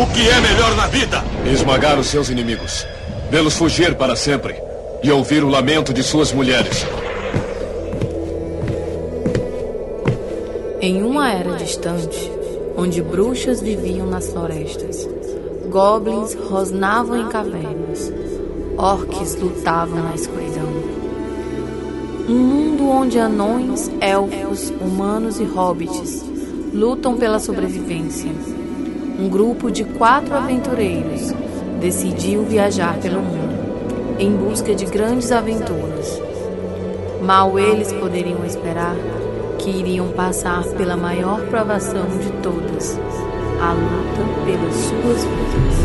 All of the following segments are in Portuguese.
o que é melhor na vida. Esmagar os seus inimigos, vê-los fugir para sempre e ouvir o lamento de suas mulheres. Em uma era distante, onde bruxas viviam nas florestas, goblins rosnavam em cavernas, orques lutavam na escuridão. Um mundo onde anões, elfos, humanos e hobbits lutam pela sobrevivência. Um grupo de quatro aventureiros decidiu viajar pelo mundo em busca de grandes aventuras. Mal eles poderiam esperar que iriam passar pela maior provação de todas, a luta pelas suas vidas.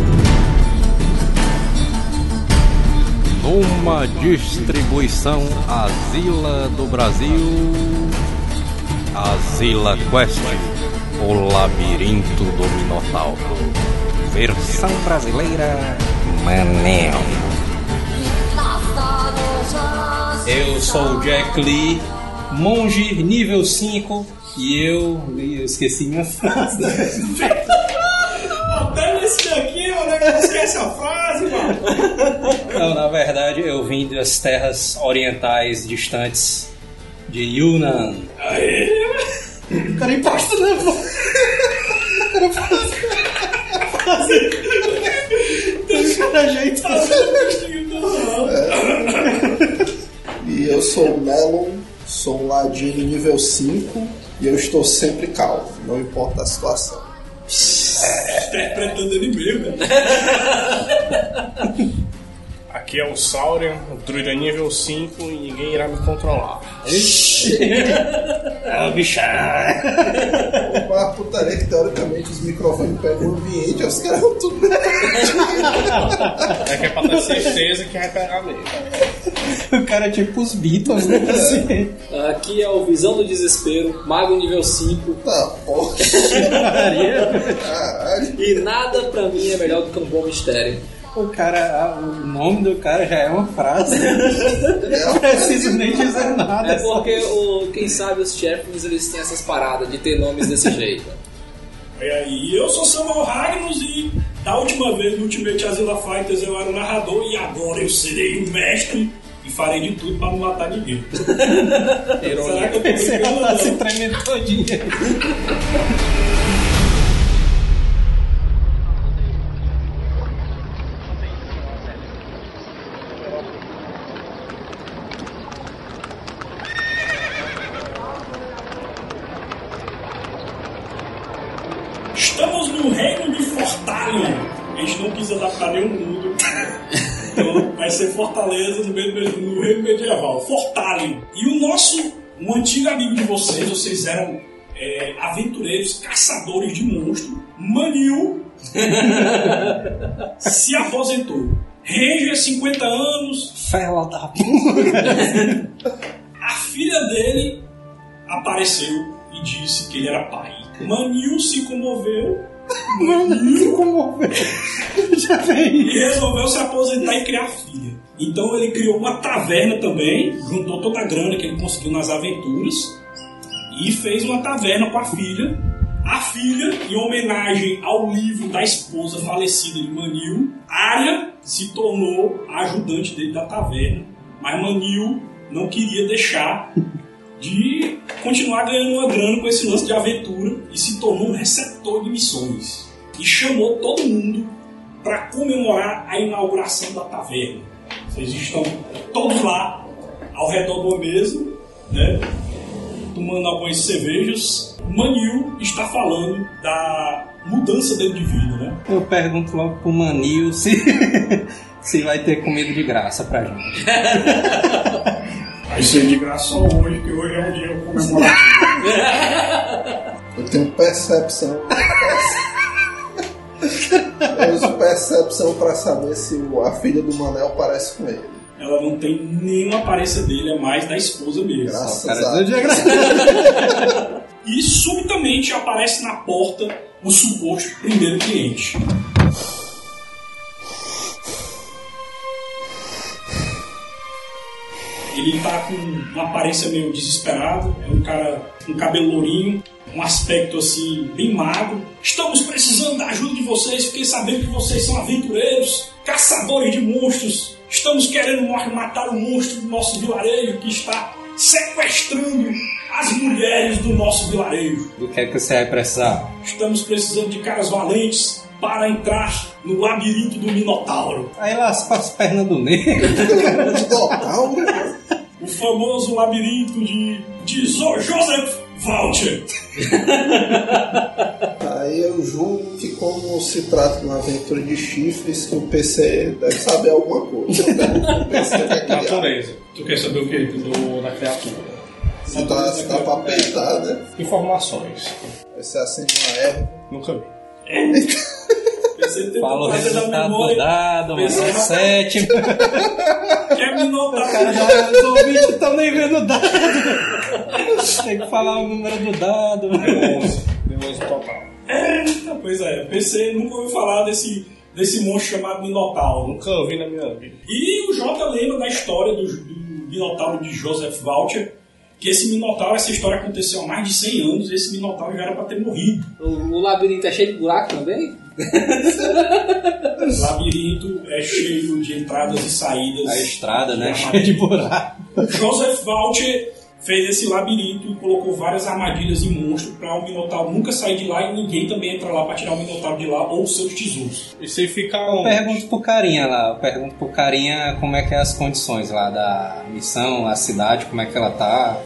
Uma distribuição Asila do Brasil. Asila Quest, o labirinto do Minotauro. Versão brasileira, Manel. Eu sou o Jack Lee monge nível 5 e eu, eu esqueci minha frase. Até nesse daqui, mano, é que esquece a frase, mano. Não, na verdade, eu vim das terras orientais distantes de Yunnan. Aê! O cara imposta na voz. O cara faz. faz... Tem cara jeito. E eu sou o Melon sou um ladino nível 5 e eu estou sempre calmo, não importa a situação. Interpretando ele mesmo, né? Aqui é o Saurian, o druida é nível 5 e ninguém irá me controlar. é o bichão. Uma putaria que teoricamente os microfones pegam o ambiente, os caras vão tudo. é que é pra ter certeza que é vai pegar mesmo. O cara é tipo os Beatles, né? Assim. Aqui é o Visão do Desespero, Mago nível 5. Tá, porra. Caralho. E nada pra mim é melhor do que um bom mistério. O cara, o nome do cara já é uma frase. Não preciso nem dizer nada. É porque o, quem sabe os chefes eles têm essas paradas de ter nomes desse jeito. E aí, eu sou Samuel Ragnos e da última vez no Ultimate Azila Fighters eu era o narrador e agora eu serei o mestre e farei de tudo para não matar ninguém. Será que eu pensei que tá se tremendo todinha? Estamos no reino de Fortaleza. A gente não quis adaptar nenhum mundo. Então vai ser Fortaleza no, meio, no reino medieval. Fortaleza. E o nosso, um antigo amigo de vocês, vocês eram é, aventureiros, caçadores de monstros. Manil se aposentou. Ranger, 50 anos. Fela da puta. A filha dele apareceu e disse que ele era pai. Manil se comoveu. Manil se comoveu. Já vem. E resolveu se aposentar e criar filha. Então ele criou uma taverna também, juntou toda a grana que ele conseguiu nas aventuras e fez uma taverna com a filha. A filha, em homenagem ao livro da esposa falecida de Manil, Arya se tornou a ajudante dele da taverna. Mas Manil não queria deixar de continuar ganhando uma grana com esse lance de aventura e se tornou um receptor de missões. E chamou todo mundo para comemorar a inauguração da taverna. Vocês estão todos lá, ao redor do mesa, né? Tomando algumas cervejas. Manil está falando da mudança dele de vida, né? Eu pergunto logo pro Manil se, se vai ter comida de graça pra gente. Vai ser de graça só hoje, que hoje é um dia comemorativo. Eu tenho percepção. Eu uso percepção pra saber se a filha do Manel parece com ele. Ela não tem nenhuma aparência dele, é mais da esposa mesmo. Graças a Deus. E subitamente aparece na porta o suposto primeiro cliente. Ele tá com uma aparência meio desesperada, é um cara com um cabelo lourinho, um aspecto assim, bem magro. Estamos precisando da ajuda de vocês, porque sabemos que vocês são aventureiros, caçadores de monstros. Estamos querendo ma- matar o monstro do nosso vilarejo que está sequestrando as mulheres do nosso vilarejo. Do que é que você vai precisar? Estamos precisando de caras valentes para entrar no labirinto do Minotauro. Aí laspa as pernas do negro. De Dotauro? O famoso labirinto de, de Zo- Joseph Voucher. Aí eu julgo que como se trata de uma aventura de chifres, que o PC deve saber alguma coisa. né? O PC vai Tá criar. Natureza. Tu quer saber o que? Do, da criatura. Se tá, se tá pra peitar, né? Informações. Aí Você acende uma erva. Nunca vi. Pensei ter Fala o coisa da resultado do memória. dado, mas é Pensei- sete. Quer Minotauro? Os ouvintes estão nem vendo o dado. Tem que falar o número do dado. Deu 11 total. É, pois é, pensei, nunca ouviu falar desse, desse monstro chamado Minotauro. Nunca vi na minha vida. E o Jota lembra da história do, do Minotauro de Joseph Walter, que esse Minotauro, essa história aconteceu há mais de 100 anos, e esse Minotauro já era para ter morrido. O, o labirinto é cheio de buraco também? O labirinto é cheio de entradas e saídas. É A estrada, né? Cheia de buraco. Joseph Walter fez esse labirinto e colocou várias armadilhas e monstros para o Minotauro nunca sair de lá e ninguém também entrar lá para tirar o Minotauro de lá ou os seus tesouros. É. E se ficar um. Pergunto pro carinha lá, eu pergunto pro carinha como é que é as condições lá da missão, a cidade, como é que ela tá,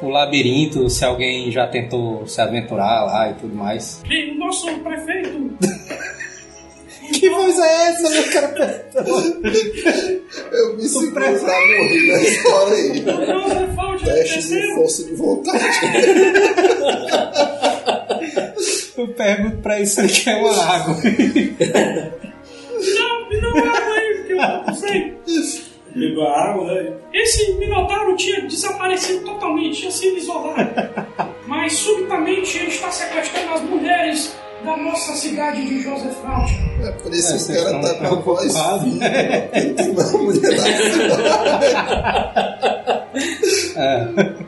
o labirinto, se alguém já tentou se aventurar lá e tudo mais. E o nosso prefeito Que voz é essa, meu cara? Eu me seguro pra morrer na história aí. Joseph Walter Teste de força de vontade. Eu pergunto pra isso que é uma água. Não, me dá uma água aí, porque eu não sei. Bebeu água, né? Esse Minotauro tinha desaparecido totalmente, tinha sido isolado. Mas subitamente ele está sequestrando as mulheres da nossa cidade de Joseph Walter. É por É, isso que o vocês cara tá estão com a voz preocupados. fina. né? Tem uma mulher na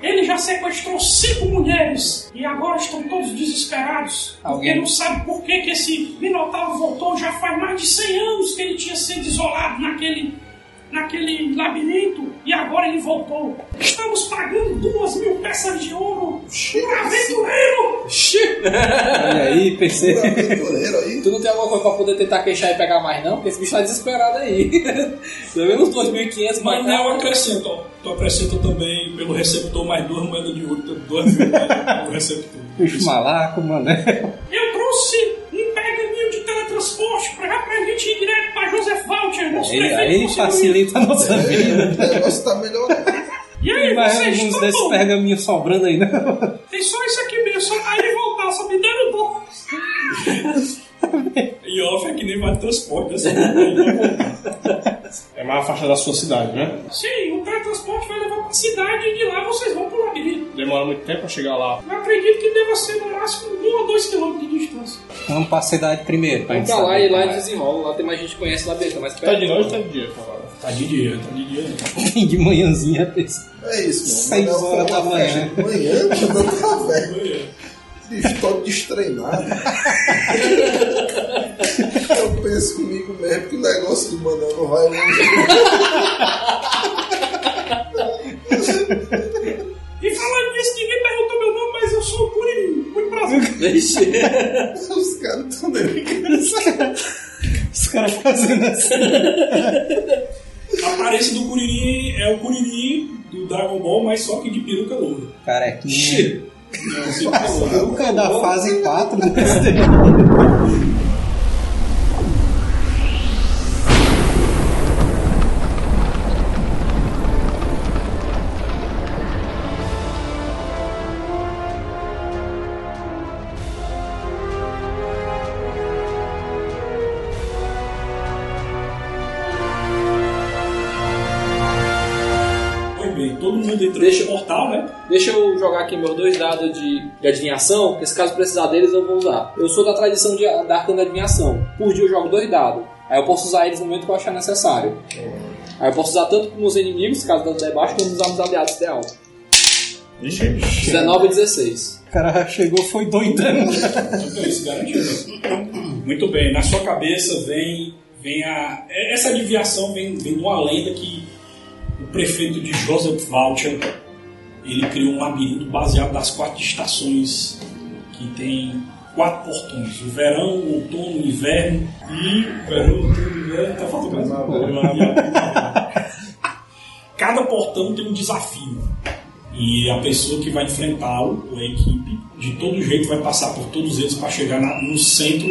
Ele já sequestrou cinco mulheres e agora estão todos desesperados. Porque Alguém- não sabe por que, que esse Minotauro voltou. Já faz mais de 100 anos que ele tinha sido isolado naquele, naquele labirinto e agora ele voltou. Estamos pagando duas mil peças de ouro por aventureiro! Olha aí, pensei. Pra aventureiro aí. Tu não tem alguma coisa pra poder tentar queixar e pegar mais, não? Porque esse bicho tá desesperado aí. Pelo menos 2.500, mas tá Manel não. acrescenta, tu acrescenta também pelo receptor mais duas moedas de ouro, duas mil pelo receptor. Bicho malaco, mano. Eu trouxe um pergaminho de teletransporte pra, pra gente ir direto pra Joseph Walter. nosso Aí, prefeito aí conseguiu facilita a nossa vida. O negócio tá melhorando. ir. E aí, Tem mais vocês alguns desses estão bom? pergaminhos sobrando aí, né? não? Tem só isso aqui mesmo, só pra ele voltar, só me deram bom. E off é que nem vale transporte, assim. né? É mais a faixa da sua cidade, né? Sim, o teletransporte vai levar pra cidade e de lá vocês vão pro labirinto. Demora muito tempo pra chegar lá. Eu acredito que deva ser no máximo um ou dois quilômetros de distância. Vamos pra cidade primeiro. Pra Vamos gente pra lá saber e lá como é. desenrola. Lá tem mais gente que conhece o labirinto, mas Tá de noite ou tá de dia? Agora? Tá de dia, tá de dia. Tem de manhãzinha. pensei. É isso, Seis mano. Manel horas foi da uma manhã. festa de Manhã, mandando café. Bicho todo destreinado. Eu penso comigo mesmo que o negócio do Manel não vai longe. E falando disso, ninguém perguntou meu nome, mas eu sou o Curi, muito prazer. Os caras estão delicando. Os caras fazendo assim. A aparência do Kuririn é o Kuririn do Dragon Ball, mas só que de peruca loura. Carequinha. Não, se for loura. Nunca é da fase né? 4 Foi bem, todo mundo entrou Deixa- nesse portal, né? Deixa eu jogar aqui meus dois dados de, de adivinhação, porque se caso precisar deles eu vou usar. Eu sou da tradição de, da arcana da adivinhação. Por dia eu jogo dois dados. Aí eu posso usar eles no momento que eu achar necessário. Aí eu posso usar tanto nos inimigos, caso dado der baixo, como nos meus aliados ideal. Deixa 19 e 16. O cara chegou, foi doidando. Então, isso garantiu. né? Muito bem, na sua cabeça vem, vem a. é- Essa adivinhação vem, vem de uma lenda que o prefeito de Joseph Walter ele criou um labirinto baseado nas quatro estações que tem quatro portões: o verão, o outono, o inverno e. o Verão, outono, inverno, tá faltando mais um. Cada portão tem um desafio. E a pessoa que vai enfrentá-lo, ou a equipe, de todo jeito vai passar por todos eles para chegar na- no centro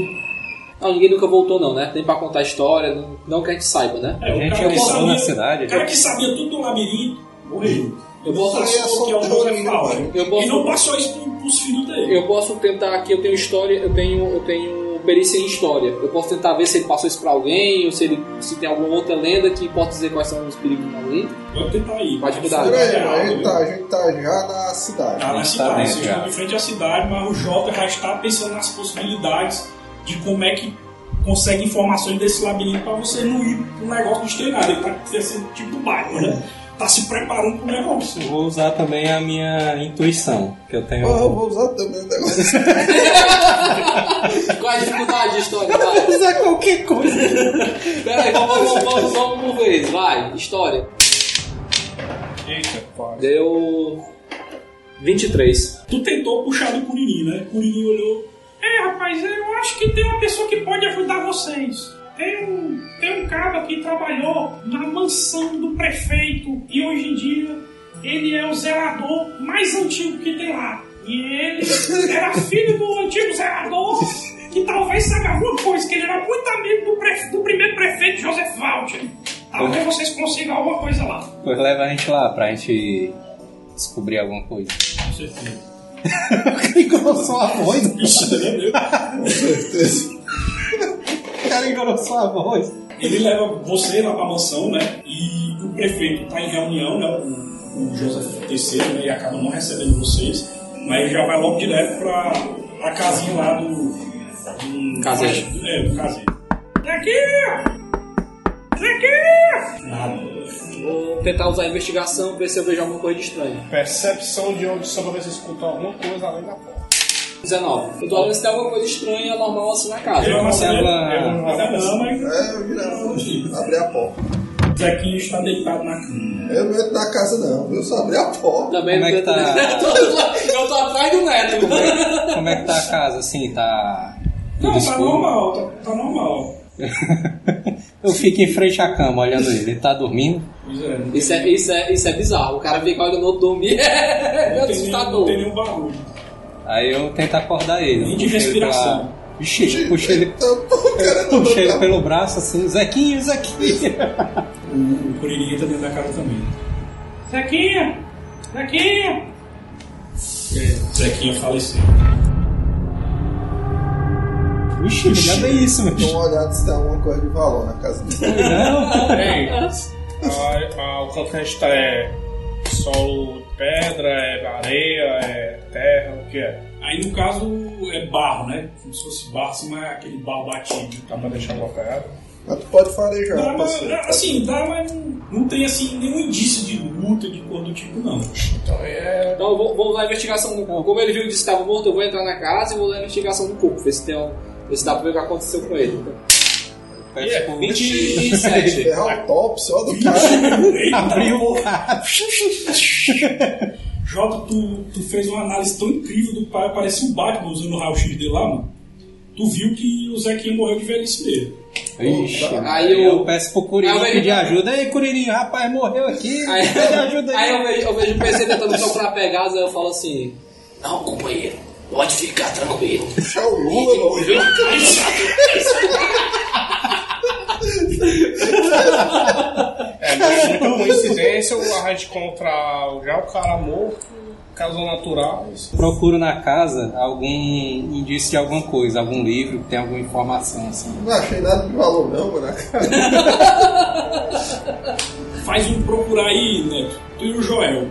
Não, ninguém nunca voltou, não, né? Nem pra contar a história, não, não que a gente saiba, né? É, o gente cara é que lição sabia- na cidade, O cara gente. que sabia tudo do labirinto morreu. Eu vou Isso aí falar é só né? que é o Joseph teoria, Paulo. mano. Eu posso- E não passou isso pro- pros filhos dele. Eu posso tentar aqui, eu tenho história, eu tenho, eu tenho perícia em história. Eu posso tentar ver se ele passou isso pra alguém, ou se ele se tem alguma outra lenda que possa dizer quais são os perigos do ali. Pode tentar aí. Pode mudar. Por aí, Real, mano, a gente tá- né? a gente tá já na cidade. Tá na Tá cidade. dentro, Vocês já. estão em frente à cidade, mas o Jota já está pensando nas possibilidades de como é que consegue informações desse labirinto para você não ir pro negócio dos treinados. Ele tá sendo tipo Batman, né? Tá se preparando pro negócio. Eu Vou usar também a minha intuição, que eu tenho. Porra, eu vou usar também o negócio. né? Qual é a dificuldade de história? Vai. Vou usar qualquer coisa. Peraí, vamos, vamos, vamos, vamos por vez, vai. História. Eita, quase. Deu. 23. Tu tentou puxar do Curirim, né? Curirim olhou. É, rapaz, eu acho que tem uma pessoa que pode ajudar vocês. Tem um, tem um cara que trabalhou na mansão do prefeito e hoje em dia ele é o zelador mais antigo que tem lá. E ele era filho do antigo zelador que talvez saiba alguma coisa, que ele era muito amigo do, pre- do primeiro prefeito Joseph Walter. Talvez vocês consigam alguma coisa lá. Pois leva a gente lá pra gente descobrir alguma coisa. Com certeza. tá Engrossou a voz? O cara engrossou a voz. Ele leva você lá pra mansão, né? E o prefeito tá em reunião, né? O, o Joseph III, né? E acaba não recebendo vocês. Mas ele já vai logo direto pra, pra casinha lá do. do Caseiro. É, do caseiro. Daqui! Daqui! Nada. Vou tentar usar a investigação, ver se eu vejo alguma coisa de estranha. Percepção de audição pra ver se escutou alguma coisa além da porta. 19. Eu tô olhando se tem alguma coisa estranha normal assim na casa. Ele é uma ela- cena. É, eu virava, abri a porta. Zequinho está deitado na cama. Eu não entro na casa, não. Eu só abri a porta. Também Como é que não tá? eu, tô, eu tô atrás do neto. Como é que tá a casa, assim, tá... Não, tá escuro? normal, tá, tá normal. Eu fico em frente à cama olhando ele, ele tá dormindo. Pois é. não tem- Isso é, isso, é, isso é bizarro. O cara fica olhando outro dormir. É não tem nenhum- Não assustador. tem nenhum barulho. Aí eu tento acordar ele. E de Puxo ele pra- respiração. Vixe, puxei ele, Então, pô, o cara não puxei ele tá- pelo braço assim, Zequinho, Zequinho. O, o Curirim entra dentro da casa também. Zequinha! Zequinha! É, Zequinha faleceu. Vixe, olha isso, meu Dá uma olhada se tem alguma coisa de valor na casa dele. Ei, a- a- o canto que a gente tá é solo de pedra, é areia, é terra, o que é? Aí no caso é barro, né? Como se fosse barro, assim, mas é aquele barro batido. Dá pra deixar bloqueado? Mas tu pode Dá, farejar, mas, parceiro. assim, dá, mas não, não tem assim, nenhum indício de luta, de cor do tipo, não. Então é. Então eu vou, vou usar a investigação do corpo. Como ele viu que estava morto, eu vou entrar na casa e vou usar a investigação do corpo. Ver se, tem um, ver se dá pra ver o que aconteceu com ele. Tipo, 27. É autópsia, ó do cara. Abriu o Jota, tu, tu fez uma análise tão incrível do pai, parece um Batman usando o raio-x dele lá, mano. Tu viu que o Zequinha morreu de velhice mesmo. Vixe, Aí eu- peço pro Curirinho Aí eu- pedir ajuda. Ei, Curirinho, rapaz, morreu aqui. Aí, me ajuda aí aí. eu, vejo, eu vejo o PC tentando procurar pegadas, aí eu falo assim: Não, companheiro, pode ficar tranquilo. Puxar o Lula, não. É, não é muita coincidência o arranjo contra já o cara morto, caso natural. isso. Procuro na casa algum indício de alguma coisa, algum livro que tem alguma informação assim. Não achei nada de valor, não, mano. na casa. Faz um procurar aí, Neto. Tu e o Joel.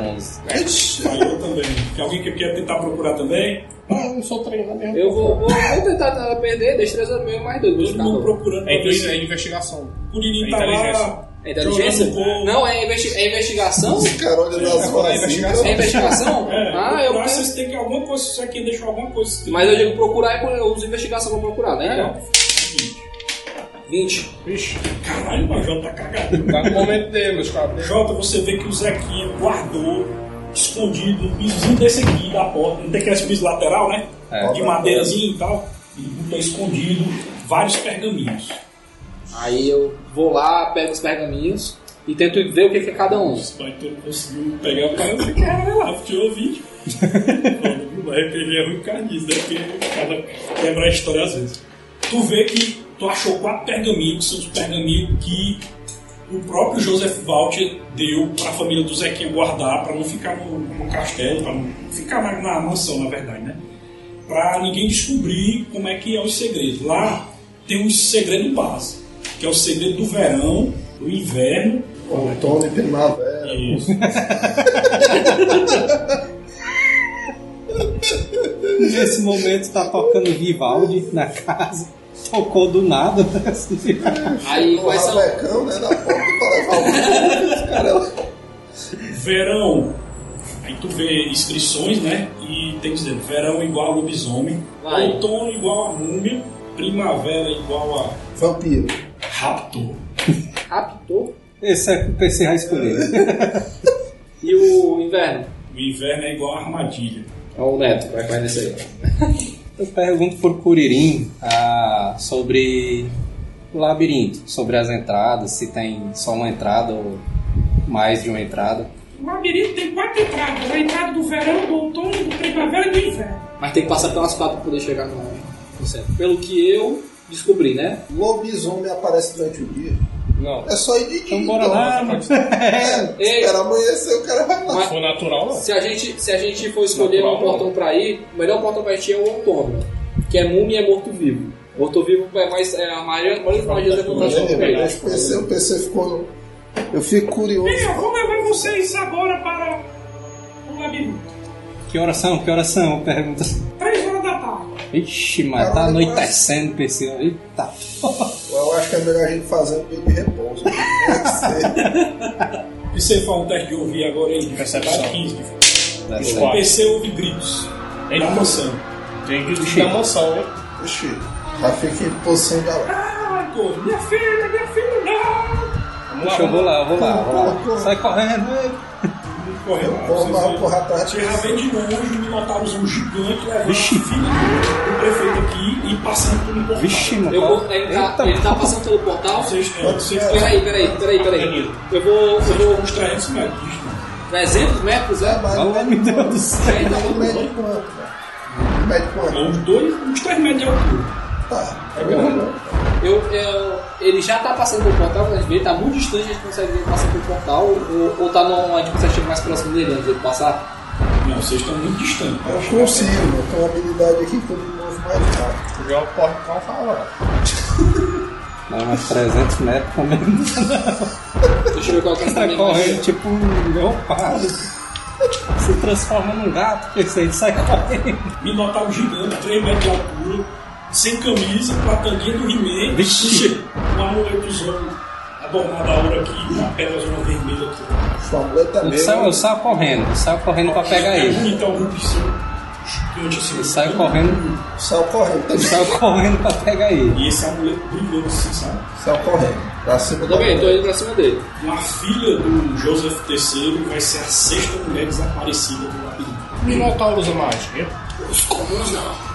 Uns- Ixi, Falhou também. Tem alguém que quer tentar procurar também? Não, eu sou treinado mesmo. Eu né? vou, vou, vou tentar nada perder, destreza meu mais dois. Todo mundo procurando pra É, ver inve- se é investigação. o Curirim É tá inteligência. lá É inteligência? Eu não vou- Não, é, investi- é investigação? Os caras olham nas Agora, investigação. É vasilhas. investigação? É, ah, eu. procurar, vocês têm que alguma coisa, isso aqui deixou alguma coisa escrita. Mas eu digo procurar é quando eu uso investigação pra procurar, Então, né? 20. Vixe, caralho, o Jota tá cagado. tá no momento dele, os caras. Jota, você vê que o Zequinha guardou escondido um pisozinho desse aqui da porta. Não tem aqueles pisos lateral, né? É. de madeirazinho e tal. E botou escondido vários pergaminhos. Aí eu vou lá, pego os pergaminhos e tento ver o que que é cada um. Os pai todo conseguiu pegar o cara. Eu falei, caralho, lá, eu te ouvi. Mano, O RPG é ruim por causa disso, né? Porque o cara quebra a história às vezes. Tu vê que tu achou quatro pergaminhos, que são os pergaminhos que o próprio Joseph Walter deu pra família do Zequinha guardar, pra não ficar no, no castelo, pra não ficar na, na mansão, na verdade, né? Pra ninguém descobrir como é que é os segredos. Lá tem um segredo base, que é o segredo do verão, do inverno Outono e primavera. isso. Nesse momento tá tocando Vivaldi na casa. Tocou do nada. Aí O um quais são. rabecão, né? Na porta pra levar o cara. Verão. Aí tu vê inscrições, né? E tem dizendo verão igual a lobisomem, Vai. outono igual a múmia, primavera igual a Vampiro. rapto. Raptor Esse é o PC High School dele. e o inverno. O inverno é igual a armadilha. Ó, o Neto, vai vai nesse aí. Eu pergunto pro Curirim ah, sobre o labirinto, sobre as entradas, se tem só uma entrada ou mais de uma entrada. O labirinto tem quatro entradas: a entrada do verão, do outono, do primavera e do inverno. Mas tem que passar pelas quatro pra poder chegar no, no centro. Pelo que eu descobri, né? Lobisomem aparece durante o dia. Não. É só ir de dia. Então bora Ah, lá, mano. É, Ei. espera amanhecer, o cara vai lá. Mas- Foi natural, não. Se a gente, se a gente for escolher Natural, um portão pra ir, o melhor portão pra gente é o outono, que é múmia e é morto-vivo. Morto-vivo é mais. É, a maioria, a maioria das magias é fantasma É, Mas o também. PC, o PC ficou. Eu fico curioso. Bem, eu vou levar vocês agora para o labirinto. Que horas são? Que horas são? Eu pergunto assim. Três horas da tarde. Ixi, mas tá anoitecendo, PC. Eita. Eu acho que é melhor a gente fazer um meio de repouso. né? Tem que ser. E você faz um teste de ouvir agora aí, de Percepção. 15. de- Deve O ser. PC ouve gritos. Ei. Na mansão. Tem que dar mansão, hein? Ixi, já fica em posição de alerta. Ah, corre. Minha filha, minha filha, não! Vamos lá, Puxa, eu vou lá, eu vou lá, eu vou Porra, lá. porra. Sai correndo, ei. Corre Eu lá. vou vocês lá, vão- correr atrás. Você já vem de longe, o Minotaurozão gigante levando a filha do prefeito aqui e passando por um portal. Vixe, mano. Eu vou, ele, tá, Eita, ele tá passando pelo portal. Vocês, é, vocês Peraí, peraí, peraí, peraí. Eu vou. Eu vou. uns 300 metros. né? 300 metros, é? Mas Olha, meu Deus do céu. Aí tá não bom. mede quanto, né? Não mede É quanto. uns dois, uns três metros de altura. Tá. É melhor. né? Eu, eu- ele já tá passando pelo portal, mas ele tá muito distante, a gente consegue ver passar pelo um portal, ou, ou tá no, a gente consegue chegar mais próximo dele antes dele passar. Não, vocês estão muito distantes. Eu assim? consigo, eu tenho uma habilidade aqui que eu me movo mais rápido. Já o porre pra falar. Não, mas 300 metros também não Deixa eu ver qual que é o sai caminho mais correndo, cheio. tipo um leopardo. Se transforma num gato, PC, ele sai correndo. Minotauro gigante, 3 metros de altura, sem camisa, com a tanguinha do He-Man, Vixe. um amuletozão adornado a ouro aqui, uma pedrazona vermelha aqui. Sua mulher Eu também. saio, eu saio correndo, eu saio correndo pra pegar é ele. bonito, é um rubição gigante assim. Eu saio correndo, Saiu correndo eu também. saio correndo pra pegar ele. E esse amuleto brilhando assim, sabe? Saiu correndo. Pra cima Eu da também, tô mulher. indo pra cima dele. Uma filha do Joseph III vai ser a sexta mulher desaparecida do labirinto. Minotauro usa magia. Os comuns não.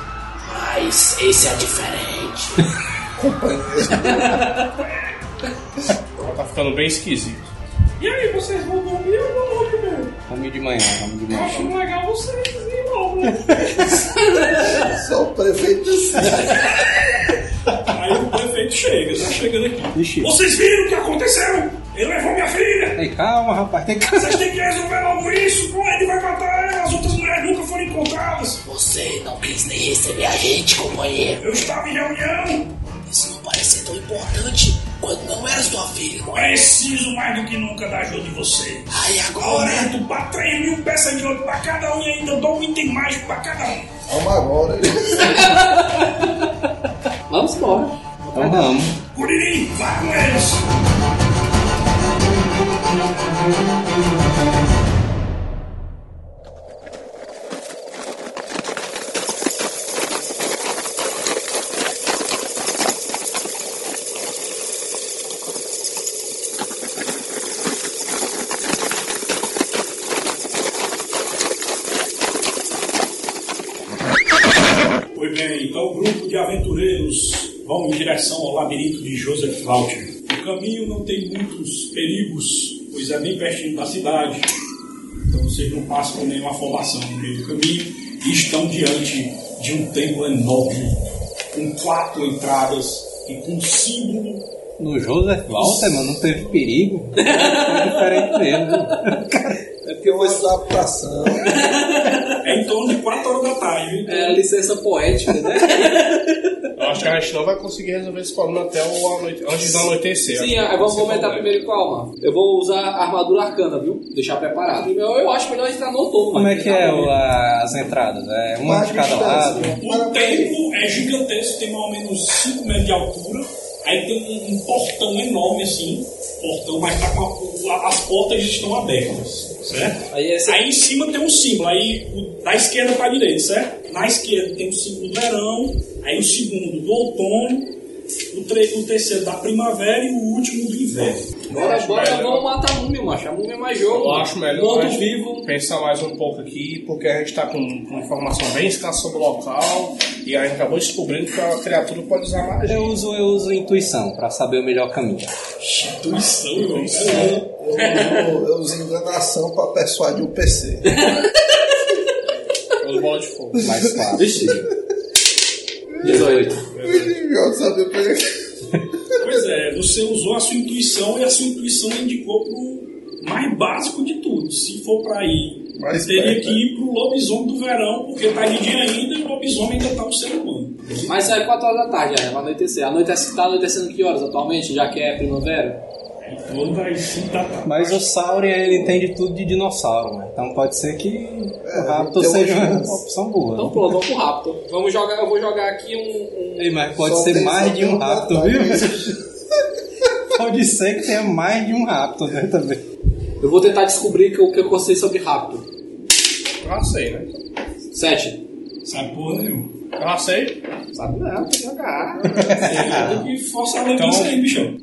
Mas esse é diferente. Companheiro. Ela tá ficando bem esquisito. E aí, vocês vão dormir ou não vão primeiro? Vamos de manhã, vamos de Eu manhã. acho legal vocês irem logo. Só o prefeito disse. Aí o prefeito chega, tá chegando aqui. Vixe. Vocês viram o que aconteceu? Ele levou minha filha! Ei, calma, rapaz, tem calma. Vocês têm que resolver logo isso, pô, ele vai matar ela, as outras mulheres nunca foram encontradas. Você não quis nem receber a gente, companheiro. Eu estava em reunião, Isso não parecia tão importante quando não era sua filha, não é? preciso mais do que nunca da ajuda de vocês. Aí Agora agora, eu tô pra 3 mil peças de ouro pra cada um e ainda eu dou um item mágico pra cada um. Vamos agora. Vamos embora. Então vamos. Curirim, vá com eles. Pois bem, então o grupo de aventureiros vão em direção ao labirinto de Joseph Lautner. O caminho não tem muitos perigos, pois é bem pertinho da cidade. Então vocês não passam por nenhuma formação no meio do caminho e estão diante de um templo enorme, com quatro entradas e com um símbolo No Joseph Walter, mano, não teve perigo. Foi diferente dele. É porque eu vou estudar adaptação. é em torno de 4 horas da tarde. viu? É a licença poética, né? Eu acho que a gente não vai conseguir resolver esse problema até o anoite... antes do anoitecer. Sim, Acho que ah, vamos você comentar falou, né? primeiro com a alma. Eu vou usar a armadura arcana, viu? Deixar preparado. Eu, eu acho melhor entrar no outono. Como é mas- que é o- a- as entradas? É uma de cada lado? O templo é gigantesco, tem mais ou menos 5 metros de altura. Aí tem um, um portão enorme assim, portão, mas tá com a- o- a- as portas estão abertas, certo? Aí é sempre- Aí em cima tem um símbolo, aí o- da esquerda para direita, certo? Na esquerda tem o símbolo do verão, aí o segundo do outono, o, tre- o terceiro da primavera e o último do inverno. Bora, acho bora, melhor. vamos matar a múmia, macho. A múmia é mais jogo. Eu mano. acho melhor Morto a gente vivo. pensar mais um pouco aqui, porque a gente está com uma informação bem escassa sobre o local e a gente acabou descobrindo que a criatura pode usar magia. Eu uso, eu uso intuição pra saber o melhor caminho. Intuição, meu é. Eu, eu, eu uso enganação pra persuadir o PC. Ou bola de fogo. Mais fácil. Vixe. 18. Eu sabia pra ele. Pois é, você usou a sua intuição e a sua intuição indicou pro mais básico de tudo. Se for pra ir, Mais teria perto, que é. ir pro lobisomem do verão, porque tá de dia ainda e o lobisomem ainda tá um ser humano. Mas sai 4 horas da tarde, já, vai anoitecer. Anoitece, tá anoitecendo que horas atualmente, já que é primavera? Em torno das 5 da tarde. Mas o Sauri, ele entende tudo de dinossauro, né? Então pode ser que o Raptor É, tem um uma seja uma chance. opção Então boa. né? pronto, vamos pro Raptor. Vamos jogar, eu vou jogar aqui um... um- Ei, mas pode Só ser tem- mais só de tem um um Raptor, Raptor, viu? né? pode ser que tenha mais de um Raptor, né, também. Eu vou tentar descobrir que- o que eu gostei sobre Raptor. Eu racei, né? 7. Sabe porra nenhuma. Eu racei. Sabe não, tem que jogar. Tem que forçar a Então, lembrança aí, bichão.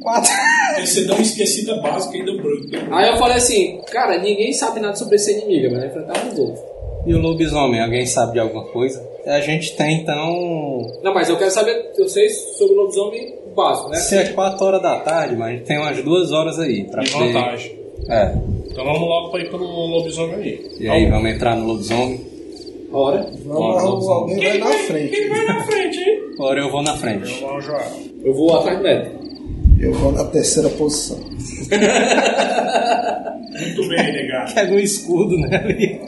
Quatro. Aí você dá uma esquecida básica ainda branca. Aí eu falei assim, cara, ninguém sabe nada sobre esse inimigo, mas vai enfrentar um novo. E o lobisomem, alguém sabe de alguma coisa? A gente tem, então... Não, mas eu quero saber, eu sei sobre o lobisomem básico, né? Se é quatro horas da tarde, mas a gente tem umas duas horas aí pra De poder- vantagem. É. Então vamos logo pra ir pro lobisomem aí. Então, E aí, vamos entrar no lobisomem? Hora. Bora, Vamos, alguém vai na frente. Quem vai na frente, hein? Ora, eu vou na frente. Vamos lá, João. Eu vou atrás do Neto. Eu vou na terceira posição. Muito bem, negado. Pega um escudo, né? ali.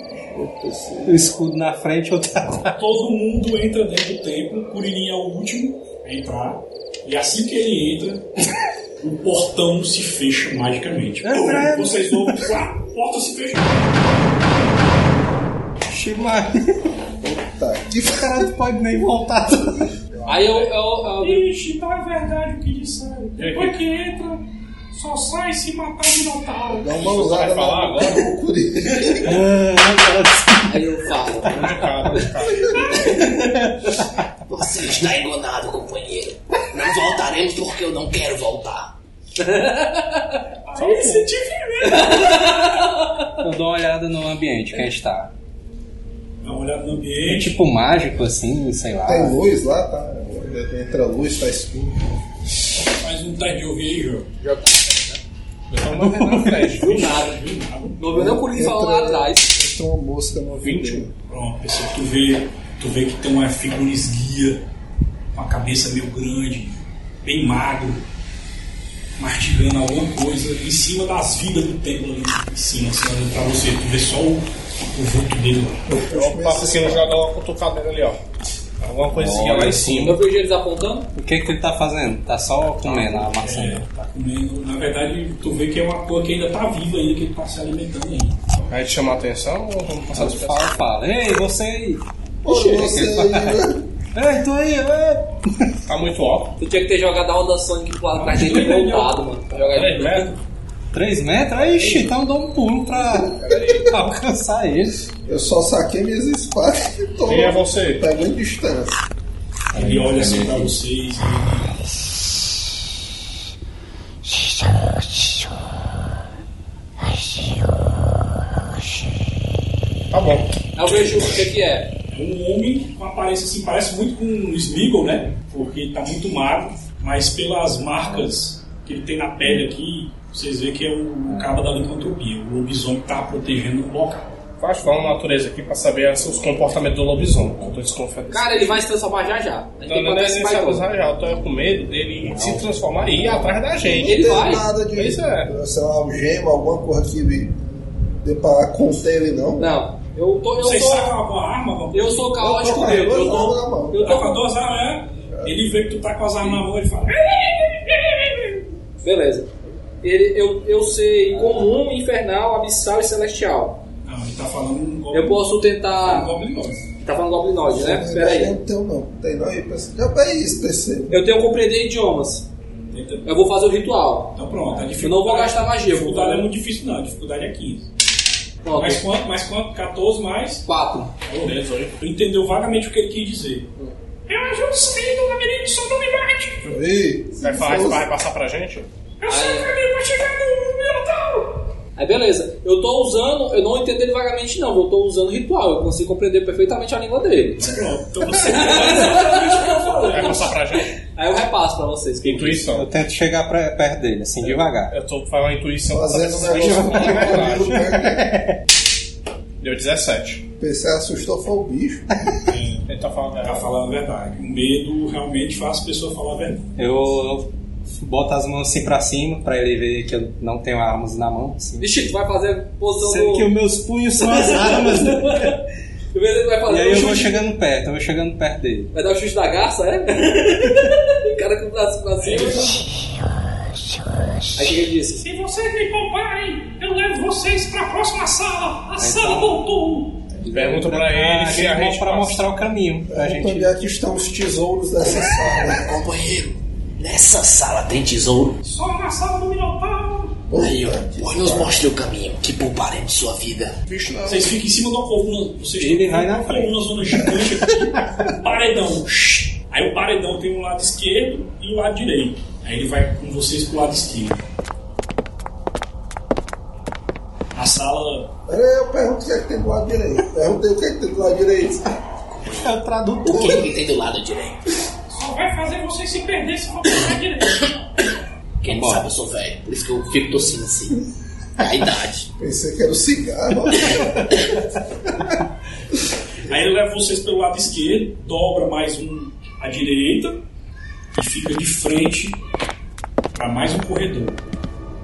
O escudo na frente, outro atrás. Todo mundo entra dentro do templo, o Curirim é o último a entrar, e assim que ele entra, o portão se fecha magicamente. É verdade. Vocês vão. Ah, A porta se fecha. Oxi, Maria. Tá. E o cara não pode nem voltar. Aí eu, eu, eu- Ixi, não é verdade o que disseram. É Depois que entra, só sai se matar de notário. Dá uma usada na falar agora? no Curi. Ah, aí eu falo. É um. Você está enganado, companheiro. Não voltaremos porque eu não quero voltar. Aí se tiver mesmo. eu dou uma olhada no ambiente que a gente tá. Dá uma olhada no É ambiente. tipo mágico, assim, sei lá. Tem luz lá, tá? Entra luz, tá escuro. Faz um teste de ouvir aí, João. Vamos na frente. Do nada. Não viu nem o Curirim falando lá atrás. Entra uma mosca no vídeo. um. Pronto, pessoal, tu vê, tu vê que tem uma figura esguia, com a cabeça meio grande, bem magro, mastigando alguma coisa em cima das vidas do templo ali em cima, assim, olhando pra você. Tu vê só o, o vulto dele lá. Eu passo assim, eu jogo uma cutucada nele ali, ó. Alguma coisinha lá em cima. Eu vejo eles apontando. O que que ele tá fazendo? Tá só comendo a maçã. É, tá comendo. Na verdade, tu vê que é uma coisa que ainda tá viva ainda, que ele tá se alimentando ainda. Aí te chamar a atenção ou vamos passar assim? Só de fala, fala. Ei, você aí. Oxe, você aí, né? Ei, tu aí, ei. Tá muito alto. Tu tinha que ter jogado a onda Sonic pro lado pra gente ter voltado, mano. Pra jogar 3 de metros. 3 metros? Ixi, então eu dou um pulo pra alcançar ele. Eu só saquei minhas espadas e tô. Quem é você? Tá muito distância. Ele olha assim pra vocês. né? Tá bom. Aí eu vejo o que que é. É um homem com aparência assim, parece muito com o Smeagol, né? Porque ele tá muito magro, mas pelas marcas que ele tem na pele aqui, vocês veem que é o, o cabo da licantropia, o lobisomem que tá protegendo o local. Faz falar uma natureza aqui pra saber os comportamentos do lobisomem. Eu tô desconfiado. desse Cara, ele vai se transformar já já. A gente Não, tem que não, não matar é esse nem pai sabe todo. usar já, eu tô com medo dele se transformar e ir atrás da gente. Ele tem vai. nada de. Pois é. Sei lá, algema, alguma coisa que dê pra conter ele, não. Não, eu tô. Eu Vocês sou, sacam alguma arma? vão- eu sou caótico mesmo. Eu armas tô. na mão. Eu Tá tô com com duas armas, né? Ele vê que tu tá com as armas na mão e fala. Beleza. Ele, eu, eu sei comum, infernal, abissal e celestial. Não, ele tá falando um golpe Eu posso tentar. Tá falando goblinoide, né? Não, Pera aí. Não tem, não. Tem não aí, PC. Já vai isso, PC. Eu tenho compreender idiomas. Eu vou fazer o ritual. Então pronto, a dificuldade. Eu não vou gastar A magia, eu vou dificuldade dar- é muito difícil, não. A dificuldade é 15. Pronto. Mais quanto? Mais quanto? 14 mais? Quatro. Pelo menos, olha. Tu entendeu vagamente o que ele quis dizer. Eu ajustei no labirinto, só não me bate. Ei, Vai, se falar, fosse- vai passar pra gente? Eu sei o caminho pra chegar no Minotauro. Aí beleza, eu tô usando, eu não entendo ele vagamente não, eu tô usando ritual, eu consigo compreender perfeitamente a língua dele. Pronto, então você faz exatamente o que eu falei. Vai passar pra gente? Aí eu repasso pra vocês. Eu Intuição. tento chegar pra- perto dele, assim, devagar. Eu tô falando intuição pra saber Fazendo se um esse bicho negócio né? é de com o verdade. Murilo Pérez. Deu 17. O PC assustou, foi o bicho. Ele tá falando Tá errado. falando a verdade. O medo realmente faz a pessoa falar a verdade. Eu, eu boto as mãos assim pra cima, pra ele ver que eu não tenho armas na mão. Assim. Vixe, tu vai fazer a posição Sendo do... que os meus punhos são as armas. né? Eu vejo ele vai E fazer aí o eu vou chute. chegando perto, eu vou chegando perto dele. Vai dar o chute da garça, é? o cara com o braço pra cima. Aí chega e disse, Se vocês me pouparem, eu levo vocês pra próxima sala. A sala tá. do outono. Então. Pergunta pra ele se Ah, a gente Ah, pra passa. mostrar o caminho pra Pergunta gente. onde é que estão os tesouros dessa sala. Companheiro, nessa sala tem tesouro. Só na sala do Minotauro. Aí, ó, pois nos mostre o caminho que pouparemos sua vida. Vocês ficam em cima de uma coluna. Vocês Ele estão vai na numa frente. coluna zona gigante aqui. um paredão. Aí o paredão tem um lado esquerdo e um lado direito. Aí ele vai com vocês pro lado esquerdo. A sala. Pera aí, eu pergunto o que é que tem do lado direito. Perguntei o que é que tem do lado direito. É o O tradutor. que, que tem do lado direito? Só vai fazer vocês se perder se for pensar direito. Quem não sabe, eu sou velho, por isso que eu fico tossindo assim. É a idade. Pensei que era o cigarro. Aí ele leva vocês pelo lado esquerdo, dobra mais um à direita e fica de frente para mais um corredor.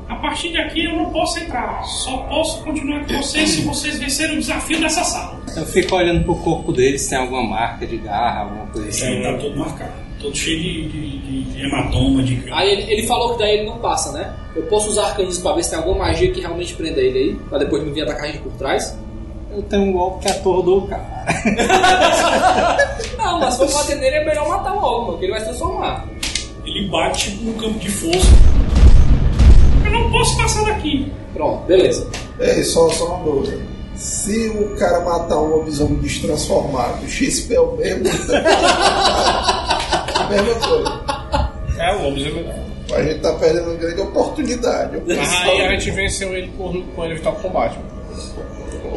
A partir daqui eu não posso entrar. Só posso continuar com vocês se vocês vencerem o desafio dessa sala. Eu fico olhando pro corpo dele se tem alguma marca de garra, alguma coisa Esse aí assim. tá todo marcado, todo cheio de, de- de- de hematoma, de aí ele, ele falou que daí ele não passa, né? Eu posso usar arcanismo pra ver se tem alguma magia que realmente prenda ele aí, pra depois me vir atacar a gente por trás. Eu tenho um golpe que atordou o cara. Não, mas se for bater nele é melhor matar logo, mano, que ele vai se transformar. Ele bate no campo de força. Eu não posso passar daqui. Pronto, beleza. Ei, É, só, só uma dúvida. Se o cara matar um lobisomem destransformado, XP é o mesmo. A mesma coisa. É, o lobisomem. A gente tá perdendo uma grande oportunidade. Ah, aí a gente venceu ele por, por ele evitar o combate.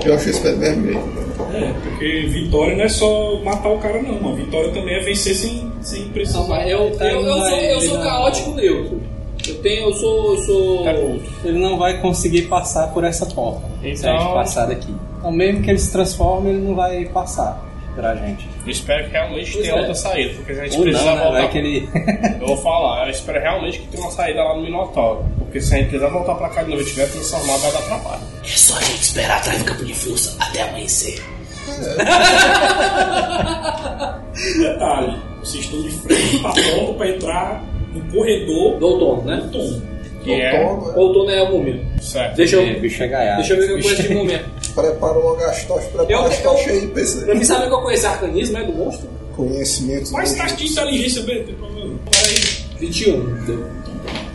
Eu acho XP do mesmo jeito. É, porque vitória não é só matar o cara, não, mano. Vitória também é vencer sem, sem precisar. Não, é mas eu, tá eu, eu, sou, eu sou caótico neutro. Eu tenho, eu sou. Eu sou... Tá outro. Ele não vai conseguir passar por essa porta. Se a gente Então- passar daqui. Então mesmo que ele se transforme, ele não vai passar pra gente. Eu espero que realmente Pois tenha é. outra saída, porque se a gente Ou precisar não, né? voltar. Vai que ele... Eu vou falar, eu espero realmente que tenha uma saída lá no Minotauro. Porque se a gente precisar voltar pra cá de novo e tiver transformado, vai dar trabalho. É só a gente esperar atrás do campo de força até amanhecer. Detalhe, vocês estão de frente pra porta pra entrar no corredor Do outono, né? do tom. Que é. Toma, Outono é a múmia. Certo. Deixa É, eu, bicho é gaiado. deixa eu ver o que eu Bicho conheço de é- múmia. prepara logo as tochas, Eu- prepara as eu- tochas aí, Pra mim PC. saber que eu conheço arcanismo, é do monstro? Conhecimentos. Mas do- um. tá de inteligência, velho, não tem problema. Pera aí. 21. entendeu?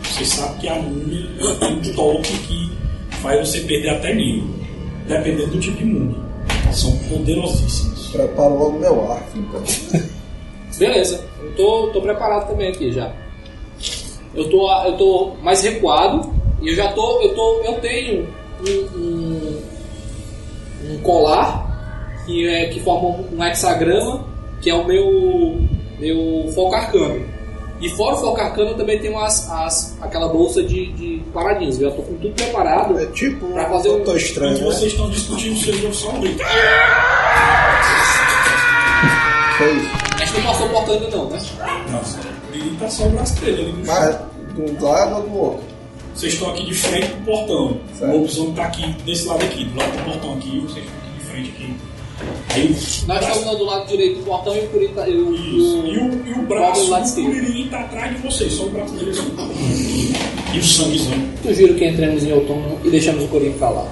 Você sabe que é um a múmia ela tem um toque que faz você perder até nível, dependendo do tipo de múmia. Elas são tá- poderosíssimas. Preparo logo meu arco, então. Beleza, eu tô, tô preparado também aqui já. Eu tô, eu tô mais recuado e eu já tô. Eu, tô, eu tenho um, um, um colar que, é, que forma um hexagrama, que é o meu, meu foco arcano. E fora o foco arcano eu também tenho as, as, aquela bolsa de, de paradinhos. viu? Eu tô com tudo preparado. É tipo Pra fazer um- um tô Quando estranho, né? vocês estão discutindo, vocês vão só um grito. Foi. Acho que não passou porta ainda não, né? Nossa, ele tá só o braço dele ali no chão. Mas de um lado ou do outro? Vocês estão aqui de frente pro portão. Certo. O lobisomem tá aqui, desse lado aqui, do lado do portão aqui, vocês estão aqui de frente aqui. Aí o Nós braço- estamos do é lado direito do portão e o Curi tá. E o, Isso. E o, e o braço do lado do esquerdo. Curirim tá atrás de vocês, só o braço dele assim. E o sanguezão. Sugiro que entremos em outono e deixamos o Corinho pra lá.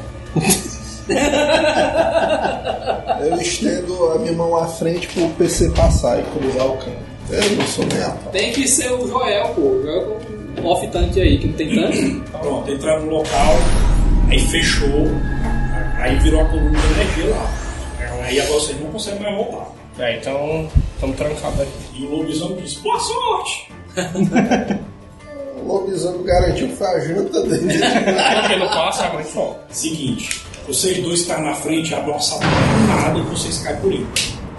Eu estendo a minha mão à frente pro PC passar e cruzar o campo. Eu não sou nem a pau. Tem que ser o Joel, pô. O Joel é um off-tanque aí, que não tem tanque. Pronto, entraram no local, aí fechou, aí virou a coluna da energia lá. Aí agora vocês não conseguem mais voltar. É, então estamos trancados aqui. E o lobisomem disse: Boa sorte! O lobisomem garantiu que foi a janta dele. Porque não passa, agora a gente volta. Seguinte, vocês dois que estão na frente, abrem uma sapatada e vocês caem por ele.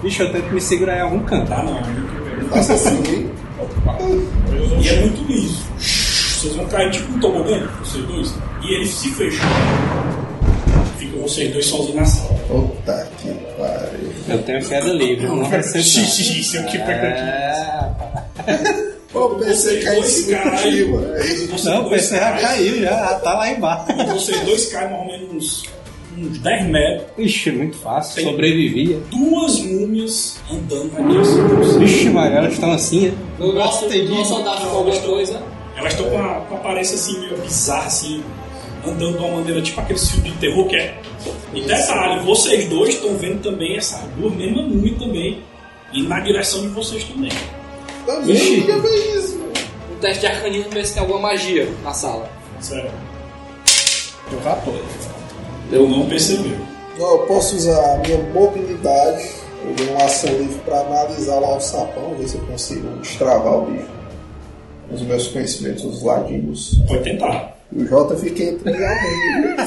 Vixe, eu tento me segurar em algum canto. Tá não, é muito Passa assim, hein? E é muito liso. Vocês vão cair tipo um tobogã, vocês dois, e ele se fecha. Ficam vocês dois sozinhos na sala. Puta que pariu. Eu tenho queda livre, não vai ser não. Isso é o que pega É... Ô, PC cai em cima de ti, mano. Aí, Vocês Não, o dois PC já caem. caiu, já tá lá embaixo. E vocês dois caem mais ou menos uns, uns 10 metros. Ixi, muito fácil. Sobrevivia. Duas múmias andando na direção de vocês. Vixe, Maria, elas estão assim, né? No nosso, Gostei no nosso disso. andar com alguma coisa. Elas estão com uma, com uma aparência assim meio bizarra, assim, andando de uma maneira tipo aqueles filmes de terror que é. E detalhe, vocês dois estão vendo também essas duas mesmas múmias é também. E na direção de vocês também. Também Vixe. queria ver isso, mano. Um teste de arcanismo pra ver se tem alguma magia na sala. Sério. Eu já tô. Eu não percebi. Não, eu posso usar a minha mobilidade. Eu dou uma ação livre pra analisar lá o sapão, ver se eu consigo destravar o bicho. Os meus conhecimentos, os ladinhos. Pode tentar. O Jota fica entre realmente.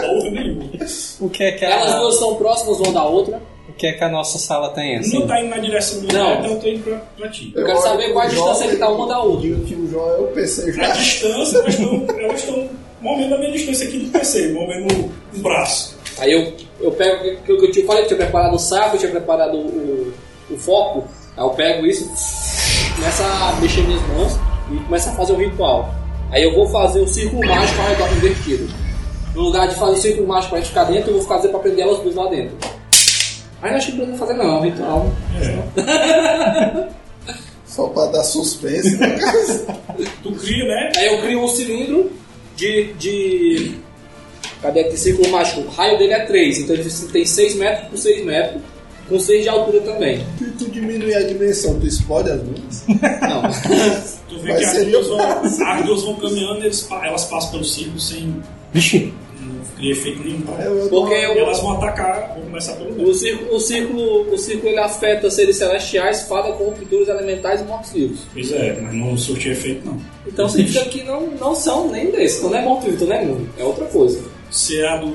Porra nenhuma. O que é que Elas a, duas são próximas uma da outra. o que é que a nossa sala tem assim? Não tá indo na direção do Não. lugar, então eu tô indo pra, pra ti. Eu quero saber qual a distância que tá uma da outra. E o que o João é o PC A já. distância, elas estão. Elas estão. Movendo a minha distância aqui do PC, movendo um braço. Aí eu, eu pego o que, o que eu te falei, eu tinha preparado o saco, eu tinha preparado o, o foco. Aí eu pego isso, começa a mexer minhas mãos e começa a fazer um ritual. Aí eu vou fazer um círculo mágico ao redor invertido. No lugar de fazer um círculo mágico pra gente ficar dentro, eu vou fazer pra prender elas duas lá dentro. Aí eu acho que não vou fazer não, é um ritual. Só pra dar suspense. né? Tu cria, né? Aí eu crio um cilindro de. de... Cadê aqui? Círculo mágico. O raio dele é 3, então ele tem 6 metros por 6 metros, com 6 de altura também. Se tu diminuir a dimensão, tu explode as mãos. Não. Tu vê Mas que as seria duas, vão, as duas vão caminhando e eles pa- elas passam pelo círculo sem. Vixe, Não cria efeito nenhum. tá? Eu, eu dou Porque E o, elas vão atacar, vão começar pelo o círculo, o círculo, o círculo ele afeta seres celestiais, fada, corrupturas elementais e mortos-vivos. Pois é, mas não surtiu efeito não. Então significa que não, não são nem desses. Então não é morto-vivo, então não é mundo. É outra coisa. Se é a do,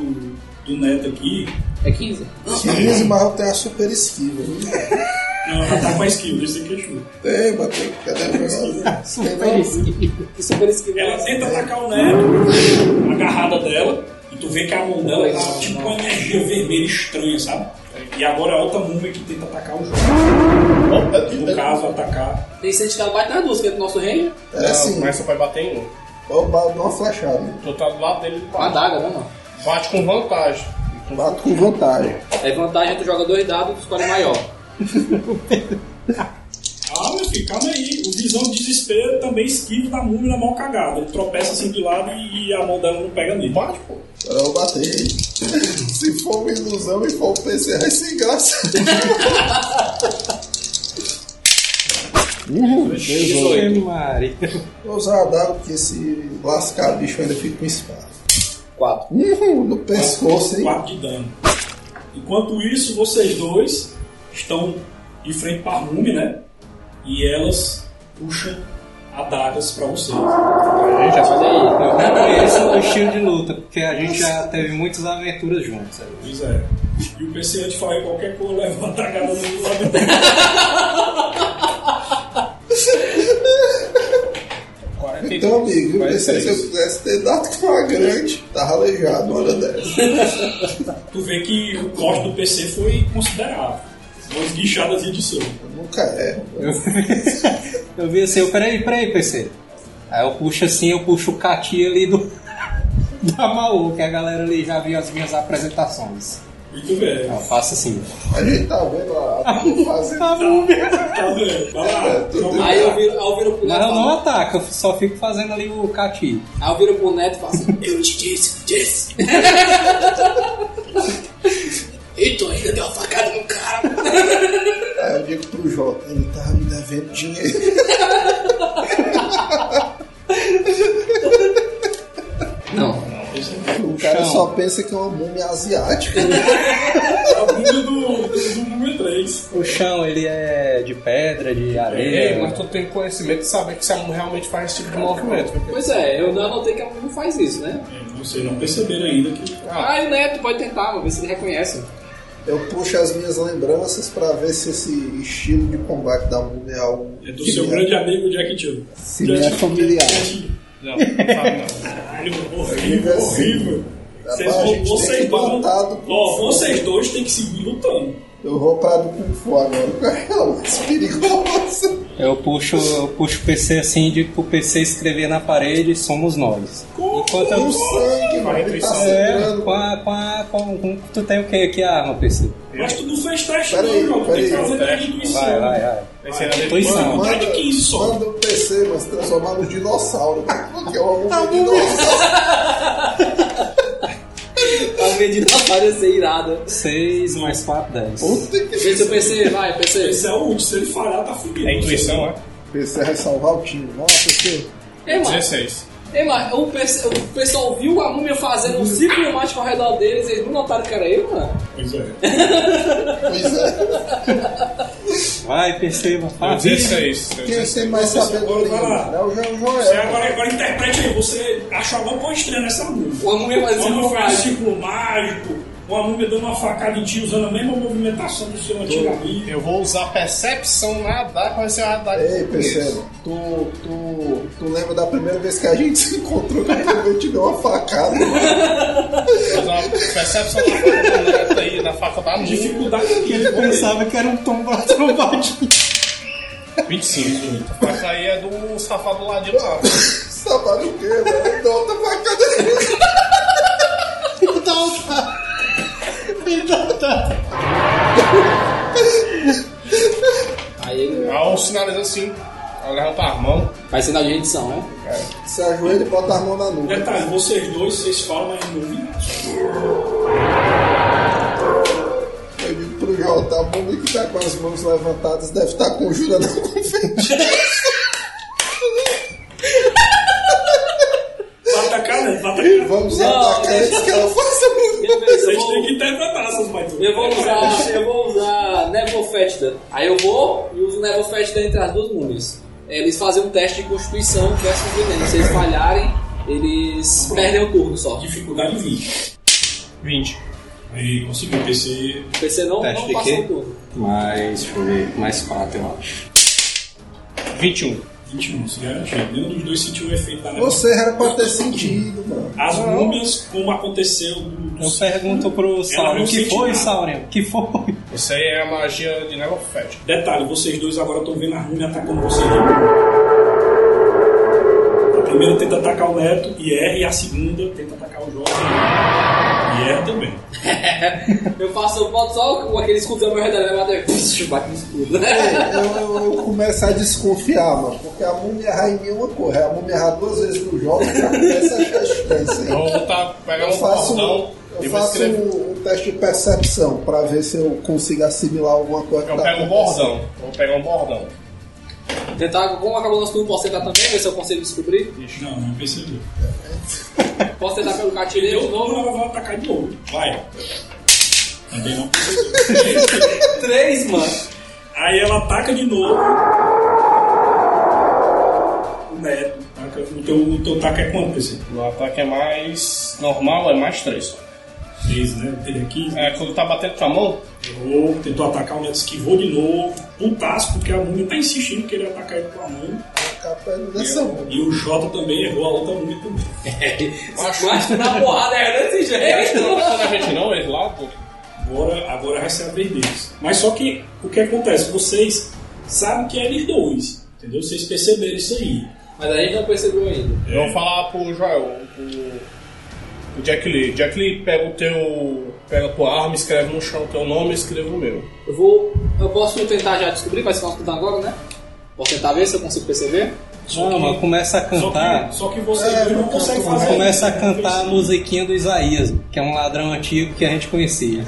do Neto aqui, É 15. 15, mas eu tenho a super esquiva. né? não, ela tá com a skill, esse aqui é chuva. Tem, mas tem. é Cadê o negócio? Tem não? Que é super esquiva. Ela tenta atacar o Neto, agarrada dela, e tu vê que a mão dela tá tipo uma energia vermelha estranha, sabe? E agora a outra múmia que tenta atacar o jogo. No caso, atacar. Tem sentido que ela bate nas duas, que é do nosso reino. É assim, Mas só vai bater em um. eu bato uma flechada. Tu tá do lado dele, ele Com a bate. adaga, né, mano? Bate com vantagem. Bato com vantagem. Aí vantagem, tu joga dois dados e escolhe maior. Ah, meu filho, calma aí. O visão de desespero também esquiva da múmia na mão cagada. Ele tropeça assim de lado e a mão dela não pega nele. Bate, pô. Agora eu bater. Se for uma ilusão e for um o PC, vai ser engraçado. 18. Maria. Vou usar a daga porque esse lascado bicho ainda fica com espada. 4. Uhum, no pescoço, hein? 4 de dano. Enquanto isso, vocês dois estão de frente para a Rumi, né? E elas puxam adagas para vocês. Já falei, eu reconheço o estilo de luta, porque a gente já teve muitas aventuras juntos. sabe? Pois é. E o PC antes de falar qualquer coisa, levanta a galera do lado dele. Então, amigo, eu pensei que se eu pudesse ter dado com uma grande, tava aleijado uma hora dessa. Tu vê que o corte do PC foi considerável. Umas guinchadas de soco. Eu nunca erro. Eu, eu vi assim, eu, peraí, peraí, PC. Aí eu puxo assim, eu puxo o cati ali do. Da Maú, que a galera ali já viu as minas apresentações. Muito bem. Eu faço assim. A gente tá vendo a, a tua fase. Tá bem. Vai É, lá. tudo Então, bem. Aí eu viro, aí eu viro pro Mas neto eu e não falo. ataco, eu só fico fazendo ali o cati. Aí eu viro pro neto e falo assim, eu te disse, disse. E tu ainda deu uma facada no cara. Aí eu digo pro Jota, ele tava me devendo dinheiro. Não, O cara Chão. só pensa que é uma múmia asiática. É o mundo do, do, do número 3. o chão ele é de pedra, de É. areia. Ei, É, mas tu tem conhecimento de saber que se a mão realmente faz esse tipo de movimento. porque- Pois é, eu não anotei que a não faz isso, né? É, Vocês não perceberam ainda que. Ah, o neto pode tentar, vamos ver se ele reconhece. Tá Eu puxo as minhas lembranças pra ver se esse estilo de combate da múmia é algo. É do que seu me grande amigo Jack Tio. Se me é familiar. Não, não fala é Horrível, Diga horrível, assim. horrível. Vocês, Rapaz, a vão- gente tem vocês, que vão- lutar do Ó, vocês dois têm que seguir lutando. Eu vou pra do Kung Fu agora, porque é o mais perigoso. Eu puxo, eu puxo o PC assim e digo pro PC escrever na parede, somos nós. Enquanto Então, O eu. sangue, mano, ele tá É, sangrando. com a, com a, com, com- tu tem o que? Que arma, PC? Mas tu não fez teste, Peraí, não, João. Tem que peraí. fazer teste de intuição. Vai, vai, vai. Esse era depois. Intuição. Tá de 15 só. manda o PC, mas transformar no dinossauro. Porque é uma múmia dinossauro. A meditatória ser irada. 6 mais 4, 10. Puta que Vê se eu pensei, vai, pensei. Esse é o último. Se ele falhar, tá fudido. É intuição, é? PC vai salvar o time. Nossa, PC. Ei, mano, 16. ei, mano, o, pessoal- o pessoal viu a múmia fazendo um círculo mágico ao redor deles, eles não notaram que era eu, mano. Pois é. Pois é. Vai, PC, vai. faz. 16. Quem tem mais sabedoria? Vai lá. É o João Você Joel. agora, agora interprete aí. Você achou alguma coisa estranha nessa música. Uma múmia fazendo Quando círculo faz mágico. ciclo mágico, uma múmia dando uma facada em ti, usando a mesma movimentação do seu antigo amigo. Eu vou usar percepção na adaga, vai ser uma adaga. que Ei, eu conheço. PC, tu, tu, tu lembra da primeira vez que a gente se encontrou que eu também te deu uma facada? Vou usar uma percepção na faca do neto aí, na faca da música. Dificuldade é que ele Eu pensava que era um tomba trombadinho. 25. Mas aí é do safado lá de lá. Sabe tá o quê? Mano? Dá outra facada. Aí ele Aí eu sinalizo assim. Aí eu levanto a mão. vai sinal de rendição, né? Se ajoelha e bota a mão na nuca. Detalhe, vocês dois, vocês falam, mas não ouvem nada. Eu digo Tá pro Jota, a bunda que tá com as mãos levantadas deve estar tá conjurando a confete. Vai atacar, né? Vai atacar. Vamos Não, atacar deixa- antes que ela faça muito. Eu Vocês têm vou, que interpretar essas baituras. eu vou usar, eu vou usar Neville Fetida. Aí eu vou e uso Neville Fetida entre as duas múmias. Eles fazem um teste de constituição versus veneno. Se eles falharem, eles perdem o turno só. Dificuldade 20. 20. Aí, conseguiu. PC O PC não, Teste não de passou quê? o turno. Mais, deixa eu ver, mais 4, eu acho. 21. 21, se garantiu. Nenhum dos dois sentiu o efeito da neve. Você era pra ter sentido, mano. As múmias, como aconteceu no- Eu pergunto pro Sauron, não o que sente foi, nada. Sauron? O que foi? Isso aí é a magia de Nelofed. Detalhe, vocês dois agora estão vendo a Rune atacando vocês. de novo. A primeira tenta atacar o Neto e erra, e a segunda tenta atacar o Jovem e erra também. Eu faço, eu boto só com aquele escudo da né? minha redonda e bate bate no escudo. né? Eu, eu, eu começo a desconfiar, mano, porque a múmia errar em mim é uma coisa. A múmia errar duas vezes no jogo, já começa a achar estranho isso aí. Eu vou botar, é pegar Eu um faço, cordão e eu vou faço escrever. um, um teste de percepção pra ver se eu consigo assimilar alguma coisa. que Eu tá pego um acontecendo. bordão. Eu Vou pegar um bordão. Tentar, como acabou o nosso turno, posso tentar também, ver se eu consigo descobrir. Não, não percebeu. Posso tentar pelo gatilho de Eu vou, novo. ela vai atacar de novo. Vai. Também não percebeu. Três, mano. Aí ela ataca de novo. O neto. Taca- O teu, o teu taco é quanto, PC? O ataque é mais normal, é mais 3. 3, né? Teve aqui. É, quando tá batendo com a mão, Errou, tentou atacar, o neto esquivou de novo. Putaço, porque a múmia tá insistindo que ele atacar ele com a mão. Tá, Nessa mão. E o Jota também errou a outra múmia também. Mas na porrada é desse jeito. não tá na gente não, eles lá, pô. Agora, agora vai ser a vez deles. Mas só que o que acontece? Vocês sabem que é eles dois. Entendeu? Vocês perceberam isso aí. Mas a gente não percebeu ainda. Eu vou falar pro Joel, pro, pro Jack Lee. Jack Lee, pega o teu. Pega a tua arma, escreve no chão o teu nome e escreva o meu. Eu vou. Eu posso tentar já descobrir, vai ser nosso turno agora, né? Posso tentar ver se eu consigo perceber. Não, mas começa a Só cantar. que, só que vocês É, dois não eu conseguem canto, fazer. né? Começa a cantar a musiquinha do Isaías, que é um ladrão antigo que a gente conhecia.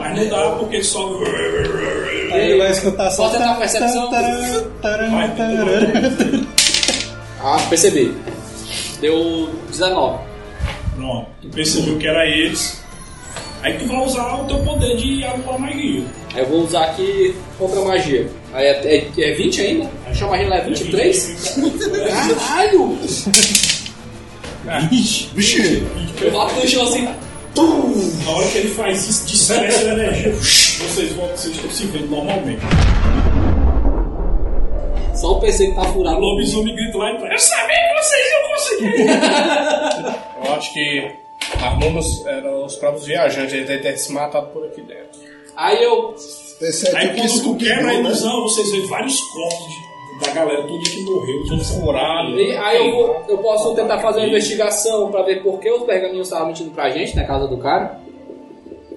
Mas não dá porque só. Aí ele vai escutar só. Posso tentar uma percepção? Taran, taran, Vai, taran. Ah, percebi. Deu 19. Pronto, tu percebeu que era eles. Aí tu vai usar o teu poder de anular magia. Aí eu vou usar aqui contra a magia. Aí é, é, é 20 ainda? Acho que a magia lá é 23? Caralho! Vixe, Eu bato no chão assim. Na hora que ele faz isso, despreza a energia. Vocês voltam, vocês estão se vendo normalmente. Só o PC que tá O furado. lobisomem grita lá e fala: Eu sabia que vocês iam conseguir! Eu acho que armamos eram é, os próprios viajantes, eles devem ter se matado por aqui dentro. Aí eu. esse é Aí tipo quando tu Scooby-Doo, quebra a né? ilusão, vocês veem vários corpos de- da galera toda que morreu, todos furados. e- Aí eu, vou, eu posso tentar fazer uma investigação pra ver por que os pergaminhos estavam mentindo pra gente na casa do cara.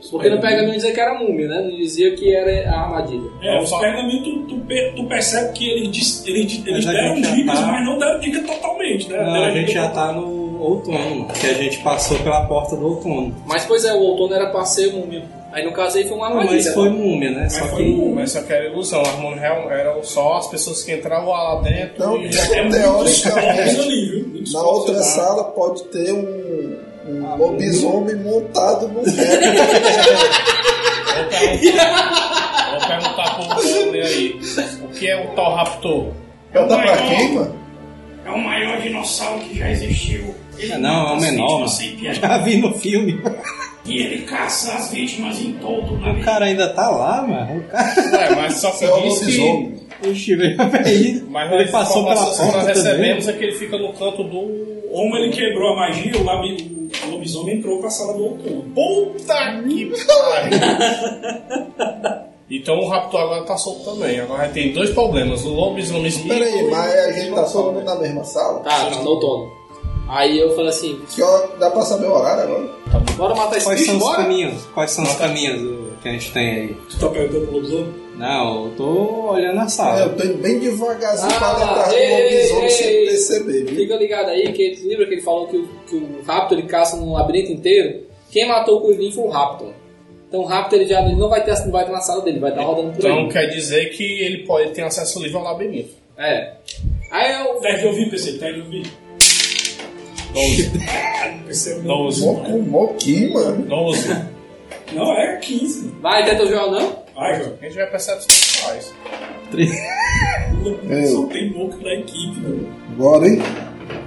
Porque no pergaminho dizia que era múmia, né? Não dizia que era a armadilha. É, os pergaminhos, tu, tu, per- tu percebe que eles, dis- eles, eles Mas a deram gente já dicas, tá- mas não deram dica totalmente, né? Não, Deram a gente dica já tá no outono, que a gente passou pela porta do outono. Mas pois é, o outono era pra ser múmia. Aí no caso aí foi uma Ah, mas armadilha. foi múmia, é, né? Só Mas, foi, um um, que. mas só que era ilusão, armamos real, eram só as pessoas que entravam lá dentro Então, É e teoricamente, totalmente né? ali, viu? tá? Eles na outra consideraram. sala pode ter um, um lobisomem montado no pé. Vou perguntar- vou perguntar pro Wesley aí. O que é o tal raptor? Manda pra quem, mano? É o maior dinossauro que já existiu. Ele Ah, não, é o mata as menor, vítimas sem piedade. Já vi no filme. E ele caça as vítimas em todo o O navio. cara ainda tá lá, mano. O cara. Ué, mas só que É o diz que. lobisomem. Oxi, velho. Ele, Mas ele nós, passou pela informações que nós porta também. recebemos é que ele fica no canto do. Como ele quebrou a magia, o, labi- o lobisomem entrou pra sala do outono. Puta que pariu! Então o raptor agora tá solto também. Agora tem dois problemas: o lobisomem espírito. Peraí, mas a gente tá todo solto. mundo na mesma sala? Tá, tá, no outono. Aí eu falei assim, Que hora, dá pra saber o horário agora? bora matar esse Quais bicho, são os bora? caminhos? Quais são os caminhos o- que a gente tem aí? Tu tá perguntando pro lobisomem? Não, eu tô olhando a É, eu sala. tô indo bem devagarzinho pra Tá. Ah, lembrar do ei, lobisomem sem ei. perceber, viu? Fica ligado aí, que ele lembra que ele falou que o, que o Raptor ele caça no labirinto inteiro? Quem matou o Curvin foi o Raptor. Então o Raptor ele já ele não vai ter não vai estar na sala dele, vai É, estar rodando por Então aí. quer dizer que ele pode ter acesso livre ao labirinto. É. Aí eu. Deve ouvir, PC, deve ouvir. 12. PC, não. 12. Moco, moquinho, mano. 12. Não, é 15. Vai, tenta o Joel não? Ai, cara, A gente vai perceber os faz. só tem louco da equipe, né? mano. Bora, hein?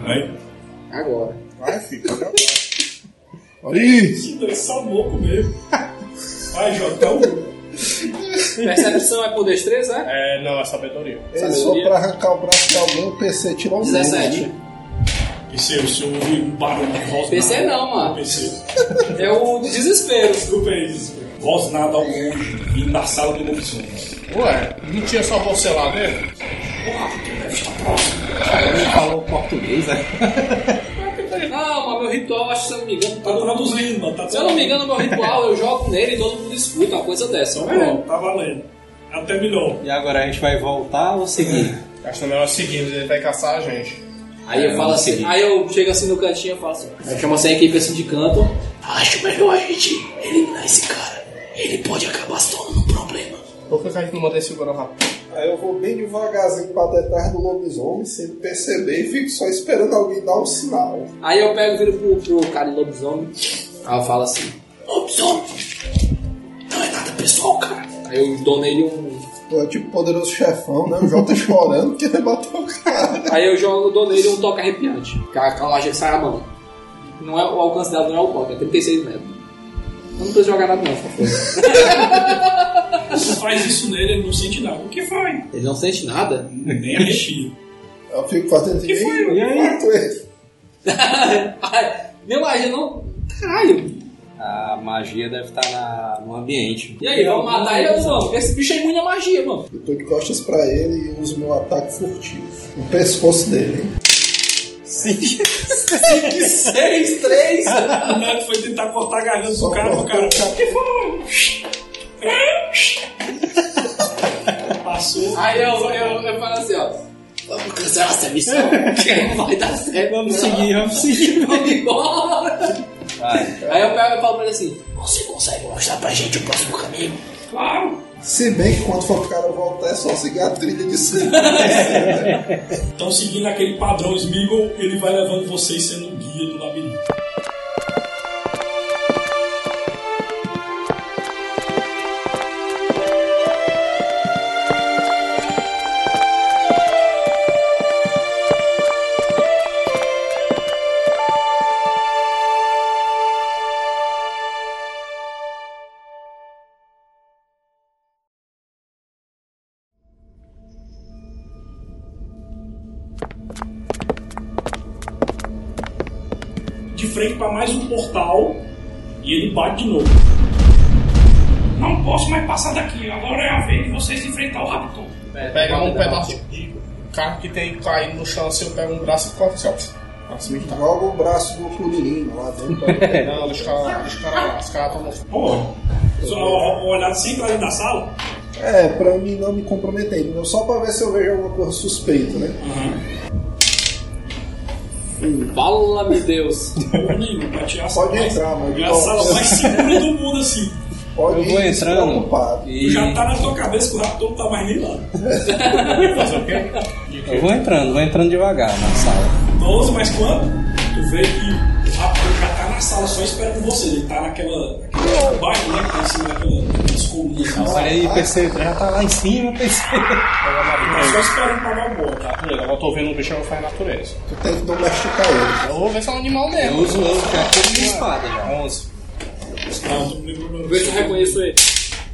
Vai. Agora. Vai, filho. tá Bora aí. Esse dois são louco mesmo. Vai, Jotão. Percepção é por destreza, né? É, não, é sabedoria. É só pra arrancar o braço de alguém, o PC tirou um 17. PC, o senhor ouviu um barulho de voz. PC nada. não, mano. PC. É o desespero. Desculpa aí, desculpa. Voz nada ao longe, vindo da sala do lobisomem. Ué, não tinha só você lá dentro? Ele falou português, né? Não, mas meu ritual, acho que se eu não me engano, Tá todo mundo- traduzindo, mano. Tá Se eu não me engano, é. meu ritual, eu jogo nele e todo mundo escuta uma coisa dessa. Bom, tá valendo. Até melhor. E agora a gente vai voltar ou seguir? É. Acho que melhor seguirmos, ele vai caçar a gente. Aí eu falo assim, aí eu chego assim no cantinho e falo assim, eu chamo assim a equipe assim de canto, Acho melhor a gente eliminar esse cara. Ele pode acabar se tornando um problema. Por que que a gente não manda ele segurando o rapaz? Aí eu vou bem devagarzinho pra detrás do lobisomem, sem perceber, e fico só esperando alguém dar um sinal. Aí eu pego e viro pro, pro cara do lobisomem. Aí eu falo assim: Lobisomem, não é nada pessoal, cara. Aí eu dou nele um. Pô, é tipo poderoso chefão, né? O Jota chorando porque ele bateu o cara. Aí eu jogo, dou nele um toque arrepiante. Que a calagem que sai a mão. Não é, o alcance dela não é o toque, é 36 metros. Eu não preciso jogar nada, não, por favor. Você faz isso nele, ele não sente nada. O que foi? Ele não sente nada? Nem é arrepio. Eu fico fazendo Que foi? E aí? Mato ele. Ai, Nem imagina, não. Caralho. A magia deve estar na- no ambiente. E aí, vamos matar ele ou não? Porque esse bicho é imune à magia, mano. Eu tô de costas pra ele e uso meu ataque furtivo. No pescoço dele. hein? 6, 3. O Neto foi tentar cortar a garganta Só do cara pro cortou cara. o cara. Que foi? Passou. Aí eu, eu, eu falo assim, ó. Vamos cancelar essa missão. Não vai dar certo. Vamos seguir, vamos seguir. Vamos embora. Aí eu pego e falo pra ele assim. Você consegue mostrar pra gente o próximo caminho? Claro. Se bem que quando for pro cara voltar, é só seguir a trilha de sangue. Então, seguindo aquele padrão Smeagol, ele vai levando vocês sendo o guia do labirinto. de frente para mais um portal e ele bate de novo. Não posso mais passar daqui, agora é a vez de vocês enfrentar o Raptor. Pega um pedaço de carro que tem caído no chão, assim, eu pego um braço e corto assim, ó. Assim, tá. Joga o braço do Curirino lá dentro. pra- Não, deixa o cara, deixa o cara lá. Os caras estão... Porra, só ó, ó, olhar sempre pra dentro da sala. É, pra mim não me comprometer, entendeu? Só pra ver se eu vejo alguma coisa suspeita, né? Fala-me Deus. Porra nenhuma, pra tirar a sala Pode mais- entrar, mano. É a sala mais segura do mundo, assim. Pode Eu vou ir entrando. despreocupado. E Já tá na tua cabeça que o Raptor não tá mais nem lá. eu vou entrando, vou entrando devagar na sala. 12 mais quanto? Tu vê que o Raptor já tá na sala só esperando você. Ele tá naquela. naquele bairro, né? Que tá assim, naquela. naquelas colunas. assim. Aí, PC, já tá lá em cima, PC. Tá só esperando pagar o bolo, tá? Agora eu tô vendo um bicho, eu vou fazer natureza. Tu tem que domesticar ele. né? Eu vou ver se é um animal Eu mesmo. uso, eu uso aqui minha espada já. 11. Não, não tem problema. Vê se eu reconheço ele.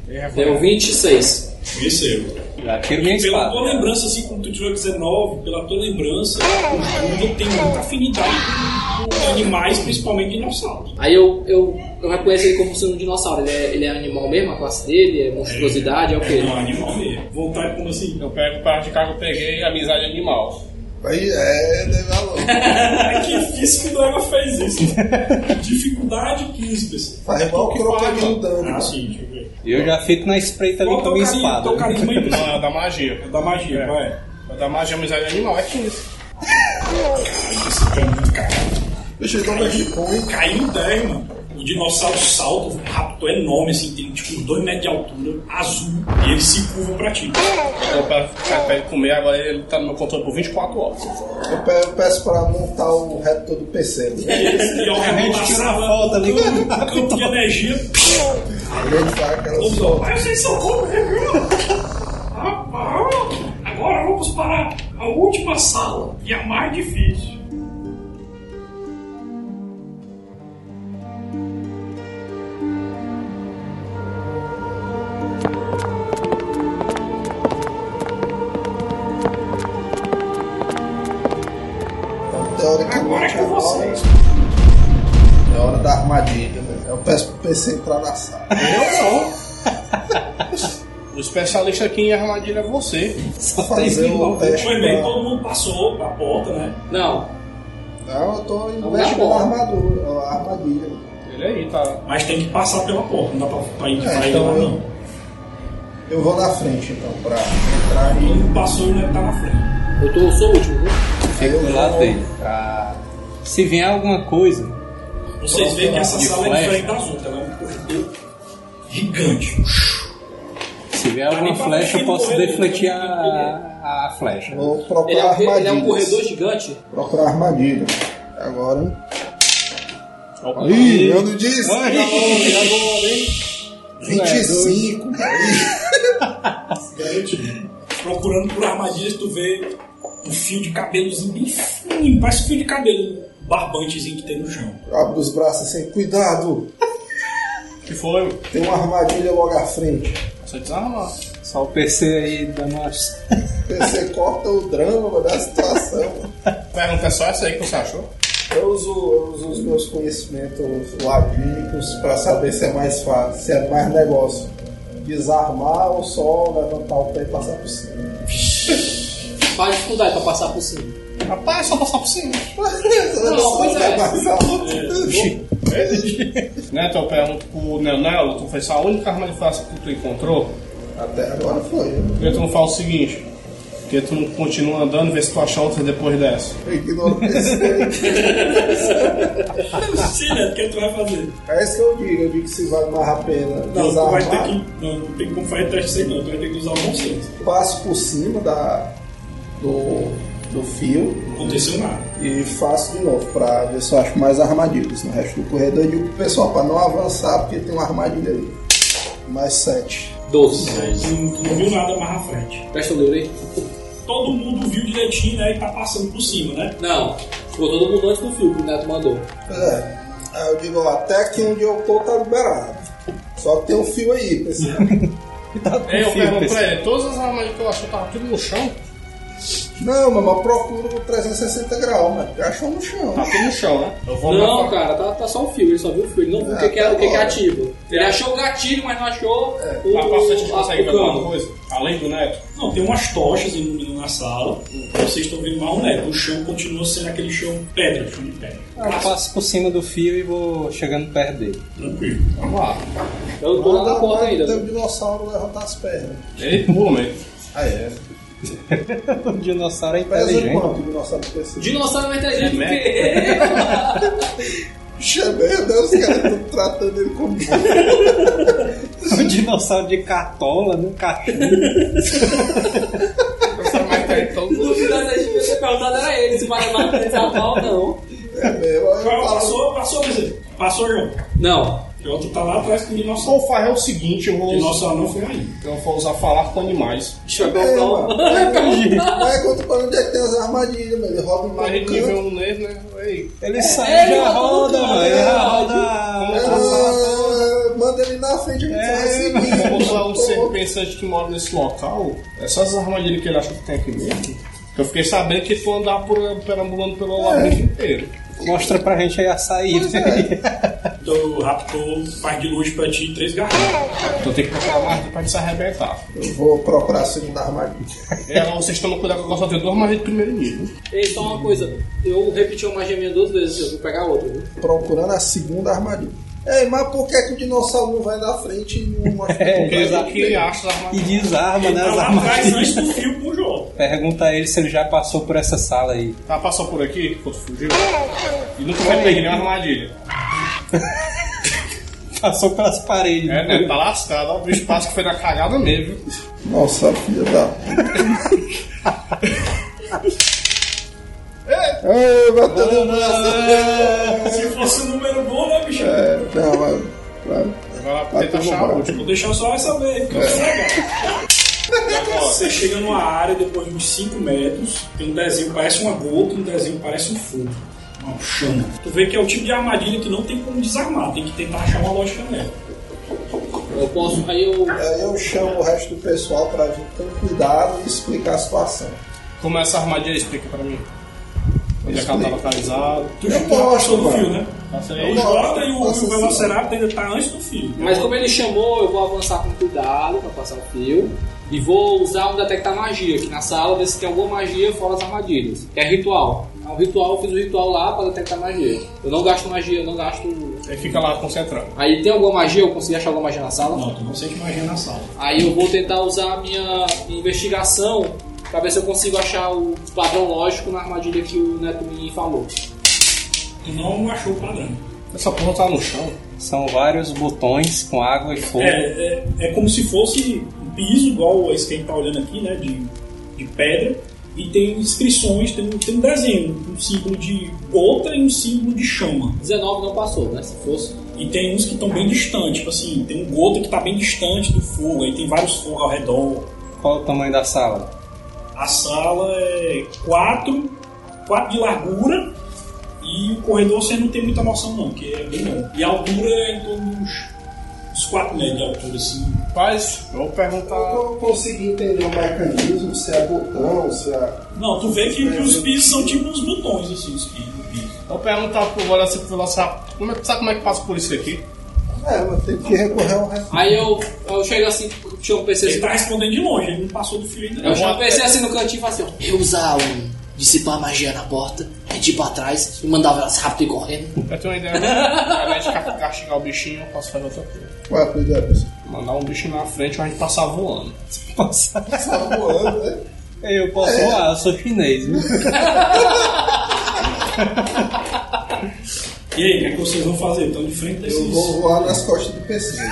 Deu Deu 26. Isso aí, mano. Já tiro minha Pela espada. tua lembrança, assim, como tu tirou 19, pela tua lembrança, o Júlio tem muita afinidade com- com animais, principalmente dinossauros. Aí eu, eu, eu reconheço ele como sendo um dinossauro. Ele é, ele é animal mesmo, a classe dele, é monstruosidade, é o É um quê? animal mesmo. Vontade como assim? Eu pego o par de carro que eu peguei, amizade animal. Aí é, né, valor. É que físico do Eva fez isso. né? Dificuldade 15, pessoal. Faz igual o que crocodilo Ah, dano. sim, deixa eu ver. Eu já fico na espreita ali Qual com teu minha carisma, espada. teu carisma aí, pessoal? Não, é da magia. Da magia, É. vai. É da magia, amizade animal, é 15. Esse caminho, cara. Deixa ele domesticar, hein? Caiu 10, mano. O né, Um dinossauro salta, um raptor enorme, assim, tem tipo uns 2 metros de altura, azul, e ele se curva pra ti. Eu pego eu pego comer, agora ele tá no meu controle por 24 horas. Eu pe- eu peço pra montar o reto do PC. Né? E ao redor da sala, foto ali. o campo de energia Aí ele tá aquela solta. Mas vocês são como, né, viu? Ah, ah, Agora vamos para a última sala e a mais difícil. Então, teoricamente, Agora é com agora vocês. é hora da armadilha. Né? Eu peço pro PC entrar na sala. O especialista aqui em armadilha é você. Só Fazer tem o um teste. Foi bem, Pra... todo mundo passou pra porta, né? Não. Não, eu tô Não, investigando não. a armadura. A armadilha. Ele aí tá. Mas tem que passar pela porta, não dá pra, pra ir, É, pra ir então lá, eu- não. Eu vou na frente então pra entrar e Todo mundo passou e o Neto tá na frente. Eu tô, sou o último, viu? aí eu do vou- lado dele. Pra... Se vier alguma coisa, Vocês veem que essa de sala é flecha. um diferente das outras, ela é um corredor gigante. se tiver alguma flecha, eu posso defletir a, a flecha. Vou procurar Ele é, um- ele é um armadilhas. corredor gigante. Procurar armadilha. Agora. Ih, eu não disse! Ixi. 25! né? Procurando por armadilhas, tu vê um fio de cabelozinho bem fininho, parece um fio de cabelo, um barbantezinho que tem no chão. Abre os braços assim, cuidado! que foi? Tem uma armadilha logo à frente. Só desarmar. Só o PC aí dando uma. Você corta o drama da situação. Pergunta é só essa aí que você achou? Eu uso, eu uso os meus conhecimentos ladínicos para saber se é mais fácil, se é mais negócio. Desarmar ou só levantar o pé e passar por cima. Faz dificuldade pra passar por cima. Rapaz, é só passar por cima. Não, pois é. né, então eu pergunto pro Neonelo, tu foi só a única arma de fácil que tu encontrou? Até agora foi. Por que tu não fala o seguinte? Por que tu não continua andando e vê se tu acha outra depois dessa? Eu ignoro esse. Sim, né? O que tu vai fazer? É isso que eu digo, eu digo que se vale mais a pena Não, tu vai ter desarmar, que. Não, não tem como fazer teste sem não, tu vai ter que usar o bom senso. passo por cima da, do, do fio Não aconteceu nada. e faço de novo para ver se eu acho mais armadilhas no resto do corredor. Eu digo pro pessoal para não avançar porque tem uma armadilha ali. Mais sete. 12. Aí tu tu não viu nada mais à frente. Presta o livro aí. Todo mundo viu direitinho, né? E tá passando por cima, né? Não. Ficou todo mundo antes do filme que o Neto mandou. Pois é. Aí eu digo, ó, até aqui onde eu tô tá liberado. Só que tem um fio aí, pessoal. Ei, eu Confio, pergunto PC. pra ele, todas as armas que eu achei estavam tudo no chão? Não, mamãe, procura o 360 graus, mas achou no chão. Tá tudo no chão, né? Eu vou Não, matar- cara, tá, tá só o fio, ele só viu o fio, ele não viu o Ah, que, que, é, tá o que, que é bom. É. ativo. Ele achou o gatilho, mas não achou o, Lá pra frente Tá a gente a- consegue o ver alguma cano. coisa? Além do neto? Não, tem umas tochas iluminando na sala. Vocês estão vendo mal, né? O chão continua sendo aquele chão pedra, chão de pedra. Eu passo por cima do fio e vou chegando perto dele. Tranquilo. Vamos lá. Eu tô lá na porta tá ainda. Tem um dinossauro levantar as pernas. Ele pula mesmo. Ah, é. o dinossauro é Pesa inteligente. quanto o dinossauro específico? Dinossauro não é inteligente É porque. Puxa, meu Deus, os caras estão tratando ele como Um dinossauro de cartola né? no cachorro. Duvidando da gente ter perguntado era ele, se vai levar pra desarmar ou não. é mesmo. Aí eu falo, Passou, passou, Bezerra. Passou, João. Não. O outro tá lá atrás com o dinossauro. Vou fazer o seguinte, eu O vou, usar, dinossauro não foi aí. eu vou usar falar com animais. Deixa eu é, perguntar mano. uma. Mas quando quando onde é que tem as armadilhas, meu? Ele rouba um A gente vê pouquinho. um nele, né? Ei, Ele sai ele já tá roda, todo mano. Ele já caralho. um roda. Ah, Manda ele na frente, a gente vai seguir. vamos usar um ser Pô, pensante que mora nesse local. Essas armadilhas que ele achou que tem aqui mesmo. Eu fiquei sabendo que ele foi andar por, perambulando pelo labirinto inteiro. Então, Mostra pra gente aí a saída. Então o raptor faz de luz pra ti três garrafas. Então tem que procurar mais pra gente se arrebentar. Eu vou procurar a segunda armadilha. E agora vocês tomam cuidado com a de duas armadilhas de primeiro nível. Ei, só uma coisa. Eu repeti uma magia minha duas vezes, eu vou pegar outra, viu? procurando a segunda armadilha. Ei, mas por que, que o dinossauro não vai na frente e não mostra É, que exato. Porque ele acha as armadilhas. E desarma, né? Tá As lá né? atrás antes armadilhas. do fio pro jogo. Pergunta a ele se ele já passou por essa sala aí. Tá passou por aqui, quando fugiu. E nunca vai pegar nenhuma é armadilha. Passou pelas paredes. É, né? Tá lascado. ó, O bicho passa que foi na cagada mesmo. Nossa, filha da puta. Ei, bateu no braço. Se fosse um número bom, né, bicho? É, não, mas... mas- Vai lá tentar tudo achar a bom. última. Vou deixar só essa vez, porque eu sou legal. Você chega numa área, depois de uns 5 metros, tem um desenho que parece uma gota, um desenho que parece um fogo. Uma chama. Tu vê que é o tipo de armadilha que não tem como desarmar, tem que tentar achar uma lógica nela. Eu posso. Aí eu. Aí eu chamo o resto do pessoal pra gente ter um cuidado e explicar a situação. Como essa armadilha explica pra mim? Onde é que ela tá localizada? Tu Eu já posso, passou do mano. fio, né? Passa O aí. Jota e o, Nossa o senhora. Velociraptor ainda tá antes do fio. Mas como ele chamou, eu vou avançar com cuidado pra passar o fio. E vou usar um detectar magia aqui na sala, ver se tem alguma magia fora das armadilhas. Que é ritual. É um ritual, eu fiz o ritual lá pra detectar magia. Eu não gasto magia, eu não gasto. Aí fica lá concentrando. Aí tem alguma magia, eu consegui achar alguma magia na sala? Não, tu não sente magia na sala. Aí eu vou tentar usar a minha investigação pra ver se eu consigo achar o padrão lógico na armadilha que o Neto me falou. Tu não achou o padrão. Essa porra tá no chão. São vários botões com água e fogo. É, é, é como é se fosse piso, igual esse que a gente tá olhando aqui, né? De, de pedra. E tem inscrições, tem, um- tem um desenho, um símbolo de gota e um símbolo de chama. 19 não passou, né? Se fosse. E tem uns que estão bem distantes, tipo assim, tem um gota que tá bem distante do fogo, aí tem vários fogos ao redor. Qual o tamanho da sala? A sala é 4, 4 de largura e o corredor você não tem muita noção não, que é bem longo. E a altura é em torno dos, dos 4 metros de altura, assim. Rapaz, eu vou perguntar. Eu não consegui entender o mecanismo, se é botão, se é. Não, tu vê que, que os pisos são tipo uns botões, assim, os pisos. o piso. Eu vou perguntar pro Wallace pro Velociraptor. Como é que sabe como é que passa por isso aqui? É, mas tem que recorrer ao resto. Aí eu, eu chego assim, chamo o PC Ele assim. tá respondendo de longe, ele não passou do fio ainda. Eu não. chamo o PC assim no cantinho e falo assim, ó. Eu usava um dissipar magia na porta, a gente ir pra trás e mandava elas rápido e correndo. Eu tenho uma ideia. né? Ao invés de ca- castigar o bichinho, eu posso fazer outra coisa. Qual é a coisa dessa? Mandar um bichinho na frente ou a gente passar voando. Tá voando, né? Eu posso voar, eu sou chinês, viu? E aí, o que, é que vocês vão fazer? Estão de frente desses... Eu vou voar nas costas do PC. né?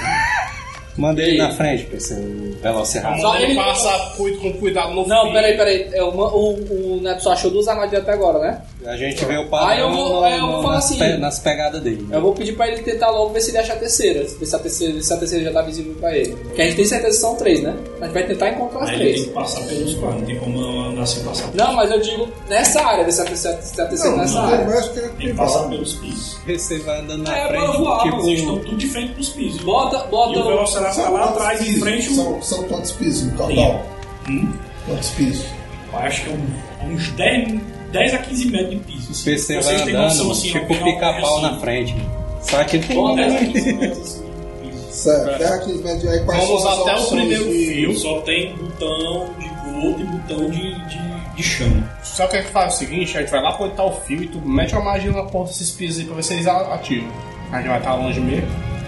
Mandei ele na frente, PC, o Velociraptor. Só ele- Ele passa cuido, com cuidado no Não, fim. peraí, peraí. É, o, ma- o, o Neto só achou duas armadilhas até agora, né? A gente vê o padrão Aí eu vou- no- aí eu vou no- falar nas, assim. pe- nas pegadas dele. Eu vou pedir pra ele tentar logo ver se ele acha a terceira. Ver se a terceira, se a terceira já tá visível pra ele. Porque a gente tem certeza que são três, né? A gente vai tentar encontrar as Aí ele tem três. que passar pelos quatro, não tem como andar sem passar. Não, mas eu digo nessa área, ver se a terceira, se a Não, terceira tá nessa não tem área. mais que é Tem que passar privado. pelos pisos. Você vai andando na É, frente, bora voar, tipo, Vocês estão tudo de frente pros pisos. Bota, E o bota. Velociraptor tá lá atrás, em frente, o São, são quantos pisos no total? Hum? Quantos pisos? Eu acho que é um- uns 10, 10 a 15 metros de piso. o assim. PC vai Vocês têm noção, andando, assim, tipo ó, pica-pau assim, na frente. Só que ele tem um, né? Bom, 10 a 15 metros assim, de piso. Certo, até aqui, médio aí, quais Vamos são as até o opções primeiro de- fio. Só tem botão de gota e botão de, de, de chama. Só que a gente faz o seguinte, a gente vai lá cortar o fio e tu mete uma magia na ponta desses pisos aí pra ver se eles a- ativam. A gente vai estar longe mesmo.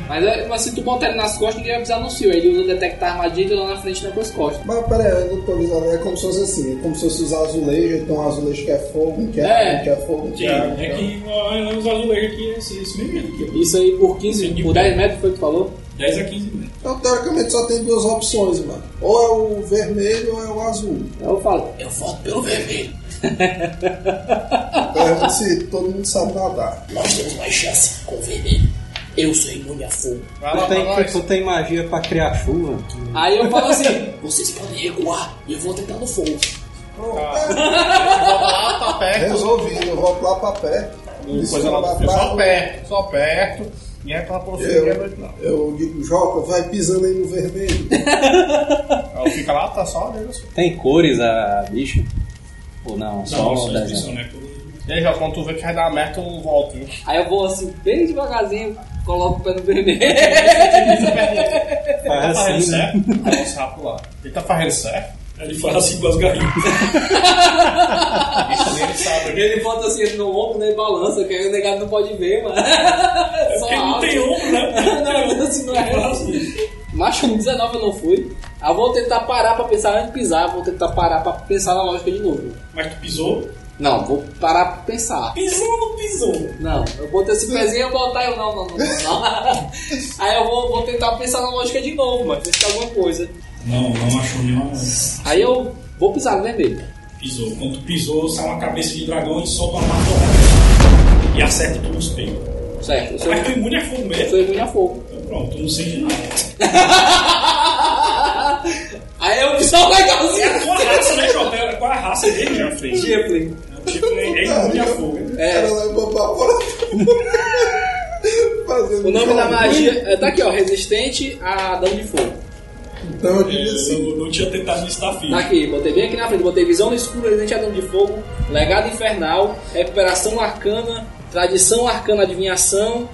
Mas, é- mas se tu botar ele nas costas, ninguém vai precisar no fio. Aí Ele usa detectar armadilha lá na frente e nas tuas costas. Mas pera aí, eu não tô avisando, é como se fosse assim, é como se fosse usar azulejo, então azulejo que é fogo, que é, É. água, que é fogo, que É, é. água, Tá, é então. que ó, os azulejos aqui é esse, esse mesmo aqui. Isso aí por 15, por 10 metros foi o que tu falou? ó. 10 a 15 metros. Então teoricamente só tem duas opções, mano. Ou é o vermelho ou é o azul. Aí eu falo, Eu voto pelo vermelho, Pergunta se Então, é assim, todo mundo sabe nadar. nós temos mais chance com o vermelho. Eu sou imune a fogo. Vai lá Tu pra tem, nós. tu tem magia pra criar chuva? aí eu falo assim. Vocês podem recuar e eu vou tentar no fogo. Ah. Lá pra perto. Resolvido, eu volto lá pra pé. Coisa lá do fio. Só perto, só perto. E aí pra Eu, profundidade não. eu digo, Joca, vai pisando aí no vermelho. Ela fica lá, tá só olhando assim. Tem cores a bicho? Ou não? Só Não, isso é desenho. inscrição, né? E aí, já quando tu vê que vai dar merda, tu volta, viu? Aí eu vou assim, bem devagarzinho, coloco o pé no vermelho. Ele tá É, Faz fazendo assim, né? certo? Aí você vai pular. Ele tá fazendo certo? Aí Ele fala assim com as garrinhas. Isso nem ele sabe. né? Ele bota assim ele no ombro, né? e Balança, que aí o negado não pode ver, mano. Só É Porque não áudio. tem ombro, né? Não, isso não é assim. Macho, com 19 eu não fui. Aí eu vou tentar parar pra pensar antes de pisar. Vou tentar parar pra pensar na lógica de novo. Mas tu pisou? Não, vou parar pra pensar. Pisou ou não pisou? Não, eu botei esse pezinho e eu botar eu não, não, não, não, não. Aí eu vou, vou tentar pensar na lógica de novo, mano. Ver se tem alguma coisa. Não, não achou nenhuma. Aí eu vou pisar né, no vermelho. Pisou. Quando tu pisou, sai uma cabeça de dragão e solta uma martelada. E acerta tu nos peitos. Certo, eu sou, Mas tu imune a fogo eu mesmo. sou imune a fogo. Então pronto, tu não sente nada. Aí eu só É legalzinho. a tua raça, né, Jota? É qual a raça dele, já fez? Chifre. Tipo, é imune a fogo. O É. cara levou pra fora. Fazendo O nome da jogo. magia é, tá aqui, ó. Resistente a dano de fogo. Então eu É, digo assim, Eu não tinha tentado isso da filha. Tá aqui, botei bem aqui na frente. Botei visão no escuro, resistente a dano de fogo, legado infernal, recuperação arcana, tradição arcana, adivinhação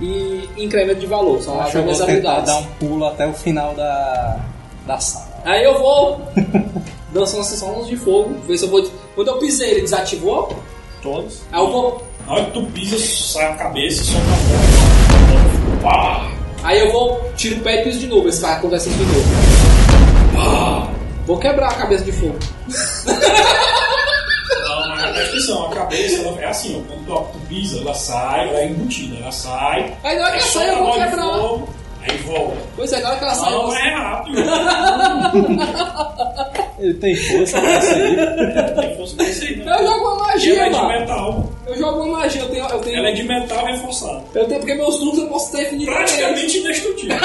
e incremento de valor. São as Acho que eu minhas vou tentar habilidades. dar um pulo até o final da, da sala. Aí eu vou dançando essas ondas de fogo. Ver se eu vou. Quando eu pisei, ele desativou. Todos. Aí eu vou. Na hora que tu pisa, sai a cabeça, solta a bola. Pá! Aí eu vou, tiro o pé e piso de novo. Esse cara acontece de novo. Vou quebrar a cabeça de fogo. Não, mas presta atenção, a cabeça ela é assim, ó, quando tu, tu pisa, ela sai, ela é embutida, ela sai. Aí na hora que eu solta saio, eu a vou bola de quebrar. fogo, Aí Aí volta. Pois é, na hora que ela sai. Não, você- é rápido. Ele tem força pra Tem força pra isso aí, não. Eu jogo uma magia, Ela é de mano. metal. Eu jogo uma magia, eu tenho. Eu tenho, Ela é de metal reforçada. eu tenho porque meus turnos eu posso ter infinito. Praticamente indestrutível.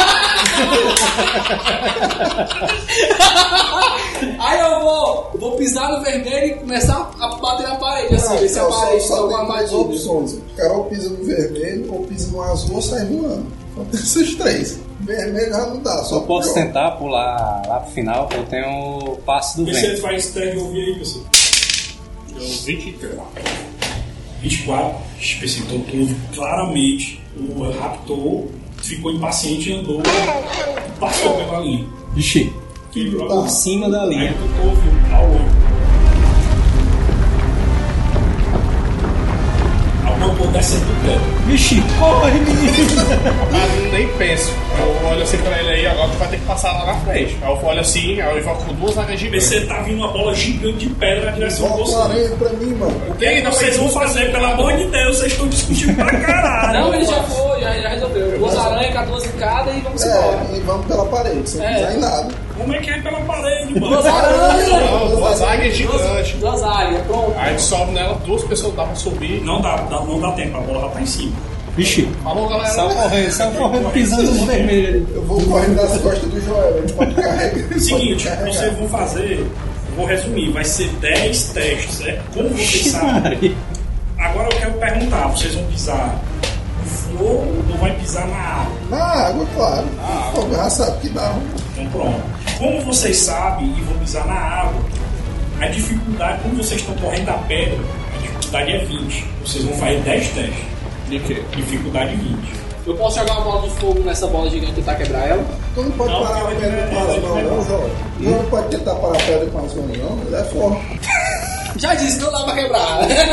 Aí eu vou, eu vou pisar no vermelho e começar a bater na parede, assim, ver se a Então, só, parede tá só alguma tem duas magia. opções. O Carol pisa no vermelho ou pisa no azul ou sai voando. Então tem essas três. Vermelho já não dá, só Eu posso pior. tentar pular lá pro final, eu tenho o passo do E você vento. faz tag ouvir aí, pessoal. Deu 23. 24. Especificou tudo claramente. O raptou, ficou impaciente e andou. Passou pela linha. Ixi, Filho, por cima da Aí linha. tu ouve um ao outro. Alguma coisa dessa do Ixi, corre, menino! Mas nem penso. Eu olho assim pra ele aí, agora tu vai ter que passar lá na frente. Aí eu olho assim, aí eu invoco duas áreas de Você BC. tá vindo uma bola gigante de pedra na direção de Volta a você. areia pra mim, mano. O que é que vocês vão fazer? Pelo amor de Deus, vocês estão discutindo pra caralho. Não, ele já foi, já, já resolveu. Duas aranhas, 14 em cada e vamos embora. É, e vamos pela parede, sem É. pisar em nada. Como é que é pela parede, mano? Duas aranhas! Não, duas águias gigantes. Duas, duas áreas, pronto. Aí tu sobe nela, duas pessoas dá pra subir. Não dá, dá- não dá tempo, a bola já tá em cima. Ixi, Falou, galera. saiu correndo, saiu correndo pisando no vermelho ali. Eu vou correndo nas costas do Joel, ele pode É. carregar. ele É Seguinte, pode carregar. vocês vão fazer, vou resumir, vai ser 10 testes, certo? Como vocês sabem. Agora eu quero perguntar, vocês vão pisar no fogo ou vai pisar na água? Na água, claro. Pô, já sabe que dá. Então pronto. Como vocês sabem e vão pisar na água, a dificuldade, como vocês estão correndo da pedra, a dificuldade é 20. Vocês vão fazer 10 testes. De quê? Dificuldade 20. Eu posso jogar uma bola de fogo nessa bola gigante e tentar quebrar ela? Tu não pode Não, parar a porque é pedra vai- com as mãos, vai- não, Joel. Tu não pode tentar parar a pedra com as mãos, não. Ele é forte. Já disse, não dá pra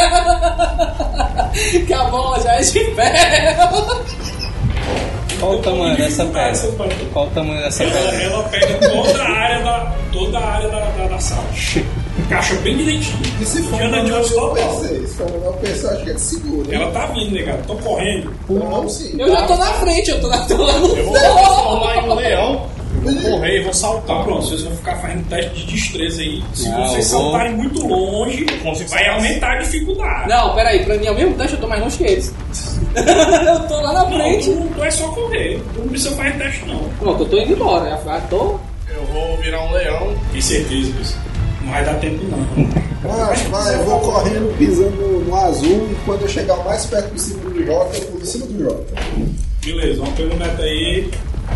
quebrar. que a bola já é de ferro. Qual o tamanho dessa Seu pai. pedra? Qual o tamanho É. dessa Ela, pedra? ela pega toda a área da, toda a área da, da, da sala. Encaixa bem direitinho. E se for Diana um Jones eu só pega. pensei, se for um eu pensei, acho que é seguro. hein? Ela tá vindo, negado. Tô correndo. Então, sim. Eu já tô na frente, eu tô, na, tô lá no Eu vou transformar em um leão, eu vou correr e vou Tá saltar. pronto, vocês vão ficar fazendo teste de destreza aí. Se Ah, vocês eu vou- saltarem muito longe, vai aumentar a dificuldade. Não, peraí, pra mim é o mesmo teste, eu tô mais longe que eles. eu tô lá na Não, frente. tu, tu é só correr. Tu não precisa fazer teste, não. Não, que eu tô indo embora, já já tô. Eu vou virar um leão. Tem certeza, pessoal. Não vai dar tempo, não. Mas, vai, eu vou correndo, pisando no, no azul, e quando eu chegar o mais perto possível do Jota, eu pulo em cima do Jota. Beleza, vamos pelo meta aí.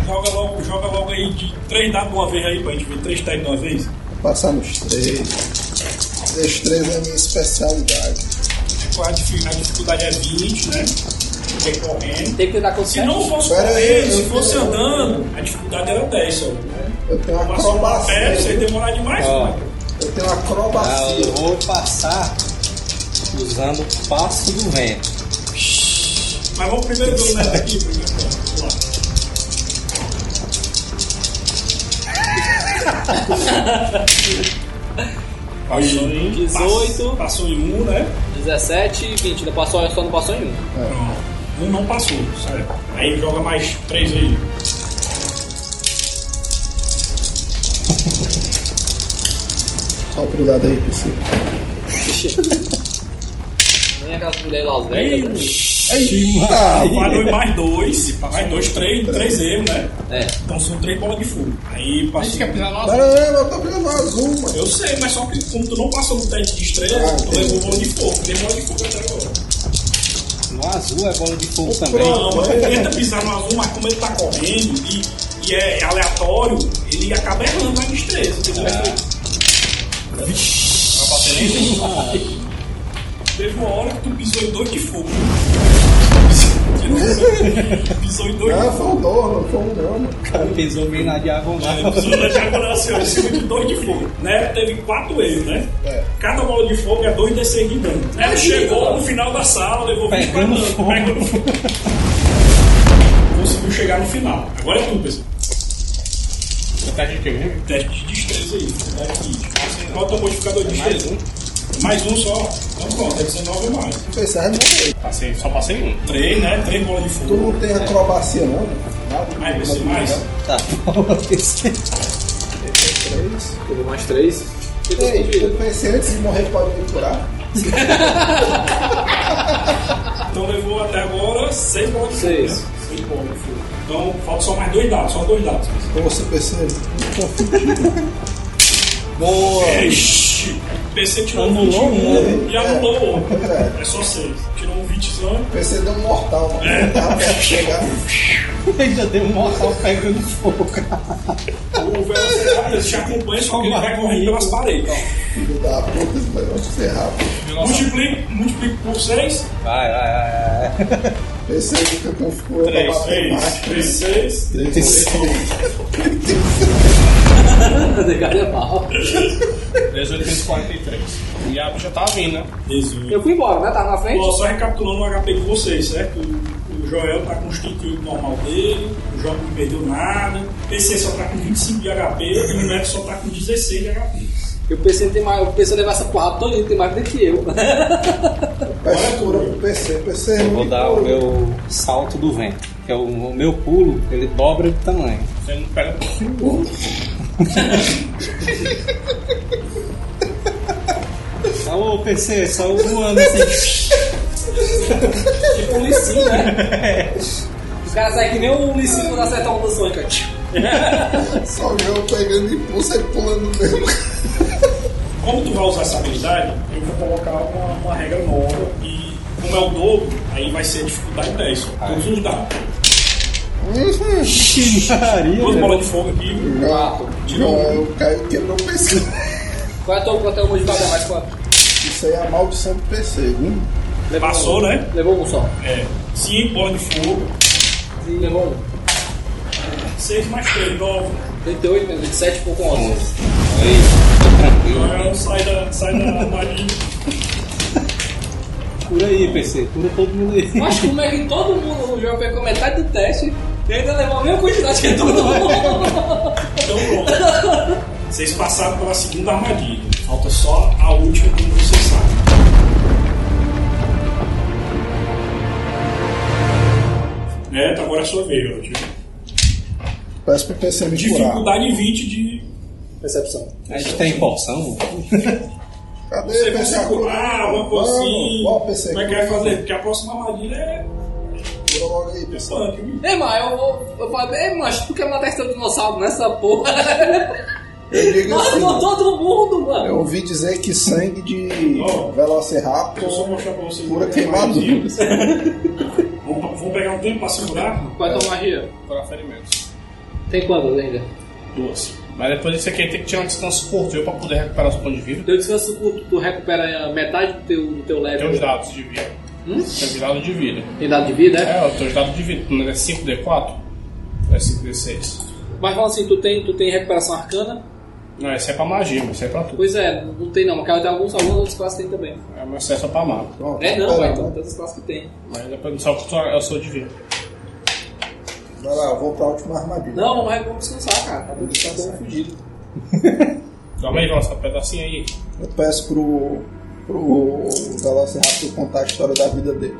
Joga logo, joga logo aí de 3 dados de uma vez aí pra gente ver 3 testes de uma vez. Vou Passar nos três. Destreza é a minha especialidade. Qual a difi- a dificuldade é 20, né? Tem correndo. Tem que tentar Se conseguir. não fosse Pera correr, aí, se eu- fosse andando, a dificuldade era 10, só. Eu tenho uma Passou uma pé, acrobacia. você ia demorar demais, Ó. mano. Eu tenho uma Ah, acrobacia. eu vou passar usando o passo do vento. Mas vamos primeiro ver o neto aqui, primeiro. Vamos lá. Passou em 18. Passou em 1, né? 17, 20, não passou, só não passou em um. Pronto. Um não passou, certo? Aí joga mais 3 aí. Só cuidado aí, PC. Nem aquelas mulheres lá velhas. Valeu em mais 2. Mais 2, 3, 3 erros, né? É. Então são 3 bolas de fogo. Aí passou. Pera aí, eu tô pegando azul, mano. Eu sei, mas só que como tu não passou no teste de estrela, Ah, tu entendi. levou bola de fogo. Tem bola de fogo é até agora. No azul é bola de fogo também. Não, mas ele tenta pisar no azul, mas como ele tá correndo e, e é aleatório, ele acaba errando na destreza, entendeu? Ah. Vixe, vai bater nele? Teve uma hora que tu pisou em dois de fogo. pisou em dois de Ah, fogo. foi um dobro, não foi um não, mano. O cara pisou bem na diagonal. Pisou na diagonal assim, ó, em cima de dois de fogo. Né? Teve quatro erros, né? Cada bola de fogo é dois D6 de dano. Ela chegou no final da sala, levou 20 pra Pegando dano, fogo. pegando fogo. Conseguiu chegar no final. Agora é tu, pessoal. tá Metade de quê mesmo? Teste de destreza aí. Teste de destreza. Qual é o teu modificador de destreza? Mais um só. Então pronto, é 19 ou mais. Pensar é morrer. Passei, só passei um. Três, né? Três bolas de Tu fogo. não tem acrobacia, não? mano? nada. Aí, você mais? Tá, Três. Teve mais três. Tem dois com Ei, vida. eu pensei antes de morrer pode me curar. Então levou até agora 6 bolas de fogo. Seis. 6 bolas de fogo. Então falta só mais dois dados, só dois dados. Nossa, pensei. Boa! Ixi! PC tirou um 21 e anulou o outro. É só 6. Tirou um 20 zão. Pensei deu um mortal, mano. É. Tava perto de chegar. Ainda deu um mortal pegando fogo, cara. O Velociraptor te acompanha, só que ele vai correndo pelas paredes. Filho da puta, é esse negócio ferrado. Multiplica, multiplica por 6. Vai, vai, vai, vai. Pensei que eu confio pra 3, bater mais. 3, 3, 6. Três. Cara, é mal. 1843. E a bicha tá vindo, né? 18. Eu fui embora, né? Tava na Ó, frente. só recapitulando o HP de vocês, certo? O, o Joel tá com os 38 normal dele, o João não perdeu nada, o PC só tá com 25 de HP e o Neto só tá com 16 de HP. Eu pensei em ter mais. Eu pensei em levar essa porrada toda, ele tem mais do que eu. Peço cura pro PC. PC é Eu vou muito dar o cura. meu salto do vento. Que é o, o meu pulo, ele dobra de tamanho. Você não pega. Alô, PC, saiu voando assim. Tipo um licinho, né? Os caras saem que nem um licinho quando acertar um do Sonic. ó. Só eu pegando impulso e pulando mesmo. Como tu vai usar essa habilidade, eu vou colocar uma, uma regra nova e como é o dobro, aí vai ser dificuldade 10. Todos os dados. Que pariu, Duas velho. bolas de fogo aqui, viu? Quatro. Não, eu caio e quebrou o PC. Qual é a tua quanto é uma de cada mais quatro? Isso aí é a maldição do PC, viu? Levou Passou, um. né? Levou um só. É. 5 bolas de fogo, Levou um. 6 mais 3, 9. 38 menos 27 ficou com 11. Joel sai da, sai da armadilha. Cura aí, PC. Cura todo mundo aí. Mas como é que todo mundo no jogo pegou metade do teste e ainda levou a mesma quantidade que todo mundo? Então pronto. Vocês passaram pela segunda armadilha. Falta só a última como vocês sabem. Neto, agora é a sua vez, Rodrigo. Peço pro PC me curar. Dificuldade 20 de. Percepção. A gente tem porção? Cadê Você vai PC? se curar, uma coisa assim. Vamos, vamos, PC. Como é que vai fazer? Porque a próxima armadilha é. Cura logo aí, PC. punk, viu? Ei, mas eu vou. Eu falei, ei, mas tu quer matar esse teu dinossauro nessa porra? Eu digo assim, Matou todo mundo, mano. eu ouvi dizer que sangue de Ó, Velociraptor Deixa eu só mostrar pra vocês. cura uma armadilha. queimaduras. Vamos vamos pegar um tempo pra se curar? Qual é a tua magia? Curar ferimentos. Tem quantas ainda? Duas. Mas depois disso aqui tem que tirar um descanso curto pra poder recuperar os pontos de vida. Teu descanso curto, tu recupera metade do teu, do teu Tem os level dados de vida. Tem os dados de vida. em dado de vida, é? É, os teus dados de vida. Não é 5D4? Ou é 5D6? Mas fala assim, tu tem, tu tem recuperação arcana? Não, esse é pra magia, mas esse é pra tudo. Pois é, não tem não, cara, tem alguns alguns outras classes tem também. É um acesso pra mago. Pronto, É não, pera, vai, né? então, todas as classes que tem. Mas depois não sabe quanto eu sou de vida. Vai lá, eu vou pra última armadilha. Não, não é como descansar, cara. Tá tudo tá todo fudido. Calma aí, Valsa, pedacinho aí. Eu peço pro, pro Velociraptor contar a história da vida dele.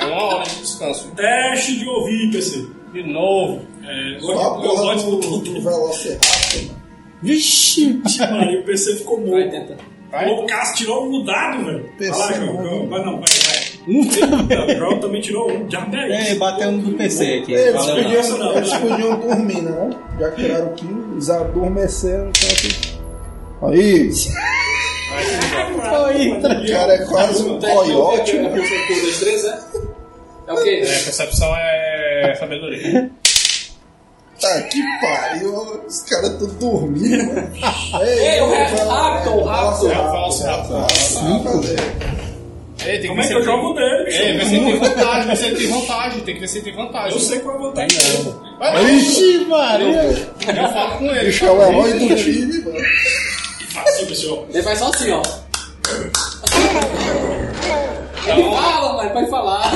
É uma hora de descanso. Teste de ouvir, PC. De novo. É, eu Só a gosto- eu porra gosto do, do- do Velociraptor, mano. Vixe! Mano, e o PC ficou Vai, morto. tenta. Vai. O Cássio tirou um dado, velho. Vai PC lá, não. João. Vai não, vai, vai. O João também tirou um. Já É, bateu no do PC aqui. Eles Valeu, podiam, não, não. eles podiam dormir, né? não? Já que tiraram o quilo, eles adormeceram, então assim. Aí, o cara é quase um coiote, É mano. por ser por dois, três, é? É o quê? É, percepção é sabedoria. Tá que pariu, os caras tão dormindo, mano. Ei, o Raptor, o Raptor. É, o Velociraptor. Raptor. Ei, tem Como é que eu jogo dele, bicho? É, você tem vantagem, você tem vantagem, tem que ver se tem vantagem. Eu sei qual é a vantagem dele. Vixe, Maria! Eu falo com ele. Deixa É o herói do time, mano. Assim, pessoal. Ele faz só assim, ó. Ele fala, mano, pode falar.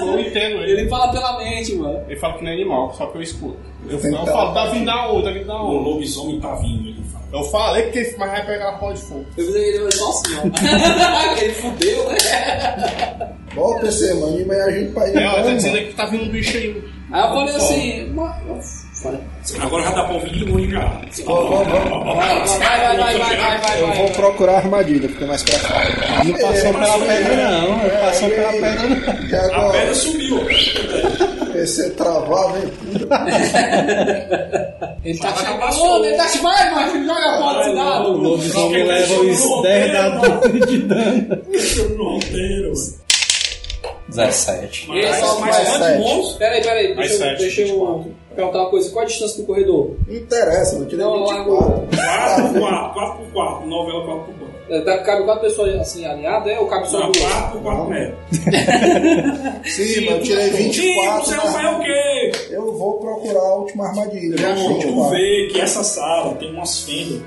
Eu entendo ele. Ele fala pela mente, mano. Ele fala que nem animal, só que eu escuto. Eu, Então. eu falo, tá vindo da onde? Tá vindo da O onde? lobisomem tá vindo, ele fala. Eu falei que quem mais vai pegar a pau de fogo. Eu vi ele só assim, ó. ele fudeu, né? Volta semana e amanhã a gente vai É, ela tá dizendo embora. aí que tá vindo um bicho aí. Aí eu falei assim, mano, eu falei, Agora já dá pra ouvir um, todo mundo já. vai, vai, vai, vai, vai, vai, Eu vai. vou procurar a armadilha, fica mais pra cá. Não passou pela pedra, não. Não passou pela pedra, não. E A pedra agora, subiu. PC travar a aventura. Ele tá chamando, ele tá chamando, vai, macho, joga a porta de O dado. lobisomem leva os 10 dados de dano. No roteiro, mano. 17. E aí, só é mais mais quantos sete. bons? Peraí, peraí, Mais deixa, eu- sete, tipo, deixa eu 24. perguntar uma coisa. Qual a distância do corredor? Não interessa, não tira Não, lá 24. 4x4, 4x4, novela 4x4. É, dá- Cabe quatro pessoas assim alinhadas, é? Ou cabe só Não, duas? 4x4 metros. Sim, mas eu tirei Sim, 24. você não vai o né? quê? Eu vou procurar a última armadilha. Já achei Tu 24. vê que essa sala tem umas fendas,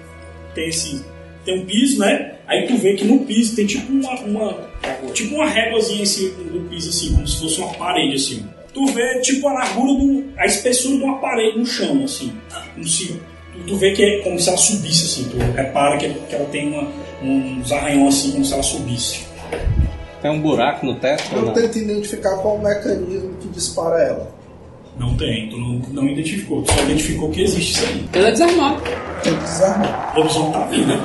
tem esse. Tem um piso, né? Aí tu vê que no piso tem tipo uma. uma- tipo uma réguazinha assim, do piso, assim, como se fosse uma parede, assim. Tu vê tipo a largura do. a espessura de uma parede no chão, assim. Como se- tu, tu vê que é como se ela subisse, assim. Tu repara que, que ela tem uma, uns arranhões assim, como se ela subisse. Tem um buraco no teto? ou Eu não? tento identificar qual o mecanismo que dispara ela. Não tem, tu não, não identificou, tu só identificou que existe isso aí. Ela é desarmada. Tem que desarmar. O lobisomem tá vindo, né?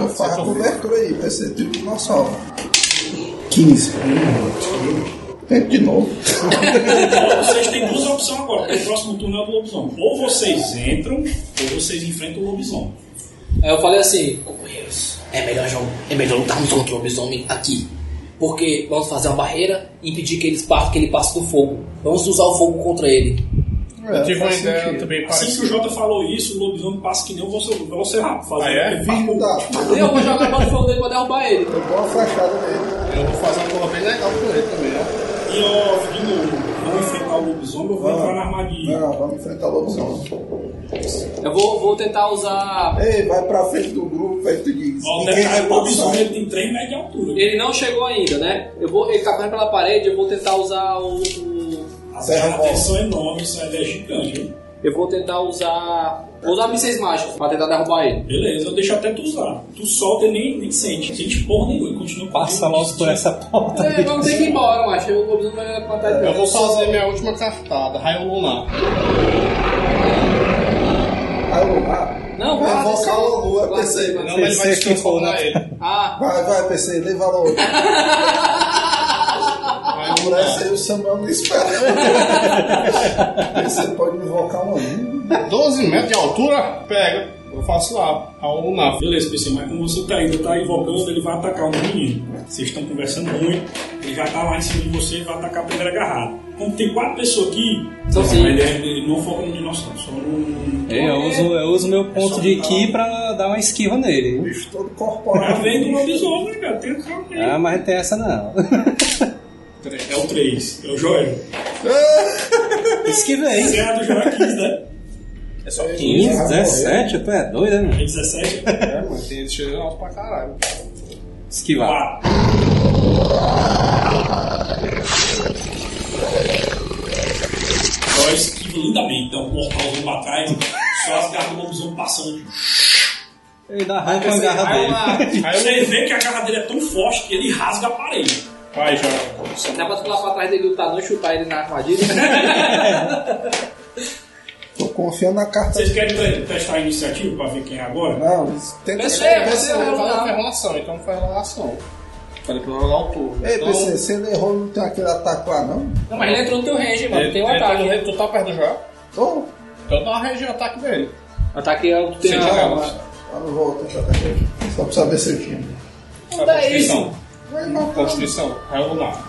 Eu faço a cobertura aí, PC. Tipo, nossa, ó. 15. Tento de novo. Então, vocês têm duas opções agora, porque o próximo turno é o do lobisomem. Ou vocês entram, ou vocês enfrentam o lobisomem. Aí eu falei assim, Companheiros, é melhor, jo- é melhor lutarmos contra o lobisomem aqui. porque vamos fazer uma barreira e impedir que ele, passe, que ele passe do fogo. Vamos usar o fogo contra ele. É, Tive uma faz ideia sentido. também Assim que parecida. o Jota falou isso, o lobisomem passa que nem o Velociraptor. um fazendo Ah, é? aquele Filho papo. da. Eu vou jogar a bola de fogo dele pra derrubar ele. tá. Eu dou uma flechada nele. Eu vou fazer uma porra bem legal com ele também, ó. E ó, de novo, vou enfrentar o lobisomem ou vou entrar na armadilha? Não, vamos enfrentar o lobisomem. Eu vou, vou tentar usar... Ei, vai pra frente do grupo, aí tu diz. Ó, o ninguém detalhe, o vai lobisomem passar. ele tem 3 metros de altura. Ele não chegou ainda, né? Eu vou, ele tá correndo pela parede, eu vou tentar usar o... o- A Serra serra volta. atenção é enorme, isso aí é gigante. hein? eu vou tentar usar... Vou usar mísseis mágicos pra tentar derrubar ele. Beleza, eu deixo até tu usar. Tu solta e nem, nem sente. Sente porra nenhuma e continua Passa logo por essa porta. É, vamos ter que ir embora, macho. O lobisomem vai plantar ele. Eu vou fazer minha última cartada, raio lunar. Vai lunar. vai. Não, guarda invocar isso. o Lua, Guarda PC. isso, Não, guarda. mas ele vai Pensei que descansar for, né? pra ele. Ah, Vai, vai, PC, leva logo. Raio Por essa lunar. aí o Samuel me espera. PC pode invocar um uma linha. 12 metros de altura? Pega. Eu faço lá, raio lunar. Beleza, PC, mas como você tá ainda tá invocando, ele vai atacar o menino. Vocês estão conversando muito, ele já tá lá em cima de você e vai atacar a primeira agarrada. Como tem quatro pessoas aqui, São mas cinco. ele, ele não foca no dinossauro, só no. Eu uso, eu uso meu ponto só de botar- ki pra dar uma esquiva nele. Bicho todo Já corporal. vem do lobisomem, né, cara, tem que calma aí. Ah, mas não tem essa não. É o 3, é o Joel. Esquivei. Você é a do Joel 15, né? É só 15, 17, tu é doido, né? É mano? 17, É, mano, tem esse cheiro alto pra caralho. Esquivar. 4. Joel esquiva lindamente, então o portalzão pra trás, só as garras do lobisomem passando. Eu ainda arranco a garra dele. Aí você vê que a garra dele é tão forte que ele rasga a parede. Vai, Jorge. dá pra pular pra trás dele lutar, não chutar ele na armadilha. Tô confiando na carta. Vocês querem te- testar a iniciativa pra ver quem é agora? Não, tenta Perceba, Você você vai fala rolar. ferrolação, então faz rolação. Falei pra eu rolar o turno. Ei, então, PC, você não errou, não tem aquele ataque lá, não? Não, mas ele entrou no teu range, mano. ele- Tem um ele tá ataque. no re- Tu tá perto do Jorge? Tô. Então dá uma região de ataque dele. Ataque é o que tem Sem na- jogar. Ah, não vou tentar atacar. Só pra saber se eu tinha. Não dá isso. Constituição. Vai não, cara. Constituição. Raio lunar.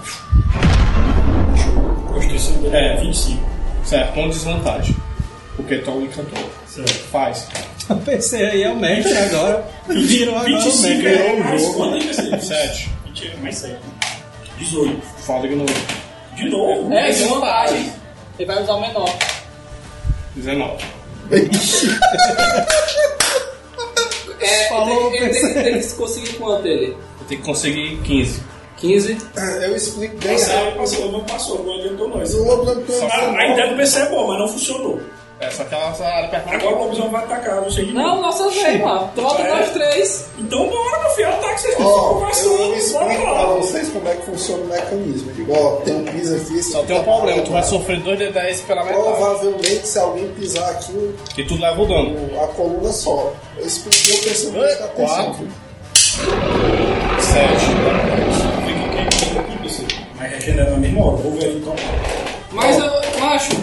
Constituição dele é 25. Certo, com desvantagem. Porque tu é o encantor. Certo. Faz. Eu pensei aí, é o mestre agora. Virou agora o 25 mestre. é mais quanto aí, PC? 7. 20 é mais 7. 18. Fala de novo. De novo? É, desvantagem. Ele vai usar o menor. 19. É, Falou, É, ele, ele tem, que- tem que conseguir quanto ele? Eu tenho que conseguir 15. 15. É, Eu explico bem. Passou, passou, não passou, não adiantou nós. O lobisomem A, a ideia do PC é boa, mas não funcionou. É, só que ela ela pergunta. Agora o lobisomem vai atacar você de Não, novo. nossa vez, mano. Troca É. nós três. Então bora, meu filho, ataque, vocês estão Ó, eu vou conversando, explicar bora pra lá. vocês como é que funciona o mecanismo. Eu digo, ó, tem um piso aqui. Só tem um problema, tu vai sofrer 2 de 10 pela metade. Provavelmente, se alguém pisar aqui, o- E tu leva o dano. o- a coluna sobe. Eu expliquei o pensamento É, da atenção. 4, 7. Mas é regenera na mesma hora, vou ver ele então. Mas, eu, macho,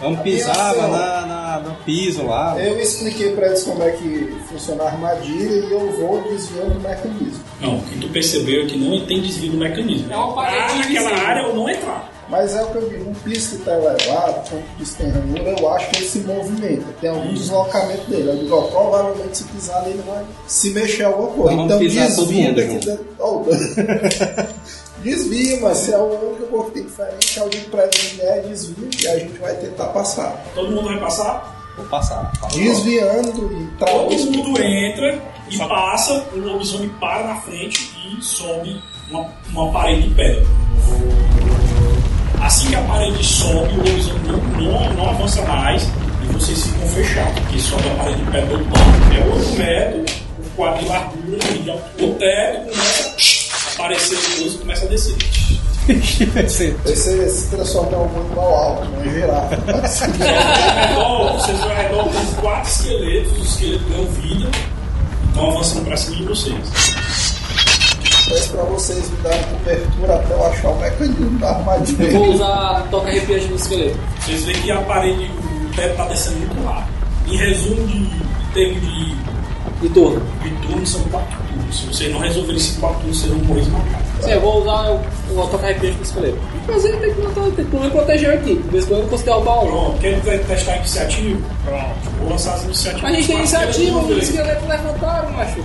Vamos pisar Aviação. na, na- no piso lá. Eu expliquei pra eles como é que funciona a armadilha e eu vou desviando o mecanismo. Não, o que tu percebeu é que não tem desvio do mecanismo. é uma Ah, parede naquela invisível. área eu não entrar. Mas é o que eu digo, um piso que tá elevado, quando o piso tem ranhura, eu acho que ele se movimenta. Tem algum deslocamento dele. Eu digo, ó, provavelmente se pisar nele vai se mexer alguma coisa. Então vamos Então pisar desvia todo mundo daqui junto. dentro. Ó, o dano. Desvia, mas se é a única coisa que tem diferente, alguém pra desviar, desvia e a gente vai tentar passar. Todo mundo vai passar, Vou passar. Fala. Desviando Tá, e todo traz. mundo entra e passa, o lobisomem para na frente e sobe uma, uma parede de pedra. Assim que a parede sobe, o lobisomem não, não, não avança mais e vocês ficam fechados, porque sobe a parede de pedra do outro lado, é 8 metros, o quadro de largura, de altura, o teto começa a aparecer coisa e começa a descer. Você se transforma em um animal alto, uma girafa. Pode ser. redor, vocês vão ao redor dos quatro esqueletos, os esqueletos ganham vida, estão avançando pra cima de vocês. Peço pra vocês me darem cobertura até eu achar o mecanismo da Eu vou armadilha. usar toca arrepiante no esqueleto. Vocês veem que a parede, o teto tá descendo muito rápido. Em resumo, de, em termos de, E torno. de turno, são quatro turnos. Se vocês não resolverem esses quatro turnos, vocês vão morrer esmagados. Sim, eu vou usar o, o toca arrepiante no esqueleto. Mas ele tem que matar, tem que me proteger aqui. De vez em quando eu consigo derrubar um. Pronto, quer te- testar a iniciativa? Pronto, vou lançar as iniciativas. A gente tem Quatro iniciativa, esqueletos, os vamos ver. esqueletos levantaram, macho.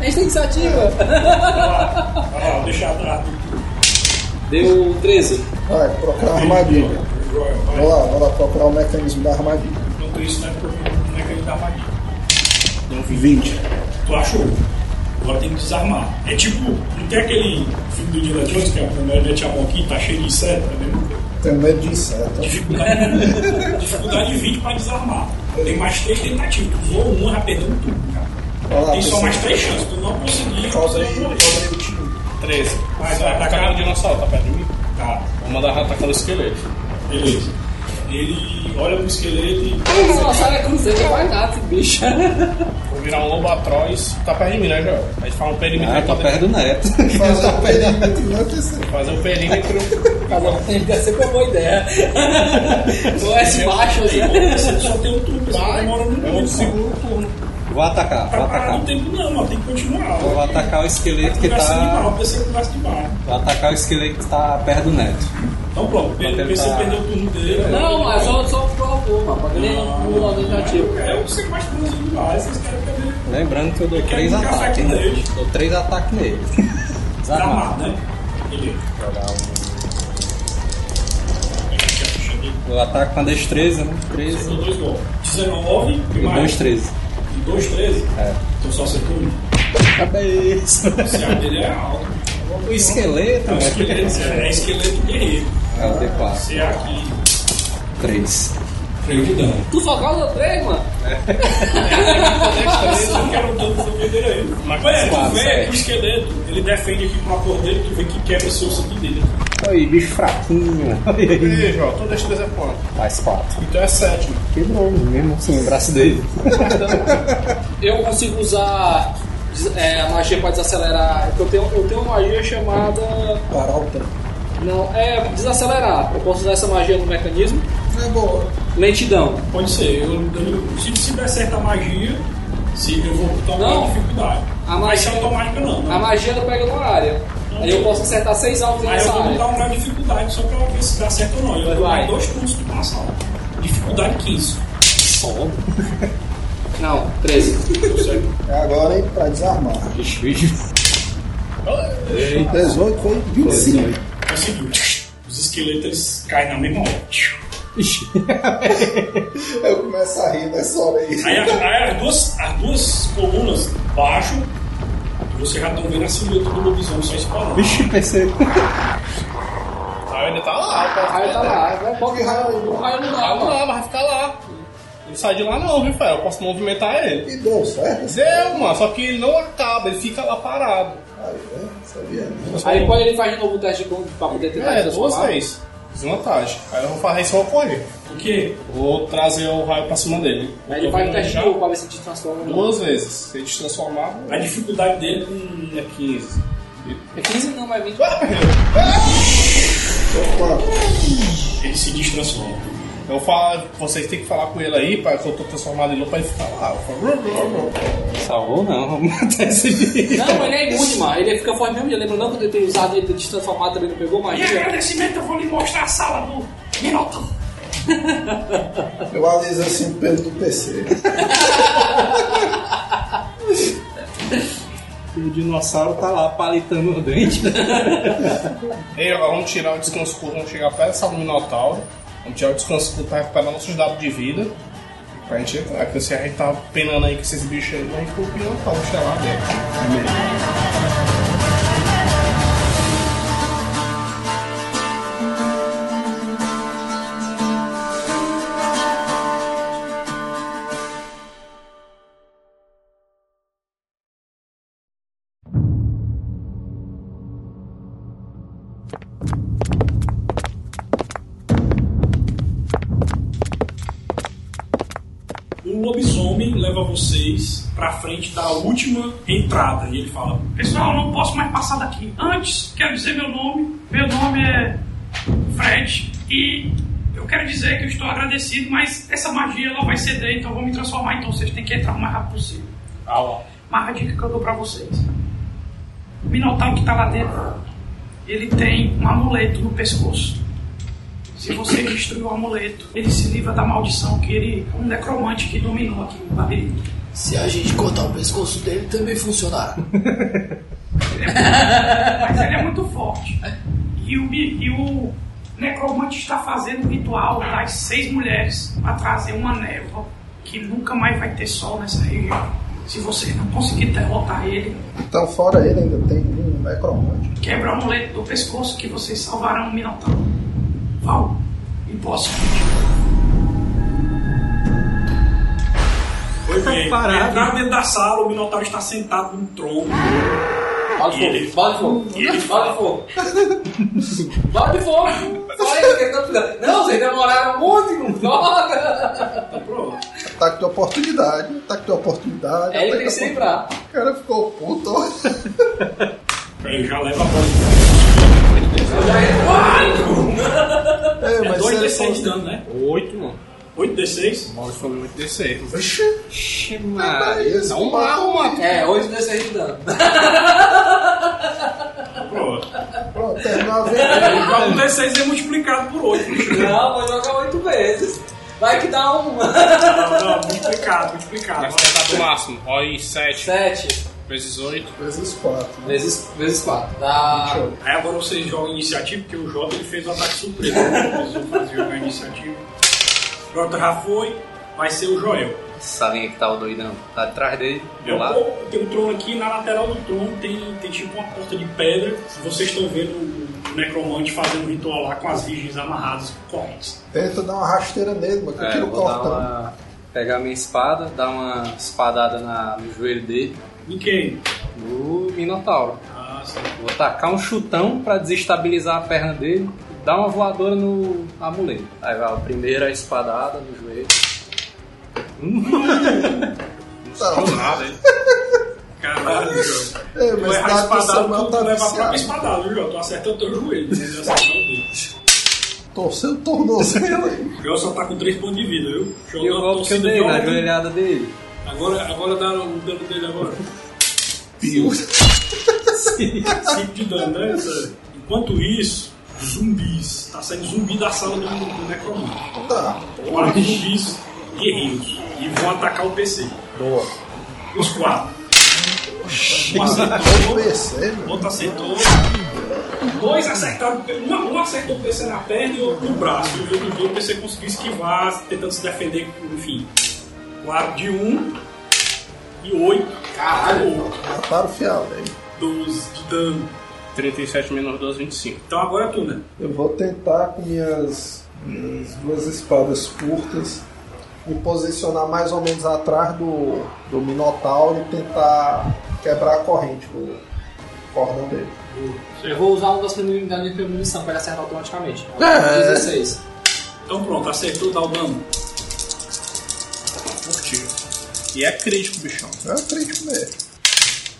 A gente tem iniciativa. Vai lá, deixa atrás. Deu 13. Vai, procurar a armadilha. Vamos lá, vamos lá procurar o mecanismo da armadilha. Enquanto isso, não é porque não é que ele dá magia. 20. Tu achou? Agora tem que desarmar. É tipo, não tem aquele filme do Indiana Jones que a mulher mete a mão aqui, tá cheio de inseto, tá vendo? Tenho medo né? de inseto. Dificuldade, dificuldade 20 pra desarmar. Tem mais três tentativas. Tu usou uma, já perdeu tudo, cara. Então, Olha lá, tem é só pessoal. mais três chances. Tu não conseguir, Causa você aí, morreu. causa aí o tiro. 13. Vai, Mas vai, vai tá atacar cara. o dinossauro, tá perto de mim? Tá, Vou mandar atacar o esqueleto. beleza. Ele olha pro esqueleto e. Nossa, é cruzeiro, não vai nada, esse bicho. Vou virar um lobo atroz. Tá perto de mim, né, Joel? A gente fala um perímetro. Ah, aqui tá dentro. perto do neto. Fazer o perímetro não é terceiro. Fazer um perímetro. Deve ser uma boa ideia. Ou é esse baixo, né? Você só tem um turno, você tá demorando É um muito. mano. segundo turno. Vou atacar, vou Tá parado atacar. o tempo, não, mano. Tem que continuar. Vou atacar o esqueleto que Conversa de tá. barro, você conversa de barro. Vou atacar o esqueleto que tá perto do neto. Então pronto, Pra ele você tentar- perdeu o turno dele. Não, mas só, só provou, mano. Pra ganhar um ano negativo. É o que você mais produz demais, vocês querem perder. Lembrando que eu dou Eu quero três um café ataques com nele. leite. Dou três ataques nele. Tá Desarmado. mal, né? Beleza. Eu ataco com a destreza, né? 13. Acertou dois gols. 19 e E mais. dois 13. E dois, 13? É. Então só acertou um. Cabeça. Se a dele é alto. O esqueleto, É um velho. esqueleto, é esqueleto guerreiro. É o D4. Se é aqui, 3. freio de dano. Tu só causa três, mano. Eu não quero um dano do verdadeiro. Mas Ué, tu quase, vê é. que o esqueleto, ele defende aqui com a cor dele, tu vê que quebra o seu sangue dele. Aí, bicho fraquinho. Olha aí. Ih, Joel, tu deixa 13 é quanto? Mais 4. Então é 7. Quebrou mesmo assim o braço dele. Eu consigo usar des- é, a magia pra desacelerar. Eu tenho, eu tenho uma magia chamada. Parar o tempo. Não, é desacelerar. Eu posso usar essa magia no mecanismo. Não é boa. Lentidão. Pode ser. Eu, eu- se, se der certa magia, se eu vou botar uma Não. dificuldade. A Mas se magia- é automática, não. A magia ela pega numa área. Aí eu posso acertar seis alvos Aí eu nessa vou área. botar um grau de dificuldade só pra ver se dá certo ou não. Eu vou Vai. dar dois pontos de massa aula. Dificuldade 15. Não, 13. É agora, hein, pra desarmar. Bicho, bicho. 18 foi 25. Conseguiu. Os esqueletos caem na mesma hora. Eu começo né? a rir nessa hora aí. Aí, a- aí as, duas, as duas colunas baixam, Vocês já estão vendo a silhueta do lobisomem só espalhando. Vixe, pensei. Raio ainda tá lá, o raio tá lá. Vai, pode é raio. O raio não dá, Tá mano. lá, vai ficar lá. Não sai de lá não, viu, Fael? Eu posso movimentar ele. E deu certo? assim. Deu, mano, só que ele não acaba, ele fica lá parado. Aí, né? Sabia não. Aí depois ele faz de novo o teste de como- pra poder tentar É, duas transformar. vezes. Desvantagem. Aí eu vou fazer isso e vou correr. O quê? Vou trazer o raio pra cima dele. Aí ele Eu faz vou o teste de já novo pra ver se te transforma. ou não. Duas vezes. Se ele se transformar, A dificuldade dele hum, é 15. É 15 não, mas 20. Ele se destransforma. eu falo, vocês têm que falar com ele aí, pra que eu tô transformado em lobo pra ele ficar lá. Eu falo, "Ru, ru, ru". Salvou não, vamos matar esse bicho. Não, ele é imune, mano. Ele fica forte mesmo. Eu lembro não quando ele tem usado ele ter te transformado também não pegou Em magia. agradecimento, eu vou lhe mostrar a sala do Minotauro. Eu aliso assim o pelo do PC. O dinossauro tá lá palitando o dente. Ei, agora vamos tirar o descanso curto, vamos chegar perto dessa Minotauro. Vamos tirar o descanso curto pra recuperar nossos dados de vida. Pra gente entrar, que se a gente tá penando aí com esses bichos aí, a gente pula o Minotauro, sei lá, dentro. O lobisomem leva vocês pra frente da última entrada. E ele fala: Pessoal, não posso mais passar daqui. Antes, quero dizer meu nome. Meu nome é Fred e eu quero dizer que eu estou agradecido, mas essa magia ela vai ceder, então eu vou me transformar, então vocês têm que entrar o mais rápido possível. Mas a dica que eu dou pra vocês. O Minotauro que tá lá dentro, ele tem um amuleto no pescoço. Se você destruir o amuleto, ele se livra da maldição que ele, um necromante que dominou aqui o labirinto. Se a gente cortar o pescoço dele, também funcionará. Mas ele é muito forte. E o, bi- e o necromante está fazendo o ritual das seis mulheres para trazer uma névoa que nunca mais vai ter sol nessa região. Se você não conseguir derrotar ele, Então, fora ele, ainda tem um necromante. quebra o amuleto do pescoço que vocês salvarão o Minotauro. Val, e posso. Foi bem. parado. Entrar dentro da sala, o Minotauro está sentado num tronco. Bala de Ele- fogo, bala de fogo. E ele Bala de fogo. Bala de fogo. Olha, eu tentando cuidar. Não, vocês demoraram muito, Tá não joga. Ataque de Tá oportunidade, ataque de oportunidade. É, ele ataque tem que de se oportunidade. livrar. O cara ficou puto. Ele já leva a bola. Eu já entro. Ai! É, É mas se ele 2d6 de fosse... dano, né? Oito, mano. 8d6? Bola foi muito descer. Vixe, Mas... Não marro, mano. É, 8 desse aí de dano. Pronto. pronto, terminou a venda. Igual um D6 é multiplicado por 8. Não, vou jogar 8 vezes. Vai que dá um Não, não, multiplicado, multiplicado. Mas vai dar do máximo. Ó, aí, sete 7 vezes oito. Vezes quatro. né? vezes, vezes 4. Dá. Aí agora vocês jogam iniciativa, porque o Jota ele fez o ataque surpresa. Vocês vão fazer jogar iniciativa. Jota já foi, vai ser o Joel. Sabem que tá o doidão? Tá atrás dele, É um pouco- tem um trono aqui, na lateral do trono tem, tem tipo uma porta de pedra. Vocês estão vendo o necromante fazendo um ritual lá com as virgens amarradas correntes. Tenta dar uma rasteira nele, mano, que eu É, tiro eu o vou dar cortão. uma... Pegar minha espada, dar uma espadada na- no joelho dele, Em quem? no Minotauro. Ah, sim. Vou tacar um chutão pra desestabilizar a perna dele, dar uma voadora no amuleto. Aí vai a primeira espadada no joelho. Tá. Nada, hein? Caralho, Joel. É, Tu mas erra dá atenção, espadado, não tu, tá tu leva a viciado. própria espadada, viu, Joel? Tu acerta teu joelho, né? Você acerta o dedo. Torceu o tornozelo. O Joel só tá com 3 pontos de vida, viu? O Joel E deu o uma golpe que eu torcida dei na violenta. joelhada dele. Agora, agora dá o dano dele agora. 5 de dano, né? Zé? Enquanto isso, zumbis. Tá saindo zumbi da sala do, do Necromante. Tá. Quatro zumbis guerreiros. E vão atacar o PC. Boa. Os quatro. Um O acertou, PC, meu. outro acertou. Dois acertaram. Um, um acertou o PC na perna e outro no braço. E o outro dois o PC conseguiu esquivar, tentando se defender, enfim. 4 de um e oito. Caralho. Mataram o fial, velho. 12 de dano. 37 menos 12, 25. Então agora é tu, né? Eu vou tentar com minhas, minhas duas espadas curtas me posicionar mais ou menos atrás do, do Minotauro e tentar quebrar a corrente, o cordão dele. Eu vou usar uma das primeiras da minha primeira munição para ele acertar automaticamente. É. 16. Então pronto, acertou, dá o dano. Curtiu. E é crítico, bichão. É crítico mesmo.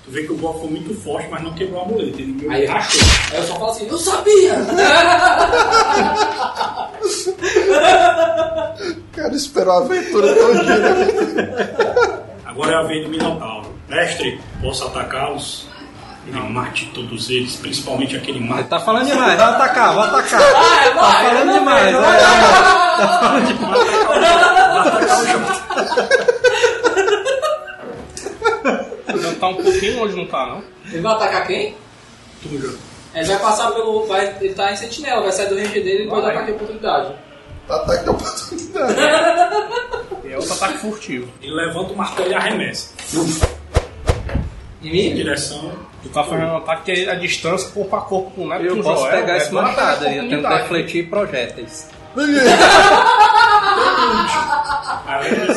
Tu vê que o golpe foi muito forte, mas não quebrou a muleta. Ele meio Aí- rachou. Aí eu só falo assim, eu sabia! Quero esperar a aventura né? todinha. Agora é a vez do Minotauro. Mestre, posso atacá-los? Ele mate todos eles, principalmente aquele mate. Tá falando demais, vai atacar, vai atacar. É, tá é falando demais, vai né? Já tá um pouquinho longe, não tá, não? Ele vai atacar quem? É, Ele vai passar pelo. Vai, ele tá em sentinela, vai sair do range dele e vai atacar de oportunidade. Ataque da oportunidade. E é outro ataque furtivo. Ele levanta o martelo e arremessa. Em Em mim? direção. Tu tá fazendo um ataque à distância, corpo a corpo, né? Eu Tu posso joga, pegar é esse bom ataque machado à aí, eu tento oportunidade. refletir projéteis.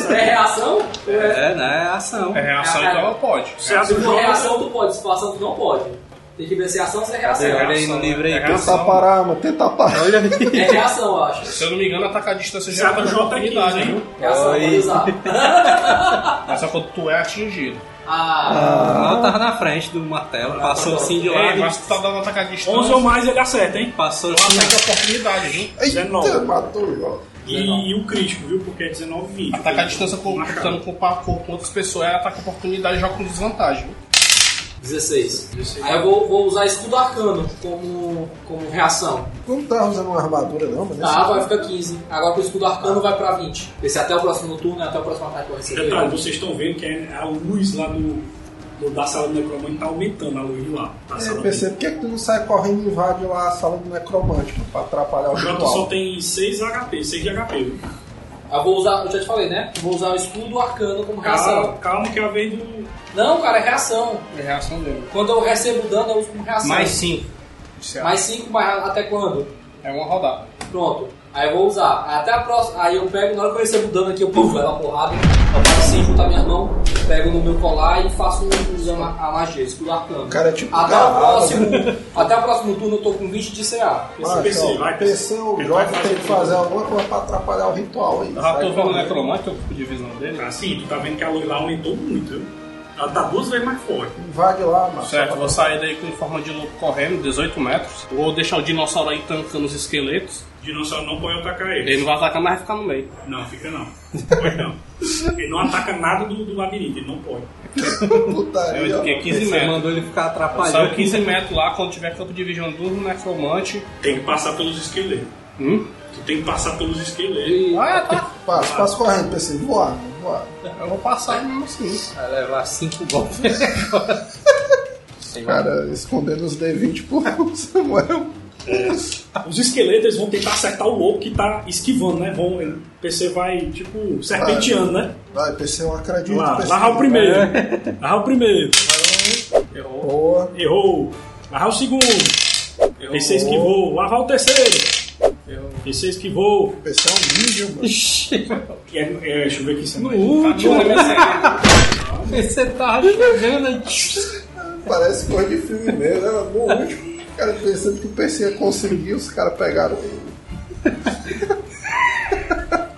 É reação? É. É, né? É ação. É reação, então ela pode. Você abre o Se for jogo. reação, tu pode. Se for ação, tu não pode. Tem que ver se é ação ou se é reação. Olha aí no livro aí. É cara. reação. Tentar parar, mano. Tentar parar. Olha aí. É reação, eu acho. Se eu não me engano, atacar à distância Você já é abre o jogo é aqui, né? oportunidade, hein? viu? Reação, Oi. pode usar. Mas só quando tu é atingido. Ah, Ela tava na frente do martelo, passou assim de É, lado. mas tu tá dando ataque à 11 distância. ou mais ele acerta, hein? Passou É um assim. ataque à oportunidade, viu? Eita, 19. matou igual. E, o crítico, viu? Porque é 19 e 20. Atacar a distância com, Machado. lutando com, com, com outras pessoas é ataque à oportunidade já com desvantagem. viu? 16. Aí eu vou, vou usar escudo arcano como, como reação. Tu não tava usando uma armadura, não, mano? Tá, vai ficar 15. Agora com o escudo arcano vai pra 20. Esse é até o próximo turno, é até o próximo ataque que eu receber. Detalhe, vocês estão vendo que é- a luz lá do, do- da sala do necromante tá aumentando a luz de lá. Da É, sala eu do- pensei, por que, que tu não sai correndo e invade lá a sala do necromântico pra atrapalhar o O Jota só ritual? tem 6 HP, 6 de HP. viu? Eu vou usar, eu já te falei, né? Vou usar o escudo arcano como reação. Calma, calma que é a vez do. Não, cara, é reação. É reação dele. Quando eu recebo dano, eu uso como reação. Mais 5. Mais 5, mas até quando? É uma rodada. Pronto. Aí eu vou usar. Até a próxima. Aí eu pego, na hora que eu recebo dano aqui, eu pulo ela porrada. Eu faço 5 junto a minha mão, pego no meu colar e faço um, usando a a magia, escudo arcano. O cara é tipo né? até, o garrado, próximo, até o próximo turno eu tô com 20 de CA. Mas, PC, ó, vai, Ah, então, PC, é o ele Jota vai tem fazer que tudo. Ah, fazer alguma coisa pra atrapalhar o ritual aí. Já tô Sai vendo o correndo. necromante, o tipo de visão dele. Assim, tu tá vendo que a luz lá aumentou muito, viu? Ela tá duas vezes mais forte. Invade lá, mano. Certo, vou sair daí com forma de lobo correndo, 18 metros. Vou deixar o dinossauro aí tancando os esqueletos. O dinossauro não pode atacar ele. Ele não vai atacar, mas vai ficar no meio. Não, fica não. Pode não. Ele não ataca nada do, do labirinto, ele não pode. Aí Eu Putaria. fiquei ó. 15 Você metros. mandou ele ficar atrapalhado. Saiu 15 metros lá, quando tiver campo de visão do necromante. Tem que passar pelos esqueletos. Hum? Tu tem que passar pelos esqueletos. Ah, é, tá. Passa, passa correndo, PC. Voar, mano, voar. Eu vou passar mesmo sim. Vai levar 5 golpes. Cara, escondendo os D20 pro um, Samuel. Os esqueletos eles vão tentar acertar o lobo que tá esquivando, né? Vão, ele- o PC vai, tipo, serpenteando, né? Vai, PC, eu acredito. Lá, PC. É. larrar o primeiro. Larrar o primeiro. Boa. Errou. Larrar o segundo. PC esquivou. Larrar o terceiro. PC esquivou. PC é um ninja, mano. E é, é, deixa eu ver aqui se é mais. Último, né, Você tá chegando aí. Parece coisa de filme mesmo, né? No último, o cara pensando que o PC ia conseguir, os caras pegaram ele.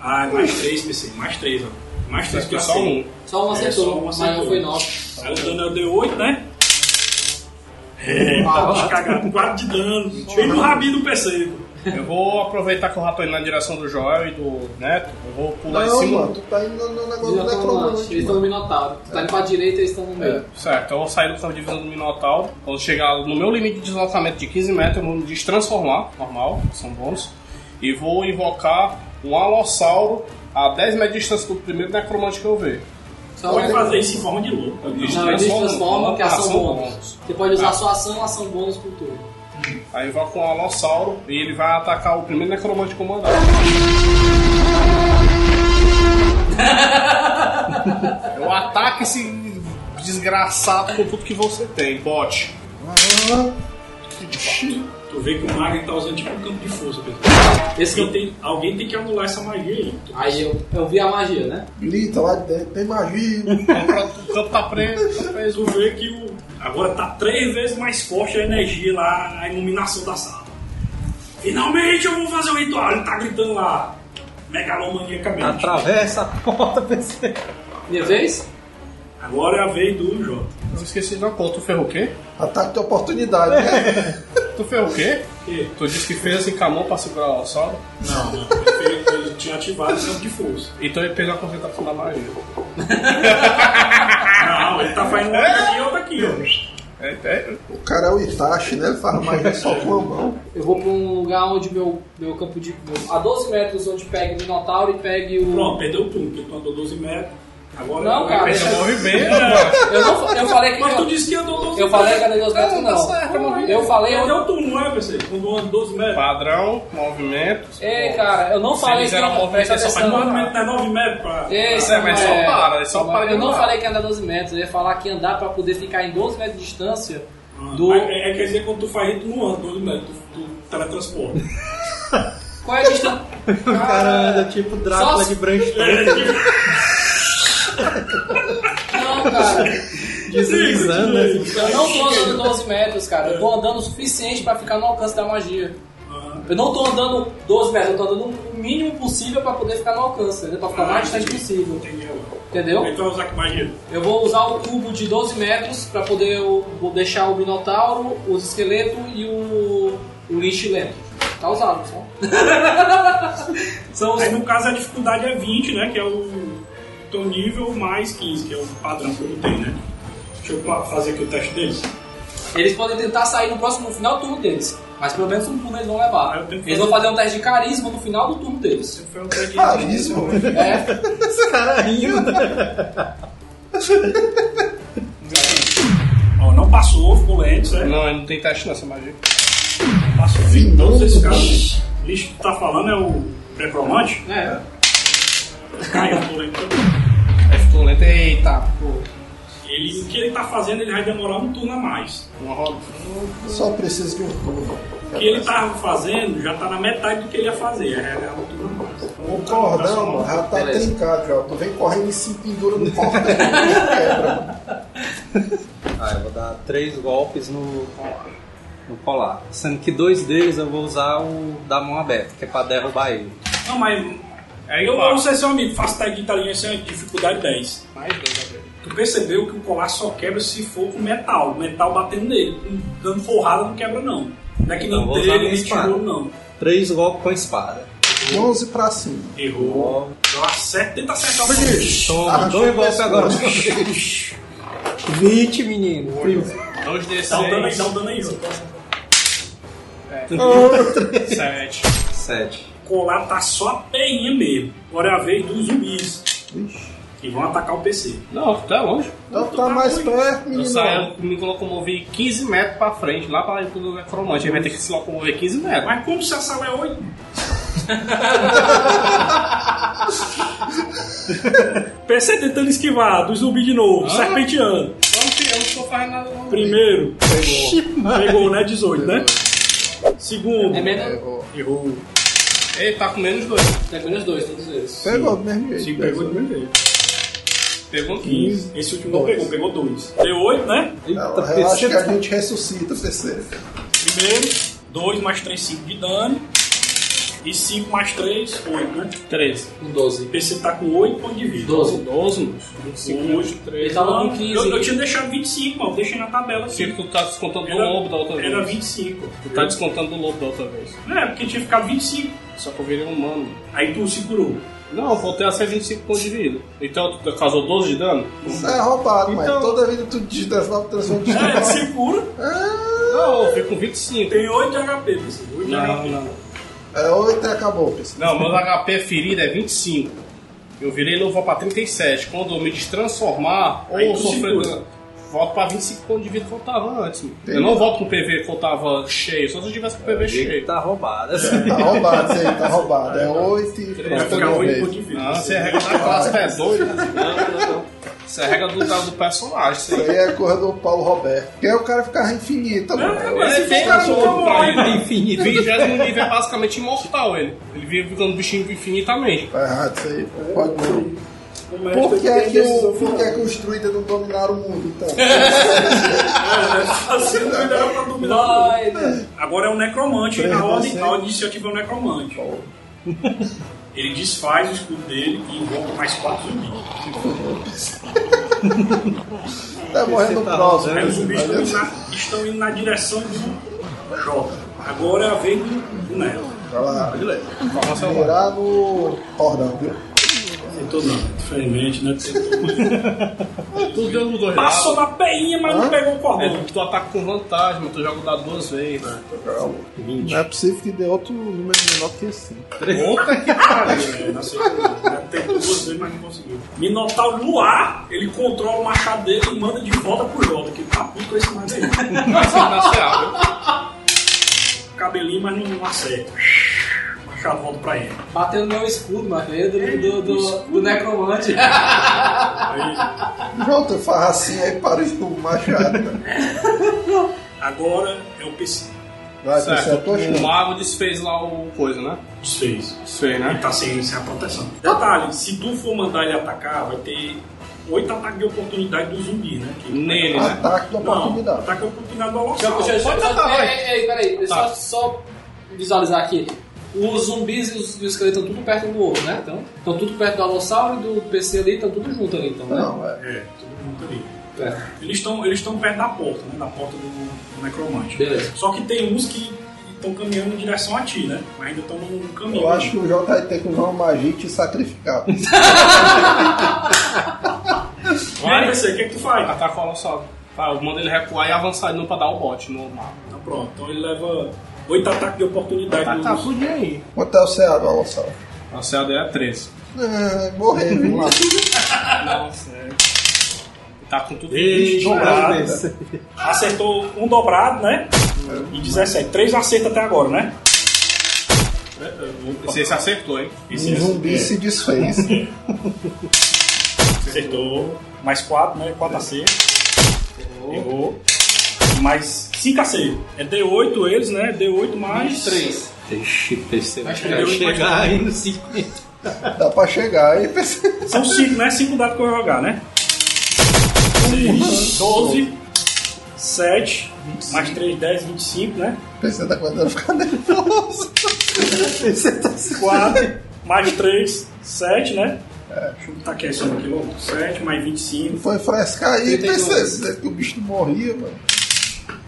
Ah, mais três, PC. Mais três, ó. Mais três, Acho que PC. só um. Só um É, só acertou, um mas acertou. não foi 9. Aí o dano é o D8, né? É, tá bicho cagado. 4 de dano. Bem no rabinho do PC. Eu vou aproveitar que o rato tá indo na direção do Joel e do Neto. Eu vou pular em Não, cima. mano, tu tá indo no negócio do Eles necromante, estão no mano. É. Minotauro. Tu tá indo pra direita eles estão no meio. Certo, eu vou sair do campo de visão do Minotauro. Quando chegar no meu limite de deslocamento de 15 metros, eu vou me destransformar, normal, são bônus. E vou invocar um alossauro a 10 metros de distância do primeiro necromante que eu ver. Só Pode um- fazer isso em forma de louco. tá bicho? Não, eles Transforma- transformam Ah, que é ação um ação bônus. bônus. Você pode usar sua ação, ação bônus por turno. Aí eu invoco um alossauro e ele vai atacar o primeiro necromante que eu mandar. Eu ataco É um esse desgraçado com tudo que você tem. Bote. Tu vê que o Magnus tá usando tipo um campo de força, pessoal. Esse que eu tenho. Alguém tem que anular essa magia aí. Aí eu, eu vi a magia, né? Grita lá de dentro, tem magia. o campo tá preso, tá preso. Tu vê que o. Agora tá três vezes mais forte a energia lá, a iluminação da sala. Finalmente eu vou fazer o ritual. Ele tá gritando lá. Megalomaníacamente. Tá Atravessa a porta, PC. Minha vez? Agora é a vez do Jota. Eu esqueci de uma conta. Tu ferrou o quê? Ataque de oportunidade, né? Tu ferrou o quê? Tu disse que fez assim com a mão pra segurar o saldo? Não, não. Ele, fez- ele tinha ativado o campo de força. Então ele perdeu a concentração da magia. Não, ele tá fazendo uma aqui e outra aqui, ó. É, é, O cara é o Itachi, né? Ele faz magia só com a mão. Eu vou pra um lugar onde meu, meu campo de. meu- a 12 metros onde pegue o Minotauro e pegue o. Pronto, perdeu tudo, porque tu andou 12 metros. Agora Não, cara. Perdeu eu- um movimento. né? Eu, não, fa- eu falei que. Mas tu disse que andou 12 Eu falei que era 12 metros, Tá não. certo, movimento. Eu falei. Cadê Eu, o turno, não é, PC? Quando anda 12 metros. Padrão, movimento. É. ei, cara, eu não falei eles que. eram Presta movimentos, é só pra O atenção. movimento tá 9 metros pra. Ei, Isso é, mas só é, para, ele só para de Eu não andar. falei que andar 12 metros, eu ia falar que andar pra poder ficar em 12 metros de distância do. Do... É, é, quer dizer, quando tu faz rito, tu não anda 12 metros, tu, tu teletransporta. Qual é a distância? O cara anda tipo Drácula Só se- de Bram Stoker, Não, cara. deslizando. assim. né? Eu não tô andando 12 metros, cara. Eu tô andando o suficiente pra ficar no alcance da magia. Eu não tô andando 12 metros, eu tô andando o mínimo possível pra poder ficar no alcance, entendeu? Pra ficar o mais distante possível, Entendeu? Então, entendeu? Aí tu vai usar que magia? Eu vou usar o cubo de 12 metros pra poder eu, vou deixar o Minotauro, o esqueleto e o, o Lynch lento. Tá usado, só. São os... Aí no caso a dificuldade é 20, né? Que é o teu nível mais 15, que é o padrão que eu tenho, né? Deixa eu pa- fazer aqui o teste deles. Eles podem tentar sair no próximo no final do turno deles, mas pelo menos um turno eles vão Ah, eu levar. tenho que Eles vão fazer- fazer um teste de carisma no final do turno deles. Foi um teste de- Carisma, velho. É, Os caras rindo. Ó, não passou, ficou lento, certo? Não, ele não tem teste nessa magia. Passou. Todos esses caras. então, O lixo que tu tá falando é o necromante? né? Caiu, ficou lento. Aí ficou lento. Eita, pô. Ele, o que ele tá fazendo, ele vai demorar um turno a mais. Uma roda. Só precisa de um turno. O que ele tava fazendo já tá na metade do que ele ia fazer. É, é um turno a mais. O cordão, mano, já tá Beleza. trincado já. Tu vem correndo e se pendura no cordão. quebra, mano. Ah, eu vou dar três golpes no colar. no colar. Sendo que dois deles eu vou usar o da mão aberta, que é pra derrubar ele. Não, mas. É eu igual. não sei se eu amigo, faço tag de inteligência dificuldade 10. Mais dois, Gabriel. Tu percebeu que o colar só quebra se for com metal. Metal batendo nele. Com- Dando forrada não quebra, não. Não Tá é que Então, nem vou usar dele, minha nem espada. tirou, não. Três golpes com a espada. 11 pra cima. Errou. Eu acerto, tenta acertar o Toma, Ah, Arranjou dois a golpes pessoa. agora. 20, menino. Dois desses. Dá um dano aí, dá um dano aí. ó. Sete. Sete. colar tá só a peinha mesmo. Agora é a vez dos zumbis. Que vão atacar o PC. Não, tá longe. Então tá mais perto, Eu menino. saio, me locomovi 15 metros pra frente, lá pra é dentro do necromante. Ele vai ter que se locomover 15 metros. Mas como se a sala é 8? PC tentando esquivar dos zumbis de novo, serpenteando. Eu não sei, eu não tô fazendo nada não. Primeiro, pegou. pegou, né? 18, né? Segundo, É menos, errou. Ele tá com menos dois. é menos dois, todos eles. Pegou do mesmo jeito. Sim, pegou do mesmo jeito. Pegou 15. 15. Esse último não Dois. pegou, pegou 2. D8, né? Não, relaxa que a gente ressuscita, PC. Primeiro, 2 mais 3, 5 de dano. E 5 mais 3, 8, né? 13. Um 12. O PC tá com 8 pontos de vida. 12. 12, moço. 25, 8, 3. Ele tava Não, com 15. eu, eu tinha deixado 25, mano. Deixei na tabela aqui. Tipo, tu tá descontando do Era- lobo da outra vez. Era 25. Tu tá descontando do lobo da outra vez. É, porque tinha ficado 25. Só que eu virei um humano. Aí tu segurou. Não, eu voltei a ser 25 pontos de vida. Então tu causou 12 de dano? Isso é roubado, Então- mas toda vida tu diz 19 transforma de É, segura. Não, eu fico com 25. Tem 8 de HP, PC. 8 de Não, HP. não. É 8 e acabou, PC. Não, meu HP ferido é 25. Eu virei luva pra 37. Quando eu me destransformar Aí ou tu sofrer segura. dano, volto pra 25 pontos de vida que faltava antes. mano. Eu não volto com o PV que faltava cheio, só se eu tivesse com o PV cheio. Tá roubado. Tá roubado isso aí, tá roubado. É 8 e Vai pronto, ficar de 8 vez. pontos de vida. Não, você é regra da classe, tu é doido. Não, não, não. Isso é regra do, do personagem. Isso aí é coisa do Paulo Roberto. Porque aí o cara ficava infinito. Não, Mas ele fica no um. tamanho infinito. Vigésimo nível é basicamente imortal ele. Ele vive ficando bichinho infinitamente. Tá errado isso aí. Pode não. Por que, é que o, por que é que os druidas não dominaram o mundo, então? Assim, não era pra dominar tudo. Agora é um necromante, na ordem tal de iniciativa é um necromante. Ele desfaz o escudo dele e invoca mais quatro zumbis. Tá morrendo próximo. Aí os zumbis estão indo, na, estão indo na direção do Jota. Agora é a vez do, do Nelo. Vai lá. Virar no cordão, viu? Tentou não, infelizmente, né? Tu deu no dois Passou na peinha, mas não pegou o É, cordão. tu ataca com vantagem, mas tu joga o dado duas vezes. Não é possível que dê outro número menor que esse. Puta que É, na segunda. Já tentou duas vezes, mas não conseguiu. Minotauro no ar, ele controla o machado dele e manda de volta pro Jota, que tá puto com esse mais aí. Tá Cabelinho, mas não, não acerta. O Machado volta pra ele. Bateu no meu escudo, mano. Ele do, do, do, do necromante. Pronto, eu farra assim aí para o machado. Agora é o PC. Vai, PC, é a Certo, tua o chance. mago desfez lá o coisa, né? Desfez. Desfez, Ele né? tá sem, sem a proteção. Detalhe, se tu for mandar ele atacar, vai ter oito ataques de oportunidade do zumbi, né? Que- Nele, né? Ataque da Não, oportunidade. ataque de oportunidade do Já Alossal. puxou, já Pode puxou. tacar, vai. Ei, ei, ei, peraí, deixa Tá. eu só visualizar aqui. Os zumbis e os, e os esqueletos estão tudo perto um do outro, né? Então, estão tudo perto do Alossauro e do PC ali, estão tudo junto ali, então, né? Não, é. É, todo mundo ali. É. Eles estão eles tão perto da porta, né? Da porta do, do necromante. Beleza. Só que tem uns que estão caminhando em direção a ti, né? Mas ainda estão no caminho. Eu acho que o Jota vai ter que usar uma magia e te sacrificar. Vai, PC, o que é que tu faz? Ataca o Alossauro. Tá, eu mando ele recuar e avançar de novo pra dar o bote no mago. Tá pronto. Então ele leva oito ataques de oportunidade. Tá, do- tá, fudia aí. Quanto é o Ceará, Alossal? A CAD é 13. Ah, morrer, viu? Nossa, é. Tá com tudo. Ei, Dobrado. dobrado. Acertou um dobrado, né? É. E 17. Três acertos até agora, né? Você se acertou, hein? Um Esse zumbi se desfez. acertou. Mais quatro, né? Quatro acertos. Errou. E Mais cinco acertos. É D8 eles, né? D8 mais... Três. Ixi, PC vai Acho que deu chegar aí no 50. Dá pra chegar aí, PC. São cinco, né? Cinco dados que eu vou jogar, né? Seis, doze, sete, mais três, dez, vinte e cinco, né? PC tá aguentando ficar nervoso. PC tá se Quatro, mais três, sete, né? Deixa eu botar aqui esse aqui logo. Sete, mais vinte e cinco, Foi frescar aí, 32. PC. Deve que o bicho não morria, mano.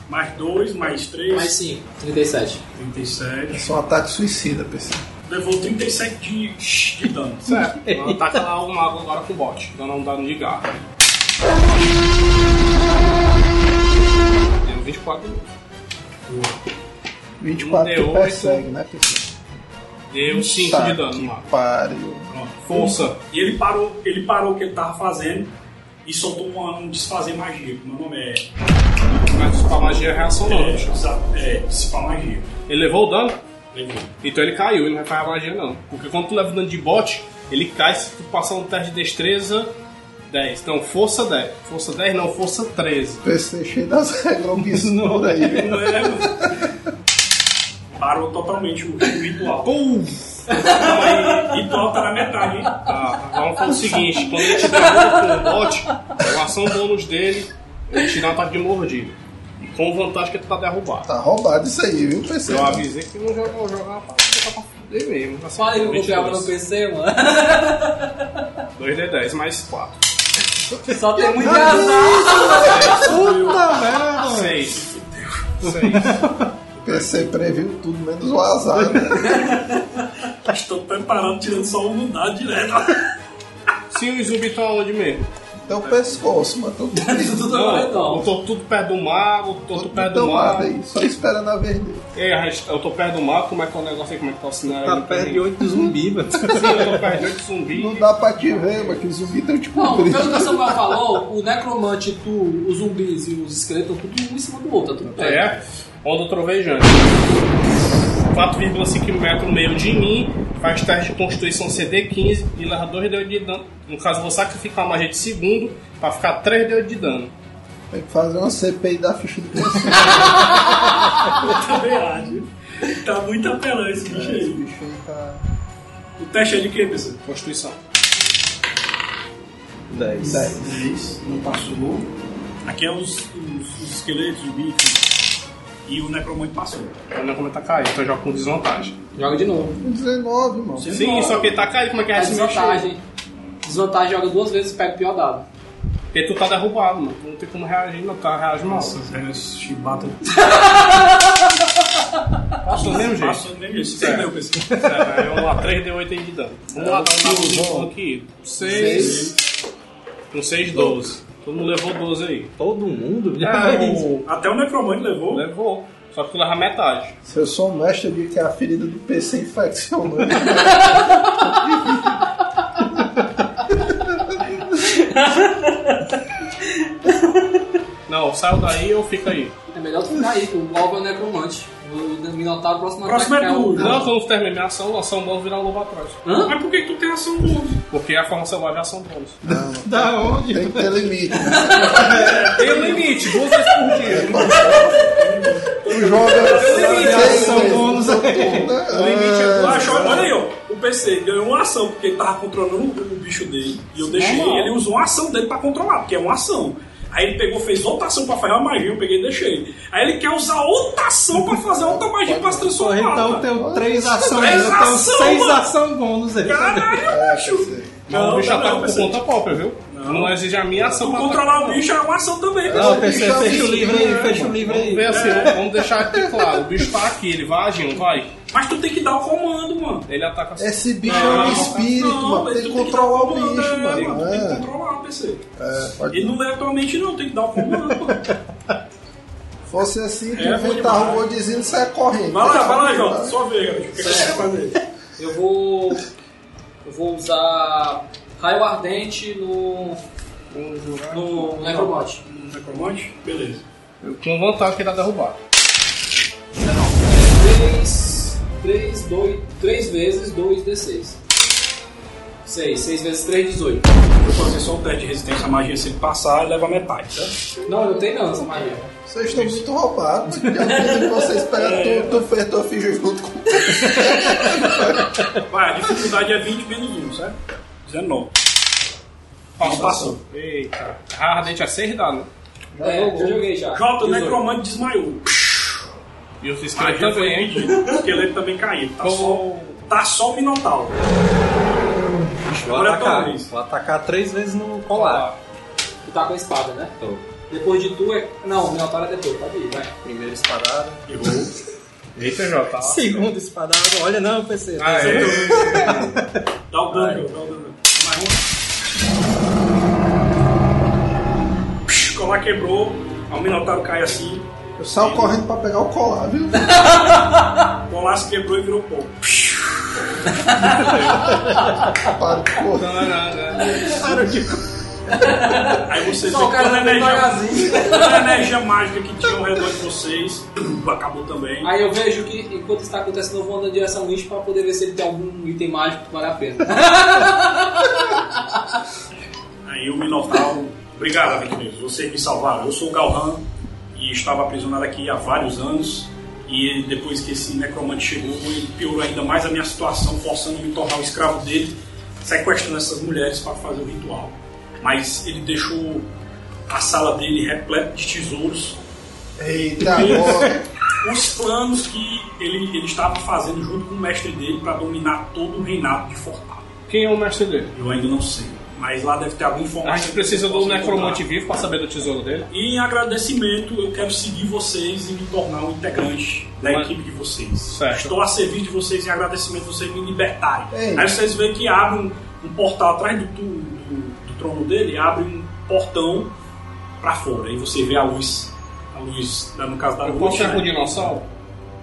mais dois, mais três, Mais 5, 37. trinta e sete. É só um ataque suicida, PC. Levou 37 de, de dano. Certo. Então Ataca lá o mago agora com o bote. Dando um dano de garra. Deu 24 de novo. 24 Não deu, que persegue, né, PC? Deu 5 Tá de dano no que mago. Pariu. Força. E ele parou, ele parou o que ele tava fazendo e soltou uma- um desfazer magia. que Meu nome é. Mas sua magia é reação não. É, desa- é dissipar magia. Ele levou o dano? Levou. Então ele caiu, ele não vai fazer a magia não. Porque quando tu leva o dano de bote, ele cai se tu passar um teste de destreza 10. Então força 10. Força 10 não, força 13. PC cheio das regras obscuras aí. viu? Parou totalmente o ritual. Puf! Então, aí, ritual tá na metade, hein? Tá, vamos fazer o seguinte, quando ele te derruba com o bote, a ação bônus dele, ele te dá um ataque de mordida. Com vantagem que tu tá derrubado. Tá roubado isso aí, viu, PC? Eu avisei que não joga- eu jogava pra jogar pra fuder mesmo. Tá Fala aí, eu confiava no 22. PC, mano. 2D10 mais 4. Só tem muito azar. 6. PC previu tudo, menos o azar. Né? Mas Estou preparando, tirando só um dado direto. Sim, tá os zumbis estão onde mesmo? Então, pescoço, mano. Tô tudo Tudo bem, Eu então. tô tudo perto do mago, tô tudo perto Então, do tomado mago. aí, só esperando a verde. Ei, a gente- eu tô perto do mago, como é que é o negócio aí, como é que tá o cenário? Tá aí? perto de um 8 zumbi, mano. Sim, eu tô perto de oito zumbis. Não dá pra te ver, mas que os zumbis estão te Não, pelo que o cobrindo. Samuel falou, o necromante, tu, os zumbis e os esqueletos estão tudo um em cima do outro, tá tudo perto. É, onda trovejante. 4,5 metros no meio de mim, faz teste de constituição CD15 e leva 2 dedos de dano. No caso, eu vou sacrificar uma magia de segundo pra ficar 3 dedos de dano. Tem que fazer uma CPI da ficha do PC. Também acho. Tá muito apelando esse bicho aí. tá O teste é de quê, pessoal? Constituição. 10. 10. Não passou. Aqui é os, os, os esqueletos, os bichos. E o necromante passou. O necromante tá caído, então eu jogo com desvantagem. Joga de novo. 19, irmão. Sim, só que ele tá caído, como é que vai se mexer? Desvantagem. Desvantagem joga duas vezes e pega o pior dado. Porque tu tá derrubado, mano. Não tem como reagir, não tá reage mal. Nossa, velho, esse chibata. Passou do mesmo jeito. Passou do mesmo jeito. Você meu, pessoal. É, vamos lá, 3 d 8 aí de dano. Vamos lá, dá um dano aqui. 6. Com 6, 12. Todo mundo levou 12 aí. Todo mundo? É, o- Até o necromante levou. Levou. Só que tu leva metade. Se eu sou um mestre, eu digo que é a ferida do PC infeccionou. Não, saiu daí ou fica aí. É melhor tu ficar aí, que o golpe é o necromante. O Minotauro, o próximo Próximo ataque é tu. o- Não, quando termina minha ação, a ação bônus virar um lobo atrás. Hã? Mas por que que tu tem ação bônus? Porque a forma selvagem é ação bônus. Da onde? Tem que ter limite. Tem um limite, duas vezes por dia. um Tu joga. é seis São vezes. bônus aí. O limite é Eu duas. acho- olha aí, ó. O PC ganhou uma ação porque ele tava controlando o bicho dele. E eu deixei Normal. ele, ele usou uma ação dele pra controlar, porque é uma ação. Aí ele pegou, fez outra ação pra fazer uma magia, eu peguei e deixei. Aí ele quer usar outra ação pra fazer outra magia pra se Pô, transformar. Então cara. tem três ações, Três eu tenho ação, seis mano. ação bônus aí. É, Caralho, bicho! Mas o bicho tá ataca por PC. conta própria, viu? Não. Não, exige a minha ação Tu pra controlar atacar. o bicho é uma ação também, Não, pessoal. PC, assim, fecha o livro aí, fecha o livro aí. Vê assim, É. vamos- vamos deixar aqui claro. O bicho tá aqui, ele vai agir, não vai? Mas tu tem que dar o comando, mano. Ele ataca assim. Esse bicho é um espírito, mano. mas Tem tu que dar controlar o comando, bicho, é, mano. Tem que É, controlar o PC. é, pode Ele não leva tua mente, não, tem que dar o comando, né, mano. fosse assim, tu É, inventava um demais. godzinho e sai correndo. Vai lá, vai lá, Jota, só vê, cara. O que que você quer fazer? Eu vou. Eu vou usar raio ardente no. No necromante. é Necromante? Beleza. Com vantagem que ele dá derrubar. 3. 3, 2. 3 vezes 2 D6. 6. 6 vezes 3, 18. Eu vou fazer só o teste de resistência à magia. Se ele passar, ele leva metade, tá? Não, eu não tenho não essa magia. Vocês estão muito roubados. De alguém que vocês É. pegam tu, tu fez tua ficha junto com Vai, a dificuldade é 20 menos 1, certo? 19. Passou. passou. Eita. Ah, ardente é 6 dano. É, já joguei já. Jota, o 18. necromante desmaiou. E os esqueletos Aí Ah, já foi também, hein? impedido. O esqueleto também caiu. Tá, só, tá só o Minotauro. Vou Agora é atacar. tua vez. Vou atacar três vezes no colar. Tu tá com a espada, né? Tô. Depois de tu é. Não, o Minotauro é depois, pode ir, vai. Primeira espadada. Eita, Jota. Segunda espadada. Olha não, PC. Ah, é? Dá o dano, meu, dá o dano. Mais um. Psh, O colar quebrou. Aí o Minotauro cai assim. Eu saio correndo pra pegar o colar, viu? O colar se quebrou e virou pó. Psh, Para de correr. Não, não, não, não. Aí você Só o cara é tá toda a vai energia, devagarzinho. toda a energia mágica que tinha ao redor de vocês. Acabou também. Aí eu vejo que enquanto está acontecendo, eu vou andando em direção ao lixo pra poder ver se ele tem algum item mágico que vale a pena. Aí o Minotauro, obrigado, aventureiros, vocês me salvaram. Eu sou o Galhan e estava aprisionado aqui há vários anos. E depois que esse necromante chegou, ele piorou ainda mais a minha situação, forçando me a tornar o escravo dele, sequestrando essas mulheres para fazer o ritual. Mas ele deixou a sala dele repleta de tesouros Eita, agora. os planos que ele, ele estava fazendo junto com o mestre dele para dominar todo o reinado de Fortaleza. Quem é o mestre dele? Eu ainda não sei, mas lá deve ter alguma informação. A gente precisa que eu do possa encontrar. necromante vivo pra saber do tesouro dele. E em agradecimento, eu quero seguir vocês e me tornar um integrante da Mas- equipe de vocês. Certo. Estou a serviço de vocês em agradecimento, vocês me libertarem. Ei. Aí vocês veem que abre um, um portal atrás do, tu- do, do trono dele, abre um portão para fora. Aí você vê a luz, a luz, né, no caso da Eu luz. posso ser né? com dinossauro?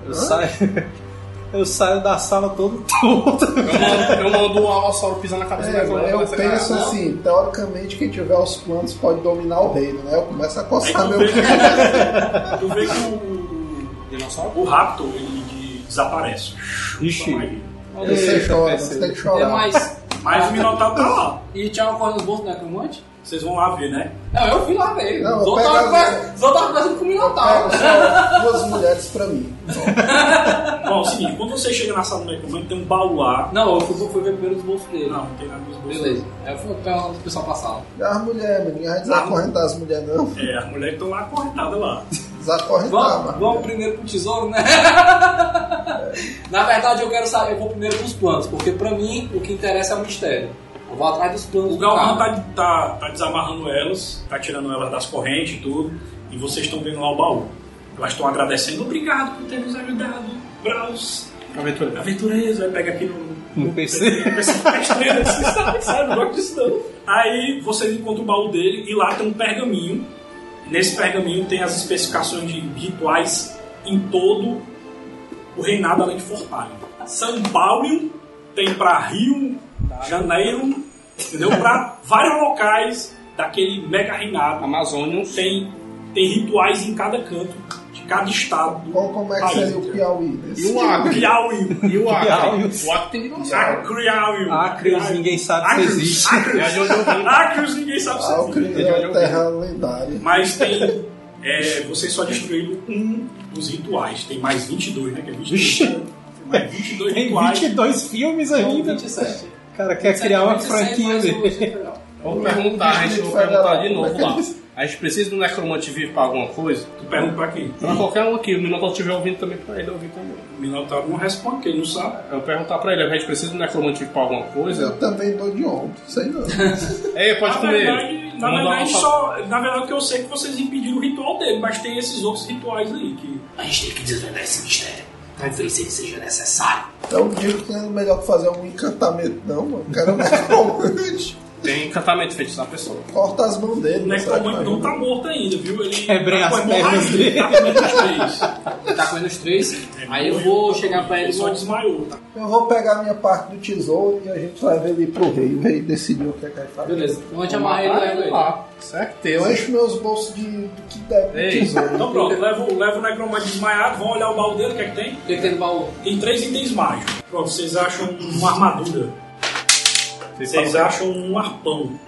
Eu saio. Eu saio da sala todo tonto. Eu mando, eu mando um alossauro pisar na cabeça tá É, da mano, Globo. eu penso assim, teoricamente quem tiver os planos pode dominar o reino, né? Eu começo a Aí coçar tu meu vê que, tu vê que o, Dinossauro? o Raptor, ele de, Desaparece. Ixi. Você chora, você tem que chorar. É mais. Mas o Minotauro tá lá. E Thiago corre nos bolsos do Necromante? Vocês vão lá ver, né? é Não, eu fui lá ver. Não, eu Zoltar pego tava as- conversando- Zoltar tava conversando com o Pega Minotauro. só Ah, duas mulheres pra mim. Bom, é o seguinte, quando você chega na sala do Necromante, tem um baú lá. Não, eu fui, fui ver primeiro os bolsos dele. Não, não tem nada nos bolsos. Beleza. Aí eu fui pegar o pessoal pra sala. E as mulheres, menino, a gente desacorrentar as mulheres, não. É, as mulheres estão lá corretadas lá. Desacorrentar, Vamos, mano. vamos primeiro pro tesouro, né? Na verdade, eu quero saber, eu vou primeiro pros planos, porque pra mim o que interessa é o mistério. Eu vou atrás dos planos O do cara. Galvão tá, tá, tá desamarrando elas, tá tirando elas das correntes e tudo, e vocês estão vendo lá o baú. Elas estão agradecendo, obrigado por ter nos ajudado, Braus. Aventura. Aventureiro, aí pega aqui no. No PC. Esse fica estranho, assim, sabe? Sabe, Não gosto disso não. Aí vocês encontram o baú dele e lá tem um pergaminho. Nesse pergaminho tem as especificações de rituais em todo o reinado além de Fortalha. São Paulo tem para Rio, Janeiro, entendeu? Para vários locais daquele mega reinado. Amazônia. Tem, tem rituais em cada canto, de cada estado. do Qual, como é que país, seria o entendeu? Piauí? desse? E o Acre? Piauí. E o Acre? O Acre tem dinossauro. Acreal. Acreus, Ah, ninguém sabe se existe. É de onde eu vim. Acreus, ninguém sabe se Ah, o existe. Cri- é uma terra lendária. Mas tem. É, vocês só destruíram um dos rituais. Tem mais 22, né? Que é 22. Tem mais 22 Tem rituais. 22 Então, filmes ainda. 27. então, Cara, quer criar uma 27 mais um, franquia o- dele. Vou perguntar, a gente vai perguntar né? de novo lá. A gente precisa do necromante vivo pra alguma coisa? Tu pergunta pra quem? Pra qualquer um aqui, o Minotauro estiver ouvindo também, pra ele ouvir também. O Minotauro não responde, porque ele não sabe. Eu vou perguntar pra ele, a gente precisa do necromante vivo pra alguma coisa? Eu também dou de ombro, sei não. Ei, pode na comer. verdade, Vamos na dar verdade, uma- só, na verdade, o que eu sei é que vocês impediram o ritual dele, mas tem esses outros rituais aí que. A gente tem que desvendar esse mistério. Talvez ele seja necessário. Eu digo que não é melhor que fazer um encantamento, não, mano. O cara é um necromante. Tem encantamento feito na pessoa. Corta as mãos dele, O não sabe Necromante não tá morto ainda, viu? Ele Quebrem tá com as pernas hemorragia, dele. Tá com menos três. Tá comendo os três. É, Aí eu morreu, vou tá chegar com- pra ele e só vou desmaiou, tá? Eu vou pegar minha parte do tesouro e a gente vai ver ele pro rei. O rei decidiu o que é que vai fazer. Beleza. Então a gente amarra ele e leva ele. lá. Eu Certeza. encho meus bolsos de do que der pro Ei. tesouro. Então pronto, leva, o- leva o Necromante desmaiado, vão olhar o baú dele, o que é que tem? O que, que tem no baú? Tem três itens mágicos. Pronto, vocês acham uma armadura. Vocês acham um arpão.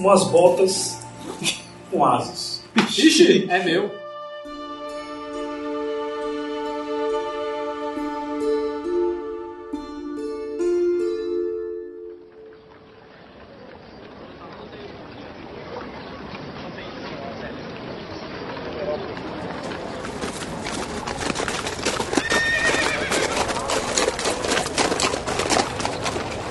Umas botas com asas. Ixi, é meu.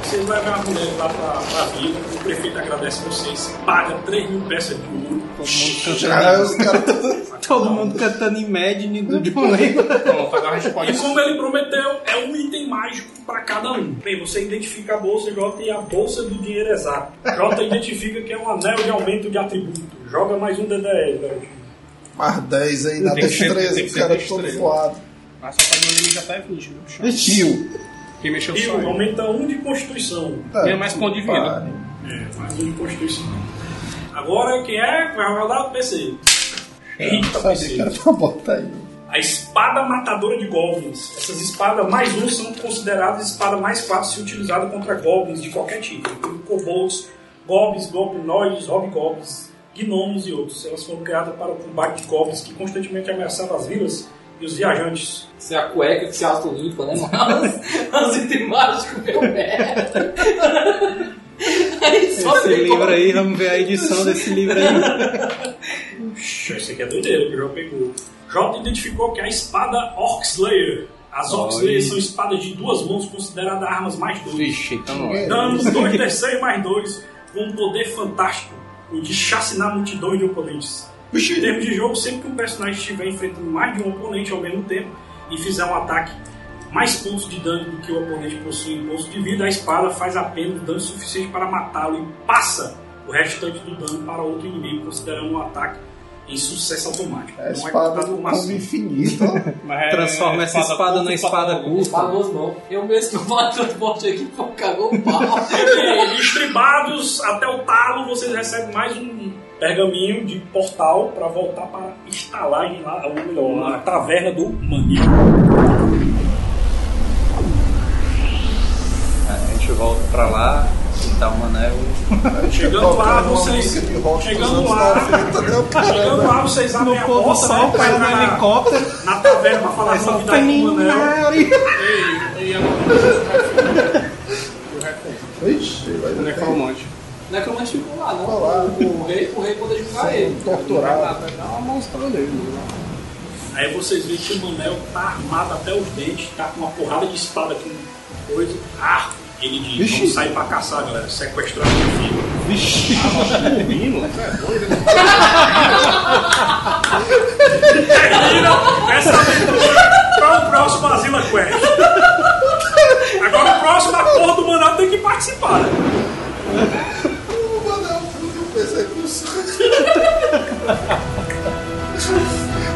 Vocês levam a mulher lá pra, pra vila, o prefeito agradece vocês, paga 3 mil peças de ouro. Já os caras. Todo mundo cantando em Imagine do John Lennon. Pronto, agora a gente pode. E como ele prometeu, é um item mágico pra cada um. Bem, você identifica a bolsa J e a bolsa do dinheiro é exato. J identifica que é um anel de aumento de atributo. Joga mais um DDL, velho. Mais 10 aí, dá Tem que ser- tem 13, que o ser cara destreza. todo voado. Mas só pra meu inimigo até 20, meu chão. Tio. Quem mexeu E só eu. aumenta um de constituição. Ah, Ganha mais ponto de vida. É, mais um de constituição. Agora quem é? que Vai rodar o PC. Eita, Sabe, PC. cara, pra botar aí. A espada matadora de goblins. Essas espadas mais um são consideradas espada mais fácil de ser utilizada contra goblins de qualquer tipo. Como Kobolds, goblins, goblinoides, hobgoblins, gnomos e outros. Elas foram criadas para o combate de goblins que constantemente ameaçavam as vilas e os viajantes. Isso é a cueca que se auto limpa, né, mano? Os itens mágicos, meu merda. Aí só Esse tem livro aí, vamos ver a edição desse livro aí. Puxa, Isso aqui é doideira, que o Jó pegou. Jó identificou que é a espada Orc Slayer. As Orc Oi. Slayers são espadas de duas mãos consideradas armas mais duras. Vixe, então não é. Dano 2d6 mais 2, com um poder fantástico, o de chacinar multidões de oponentes. Em termos de jogo, sempre que um personagem estiver enfrentando mais de um oponente ao mesmo tempo e fizer um ataque mais pontos de dano do que o oponente possui em pontos de vida, a espada faz apenas dano suficiente para matá-lo e passa o restante do dano para outro inimigo, considerando um ataque em sucesso automático. É a não é espada contada do como combo ação. infinito. Mas é- Transforma essa espada curta na e espada Para curta. duas mãos. tá Eu mesmo que faço transporte aqui, pô, cagou o pau. E Estribados até o talo, vocês recebem mais um pergaminho de portal para voltar para a estalagem lá, ou melhor, na taverna do Manil. volta pra lá, pintar o Manel. Chegando lá, vocês. Chegando lá, chegando lá, vocês abrem a porta, né? Pra entrar na helicóptero. Na taverna pra falar com a vida do Manel. Ixi, vai dar Necromante. Necromante ficou lá, ah, não. lá, o rei, o rei poder julgar ele. torturado. Vai lá, vai dar uma monstrona nele. Aí vocês veem que o Manel tá armado até os dentes, tá com uma porrada de espada aqui, coisa, arco. Ele diz: Vixe. vamos sair pra caçar, galera, sequestrar meu filho. Ah, é Vixe, né? Termina essa aventura para o próximo Asila Quest. Agora o próximo, a porra do Manel tem que participar, né? é um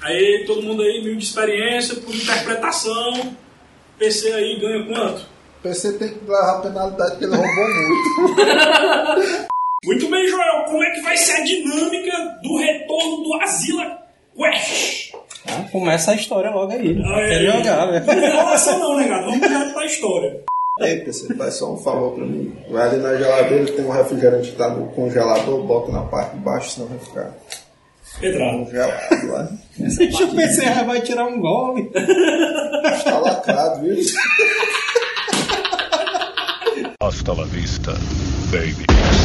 Aí todo mundo aí, mil de experiência, por interpretação. PC aí ganha quanto? PC tem que dar a penalidade que ele roubou muito. Muito bem, Joel, como é que vai ser a dinâmica do retorno do Asila Quest? Ah, começa a história logo aí. Não quer Aí, jogar, Não tem velho. relação não, né, cara? Vamos direto pra história. Ei, PC, faz só um favor pra mim. Vai ali na geladeira, tem um refrigerante que tá no congelador, bota na parte de baixo, senão vai ficar Pedrada. congelado lá. Deixa eu pensar, vai tirar um golpe. Tá lacrado, viu? Hasta la vista, baby.